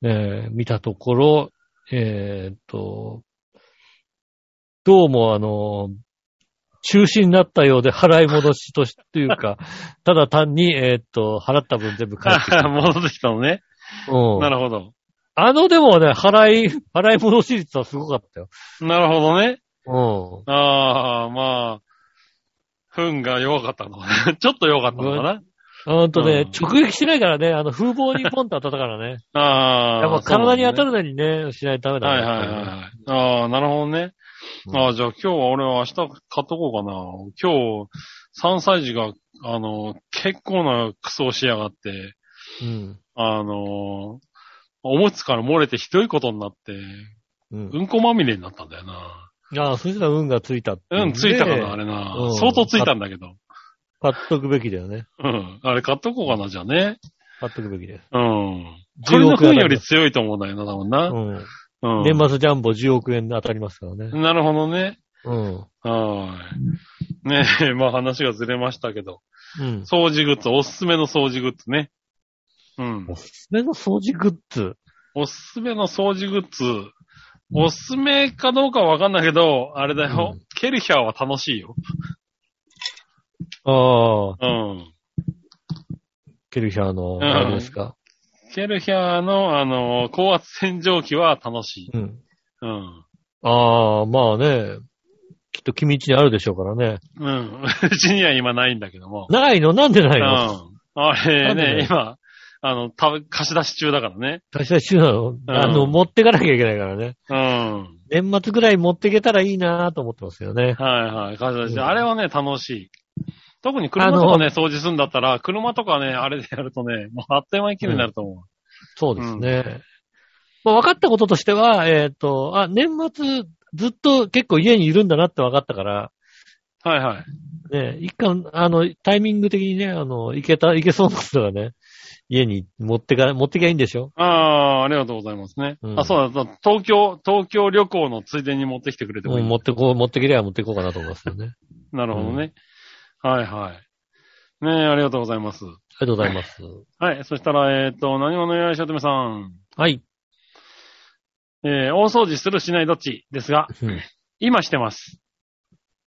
[SPEAKER 2] とで。
[SPEAKER 3] おー。
[SPEAKER 2] えー見たところ、えーっと、どうもあの、中止になったようで払い戻しとし、という か、ただ単に、えーっと、払った分全部返ってくる。
[SPEAKER 3] 戻ってきたのね。
[SPEAKER 2] うん
[SPEAKER 3] なるほど。
[SPEAKER 2] あのでもね、払い、払い戻し率はすごかったよ。
[SPEAKER 3] なるほどね。
[SPEAKER 2] う
[SPEAKER 3] ああ、まあ、糞が弱かったのかな。ち ょっと弱かったのかな。
[SPEAKER 2] ん。ほんとね、
[SPEAKER 3] うん
[SPEAKER 2] 直撃しないからね、あの風貌にポンと当たったからね。
[SPEAKER 3] ああ。
[SPEAKER 2] やっぱ体に当た
[SPEAKER 3] る、
[SPEAKER 2] るのにね、しないとダメだ
[SPEAKER 3] はい
[SPEAKER 2] ね
[SPEAKER 3] はいはいはい。ああ、なるほどね。
[SPEAKER 2] うん
[SPEAKER 3] ああ、じゃあ今日は俺は明日買っとこうかな。今日、3歳児が、あの、結構なクソをしやがって、
[SPEAKER 2] うん。
[SPEAKER 3] あの、おむつから漏れてひどいことになって、
[SPEAKER 2] うん。
[SPEAKER 3] うんこまみれになったんだよな。
[SPEAKER 2] ああ、そしたら運がついたっていで
[SPEAKER 3] うん、ついたかな、あれな。
[SPEAKER 2] うん
[SPEAKER 3] 相当ついたんだけど。
[SPEAKER 2] 買っとくべきだよね。
[SPEAKER 3] うん。あれ買っとこうかな、じゃあね。
[SPEAKER 2] 買っとくべきです。
[SPEAKER 3] うん。鳥の糞より強いと思うんだよな、多分
[SPEAKER 2] う
[SPEAKER 3] な。
[SPEAKER 2] ん。
[SPEAKER 3] うん。
[SPEAKER 2] 年末ジャンボ10億円で当たりますからね。
[SPEAKER 3] なるほどね。
[SPEAKER 2] うん。
[SPEAKER 3] はい。ねえ、 まあ話がずれましたけど。
[SPEAKER 2] うん。
[SPEAKER 3] 掃除グッズ、おすすめの掃除グッズね。うん
[SPEAKER 2] お。すすめの掃除グッズ。
[SPEAKER 3] おすすめの掃除グッズ。おすすめかどうかわかんないけど、あれだよ。
[SPEAKER 2] うん
[SPEAKER 3] ケルヒャーは楽しいよ。
[SPEAKER 2] ああ、
[SPEAKER 3] うん。
[SPEAKER 2] ケルヒャーの、
[SPEAKER 3] ん
[SPEAKER 2] あれですか。
[SPEAKER 3] ケルヒャーの、あの、高圧洗浄機は楽しい。
[SPEAKER 2] うん。
[SPEAKER 3] うん。
[SPEAKER 2] ああ、まあね。きっと君家にあるでしょうからね。
[SPEAKER 3] うん。 うちには今ないんだけども。
[SPEAKER 2] ないのなんでないの
[SPEAKER 3] うん。あれ
[SPEAKER 2] なんで
[SPEAKER 3] ね
[SPEAKER 2] ね、
[SPEAKER 3] 今、あの、た貸し出し中だからね。
[SPEAKER 2] 確かに週なのあの、持ってかなきゃいけないからね。
[SPEAKER 3] うん。
[SPEAKER 2] 年末ぐらい持っていけたらいいなと思ってますよね。
[SPEAKER 3] はいはい。貸し出し
[SPEAKER 2] う
[SPEAKER 3] 中。
[SPEAKER 2] ん
[SPEAKER 3] あれはね、楽しい。特に車とかね、掃除するんだったら、車とかね、あれでやるとね、もうあっという間に綺麗になると思
[SPEAKER 2] そうですね。まあ、分かったこととしては、えっ、と、あ、年末ずっと結構家にいるんだなって分かったから、
[SPEAKER 3] う。はいはい。
[SPEAKER 2] ね、一貫、あの、タイミング的にね、あの、行けた、行けそうな人がね、家に持ってか、持ってきゃいいんでしょ
[SPEAKER 3] ああ、ありがとうございますね。
[SPEAKER 2] うん
[SPEAKER 3] あ、そうだ、東京、東京旅行のついでに持ってきてくれても
[SPEAKER 2] う
[SPEAKER 3] い
[SPEAKER 2] ん
[SPEAKER 3] い。
[SPEAKER 2] 持ってこう、持ってきれば持ってこうかなと思いますよね。
[SPEAKER 3] なるほどね。はいはい。ねえ、ありがとうございます。
[SPEAKER 2] ありがとうございます。
[SPEAKER 3] はい。そしたら、えっ、と、何者よりしおとめさん。
[SPEAKER 2] はい。
[SPEAKER 3] えー大掃除するしないどっちですが、
[SPEAKER 2] うん
[SPEAKER 3] 今してます。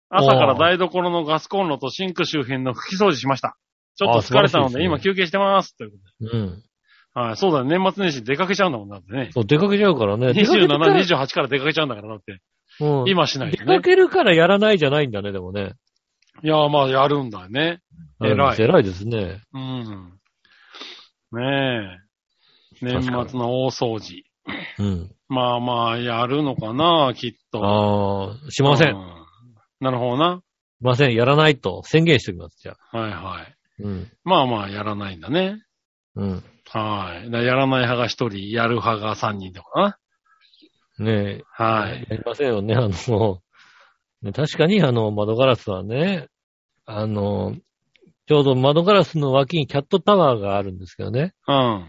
[SPEAKER 3] 朝から台所のガスコンロとシンク周辺の拭き掃除しました。ちょっと疲れたの
[SPEAKER 2] あー素晴らしいで
[SPEAKER 3] で
[SPEAKER 2] すね
[SPEAKER 3] 今休憩してます。ということ
[SPEAKER 2] うん。
[SPEAKER 3] で。はい、そうだね。年末年始出かけちゃうんだもんだってね。
[SPEAKER 2] そう、出かけちゃうからね。
[SPEAKER 3] 27、
[SPEAKER 2] 出か
[SPEAKER 3] 28から出かけちゃうんだからだって。
[SPEAKER 2] けうん
[SPEAKER 3] 今しない
[SPEAKER 2] 出
[SPEAKER 3] と
[SPEAKER 2] か
[SPEAKER 3] ね。
[SPEAKER 2] けるからやらないじゃないんだね、でもね。
[SPEAKER 3] いやー、まあやるんだよね。偉い
[SPEAKER 2] 偉いですね。
[SPEAKER 3] うん。ねえ。年
[SPEAKER 2] 確かに
[SPEAKER 3] 末の大掃除。
[SPEAKER 2] うん。
[SPEAKER 3] まあまあやるのかな、きっと。
[SPEAKER 2] ああ、し
[SPEAKER 3] す
[SPEAKER 2] ません。し
[SPEAKER 3] なるほどな。
[SPEAKER 2] ません。やらないと宣言しておきます、じゃあ。
[SPEAKER 3] はいはい。
[SPEAKER 2] うん。
[SPEAKER 3] まあまあやらないんだね。
[SPEAKER 2] うん。
[SPEAKER 3] はい。だやらない派が一人、やる派が三人とか
[SPEAKER 2] ねえ。
[SPEAKER 3] な。はい。
[SPEAKER 2] やりませんよね、あの、ね、確かにあの、窓ガラスはね、あの、ちょうど窓ガラスの脇にキャットタワーがあるんですけどね。
[SPEAKER 3] うん。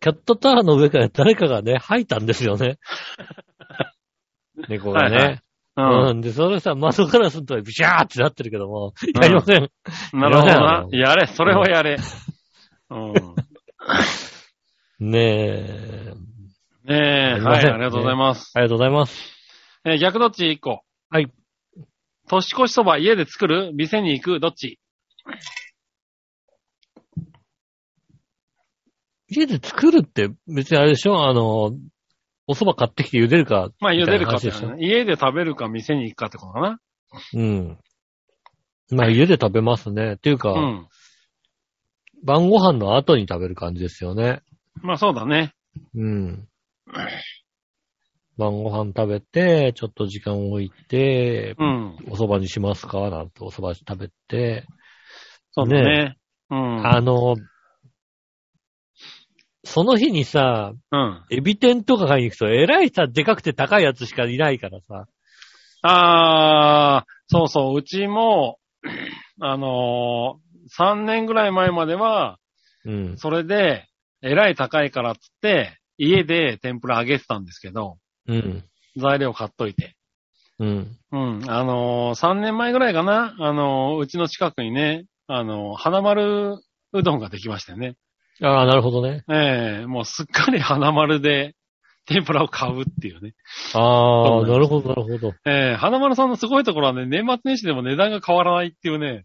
[SPEAKER 2] キャットタワーの上から誰かがね、吐いたんですよね。猫がね。
[SPEAKER 3] はいはうん。
[SPEAKER 2] うん。で、それさ、窓ガラスのとこにビシャーってなってるけども、やりません。
[SPEAKER 3] なるほど
[SPEAKER 2] やら
[SPEAKER 3] な
[SPEAKER 2] な。い
[SPEAKER 3] やれ、それはやれ。うん。
[SPEAKER 2] ねえ。
[SPEAKER 3] ねえ、
[SPEAKER 2] り
[SPEAKER 3] は
[SPEAKER 2] ま
[SPEAKER 3] い、
[SPEAKER 2] せん
[SPEAKER 3] ありがとうございます。
[SPEAKER 2] ありがとうございます。
[SPEAKER 3] えー逆どっち一個。
[SPEAKER 2] はい。
[SPEAKER 3] 年越しそば家で作る店に行くどっち
[SPEAKER 2] 家で作るって別にあれでしょあの、お蕎麦買ってきて茹でるか。
[SPEAKER 3] まあ、茹でるかっ
[SPEAKER 2] みた
[SPEAKER 3] て
[SPEAKER 2] いな話でしょ、
[SPEAKER 3] 家で食べるか店に行くかってことかな。
[SPEAKER 2] うん。まあ家で食べますね。っていうか、
[SPEAKER 3] うん。
[SPEAKER 2] 晩ご飯の後に食べる感じですよね。
[SPEAKER 3] まあ、そうだね。
[SPEAKER 2] うん。晩ご飯食べて、ちょっと時間を置いて、
[SPEAKER 3] うん。
[SPEAKER 2] お蕎麦にしますかなんてお蕎麦食べて、
[SPEAKER 3] そうだね。
[SPEAKER 2] ね
[SPEAKER 3] うん。
[SPEAKER 2] あの、その日にさ、
[SPEAKER 3] うん。
[SPEAKER 2] エビ天とか買いに行くと、えらいさ、でかくて高いやつしかいないからさ。
[SPEAKER 3] あー、そうそう、うちも、 あのー、3年ぐらい前までは、
[SPEAKER 2] うん。
[SPEAKER 3] それで、えらい高いからっつって、家で天ぷら揚げてたんですけど、
[SPEAKER 2] うん。
[SPEAKER 3] 材料買っといて。
[SPEAKER 2] うん。
[SPEAKER 3] うん、あのー、3年前ぐらいかな、あのー、うちの近くにね、あのー、花丸うどんができましたよね。
[SPEAKER 2] ああ、なるほどね。
[SPEAKER 3] ええもうすっかり花丸で天ぷらを買うっていうね。
[SPEAKER 2] あ
[SPEAKER 3] そうな
[SPEAKER 2] あ、な
[SPEAKER 3] んです
[SPEAKER 2] るほど、なるほど。
[SPEAKER 3] ええ花丸さんのすごいところはね、年末年始でも値段が変わらないっていうね。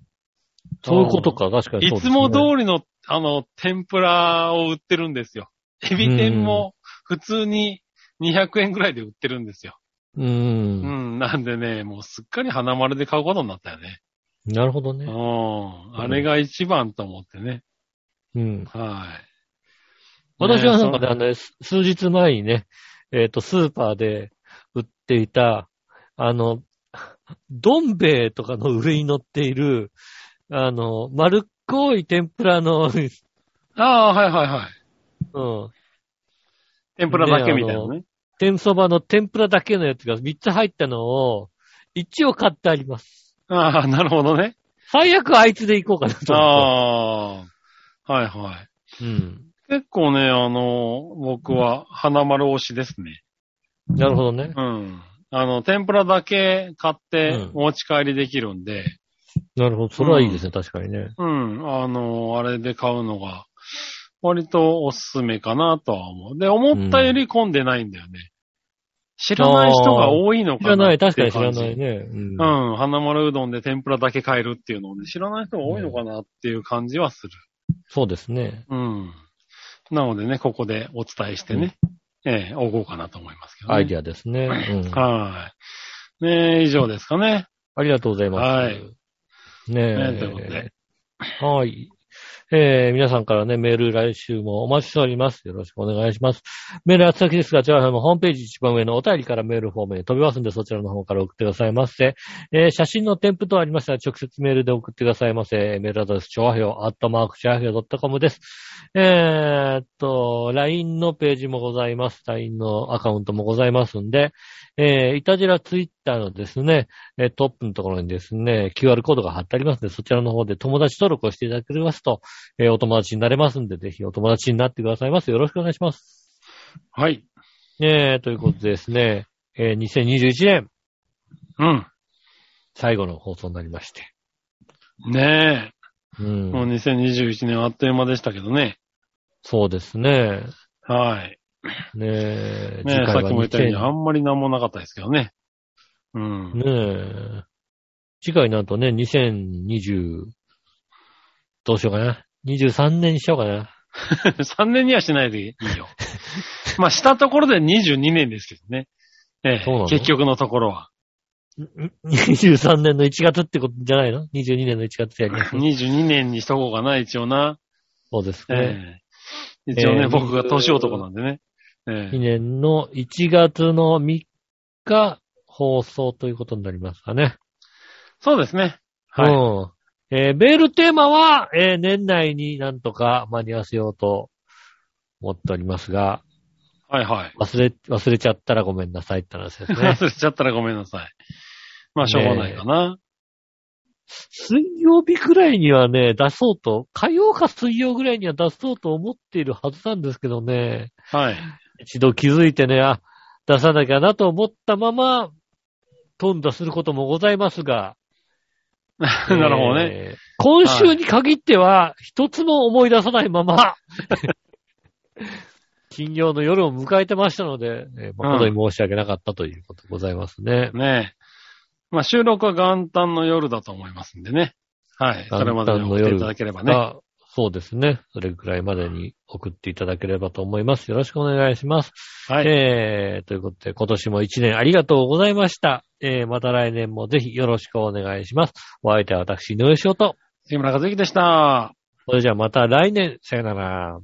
[SPEAKER 2] そういうことか、確かに
[SPEAKER 3] い
[SPEAKER 2] そうです
[SPEAKER 3] つ
[SPEAKER 2] ね、
[SPEAKER 3] も通りの、あの、天ぷらを売ってるんですよ。エビ天も普通に200円ぐらいで売ってるんですよ。
[SPEAKER 2] う。
[SPEAKER 3] うんん、なんでね、もうすっかり花丸で買うことになったよね。
[SPEAKER 2] なるほど
[SPEAKER 3] う
[SPEAKER 2] ね。
[SPEAKER 3] ん、あれが一番と思ってね。
[SPEAKER 2] うん。
[SPEAKER 3] はい。
[SPEAKER 2] 私はなんか
[SPEAKER 3] ね
[SPEAKER 2] ね、あのね、す数日前にね、えっ、と、スーパーで売っていた、あの、どん兵衛とかの上に乗っている、あの、丸っこい天ぷらの、うん。
[SPEAKER 3] ああ、はいはいはい。天ぷらだけみたいなね。
[SPEAKER 2] 天そばの天ぷらだけのやつが3つ入ったのを、一応買ってあります。
[SPEAKER 3] ああ、なるほどね。
[SPEAKER 2] 最悪あいつで行こうかなと思っ
[SPEAKER 3] ああ、はいはい。
[SPEAKER 2] て。うん。
[SPEAKER 3] 結構ね、あの、僕は花丸推しですね。
[SPEAKER 2] なるほどね。
[SPEAKER 3] うん。あの、天ぷらだけ買って
[SPEAKER 2] うん
[SPEAKER 3] お持ち帰りできるんで、
[SPEAKER 2] なるほど。それはいいですね、確かにね。
[SPEAKER 3] うん、あの、あれで買うのが、割とおすすめかなとは思う。で、思ったより混んでないんだよね。知らない人が多いの
[SPEAKER 2] 知
[SPEAKER 3] からな
[SPEAKER 2] な
[SPEAKER 3] っ
[SPEAKER 2] い、
[SPEAKER 3] てう
[SPEAKER 2] 確かに知ら
[SPEAKER 3] 感じ
[SPEAKER 2] ないね。
[SPEAKER 3] う。ん、花丸うどんで天ぷらだけ買えるっていうのをね、知らない人が多いのかなっていう感じはする。
[SPEAKER 2] そうですね。
[SPEAKER 3] うん。なのでね、ここでお伝えしてね、ええおごうかなと思いますけど、ね。
[SPEAKER 2] アイディアですね。うん。
[SPEAKER 3] はい。ねえ以上ですかね。
[SPEAKER 2] ありがとうございます。
[SPEAKER 3] はい。
[SPEAKER 2] ね
[SPEAKER 3] ね
[SPEAKER 2] え。
[SPEAKER 3] ということで
[SPEAKER 2] はい。えー、皆さんからね、メール来週もお待ちしております。よろしくお願いします。メールは宛先ですが、チャーハンのホームページ一番上のお便りからメールフォームに飛びますんで、そちらの方から送ってくださいませ。えー、写真の添付等ありましたら、直接メールで送ってくださいませ。メールアドレス、チョアヘヨ、アットマーク、チョアヘヨ .com です。えーっと、LINE のページもございます。LINE のアカウントもございますんで、えー、いたじらツイッターのですね、えートップのところにですね、QR コードが貼ってありますので、そちらの方で友達登録をしていただけますと、えーお友達になれますんで、ぜひお友達になってくださいます。よろしくお願いします。
[SPEAKER 3] はい。
[SPEAKER 2] ねえ、ということでですね、えー2021年
[SPEAKER 3] うん。
[SPEAKER 2] 最後の放送になりまして。
[SPEAKER 3] ね
[SPEAKER 2] う。
[SPEAKER 3] え。もうん2021年あっという間でしたけどね。
[SPEAKER 2] そうですね。
[SPEAKER 3] はい。
[SPEAKER 2] ねえ、
[SPEAKER 3] ねえ、さっきも言ったように、あ
[SPEAKER 2] 2000
[SPEAKER 3] んまりなんもなかったですけどね。うん。
[SPEAKER 2] ねえ、次回なんとね、2020、どうしようかな。23年にしようかな。
[SPEAKER 3] 3年にはしないでいいよ。まあ、したところで22年ですけどね。ええ
[SPEAKER 2] そうなの
[SPEAKER 3] 結局のところ は。
[SPEAKER 2] 23年の1月ってことじゃないの ?22 年の1月やります。
[SPEAKER 3] 22年にしとこうかな、一応な。
[SPEAKER 2] そうですね。
[SPEAKER 3] ええ一応ね、
[SPEAKER 2] ええ
[SPEAKER 3] 僕が年男なんでね。え
[SPEAKER 2] 2年の1月の3日放送ということになりますかね。
[SPEAKER 3] えそうですね。はい。
[SPEAKER 2] うん。えーメールテーマは、えー年内になんとか間に合わせようと思っておりますが、
[SPEAKER 3] はいはい。
[SPEAKER 2] 忘れ、忘れちゃったらごめんなさいって話ですね。
[SPEAKER 3] 忘れちゃったらごめんなさい。まあ、しょうがないかな。
[SPEAKER 2] 水曜日くらいにはね、出そうと、火曜か水曜ぐらいには出そうと思っているはずなんですけどね。
[SPEAKER 3] はい。
[SPEAKER 2] 一度気づいてね、あ、出さなきゃなと思ったまま、頓挫することもございますが。
[SPEAKER 3] なるほどね。
[SPEAKER 2] えー今週に限っては、一つも思い出さないまま、 金曜の夜を迎えてましたので、えー誠に申し訳なかったということでございますね。
[SPEAKER 3] ねえ。まあ、収録は元旦の夜だと思いますんでね。はい。それまでに送っていただければね。
[SPEAKER 2] がそうですね。それくらいまでに送っていただければと思います。よろしくお願いします。
[SPEAKER 3] はい。
[SPEAKER 2] えー、ということで、今年も一年ありがとうございました。えー、また来年もぜひよろしくお願いします。お相手は私、井上翔と。
[SPEAKER 3] 杉村和之でした。
[SPEAKER 2] それじゃあまた来年、さよなら。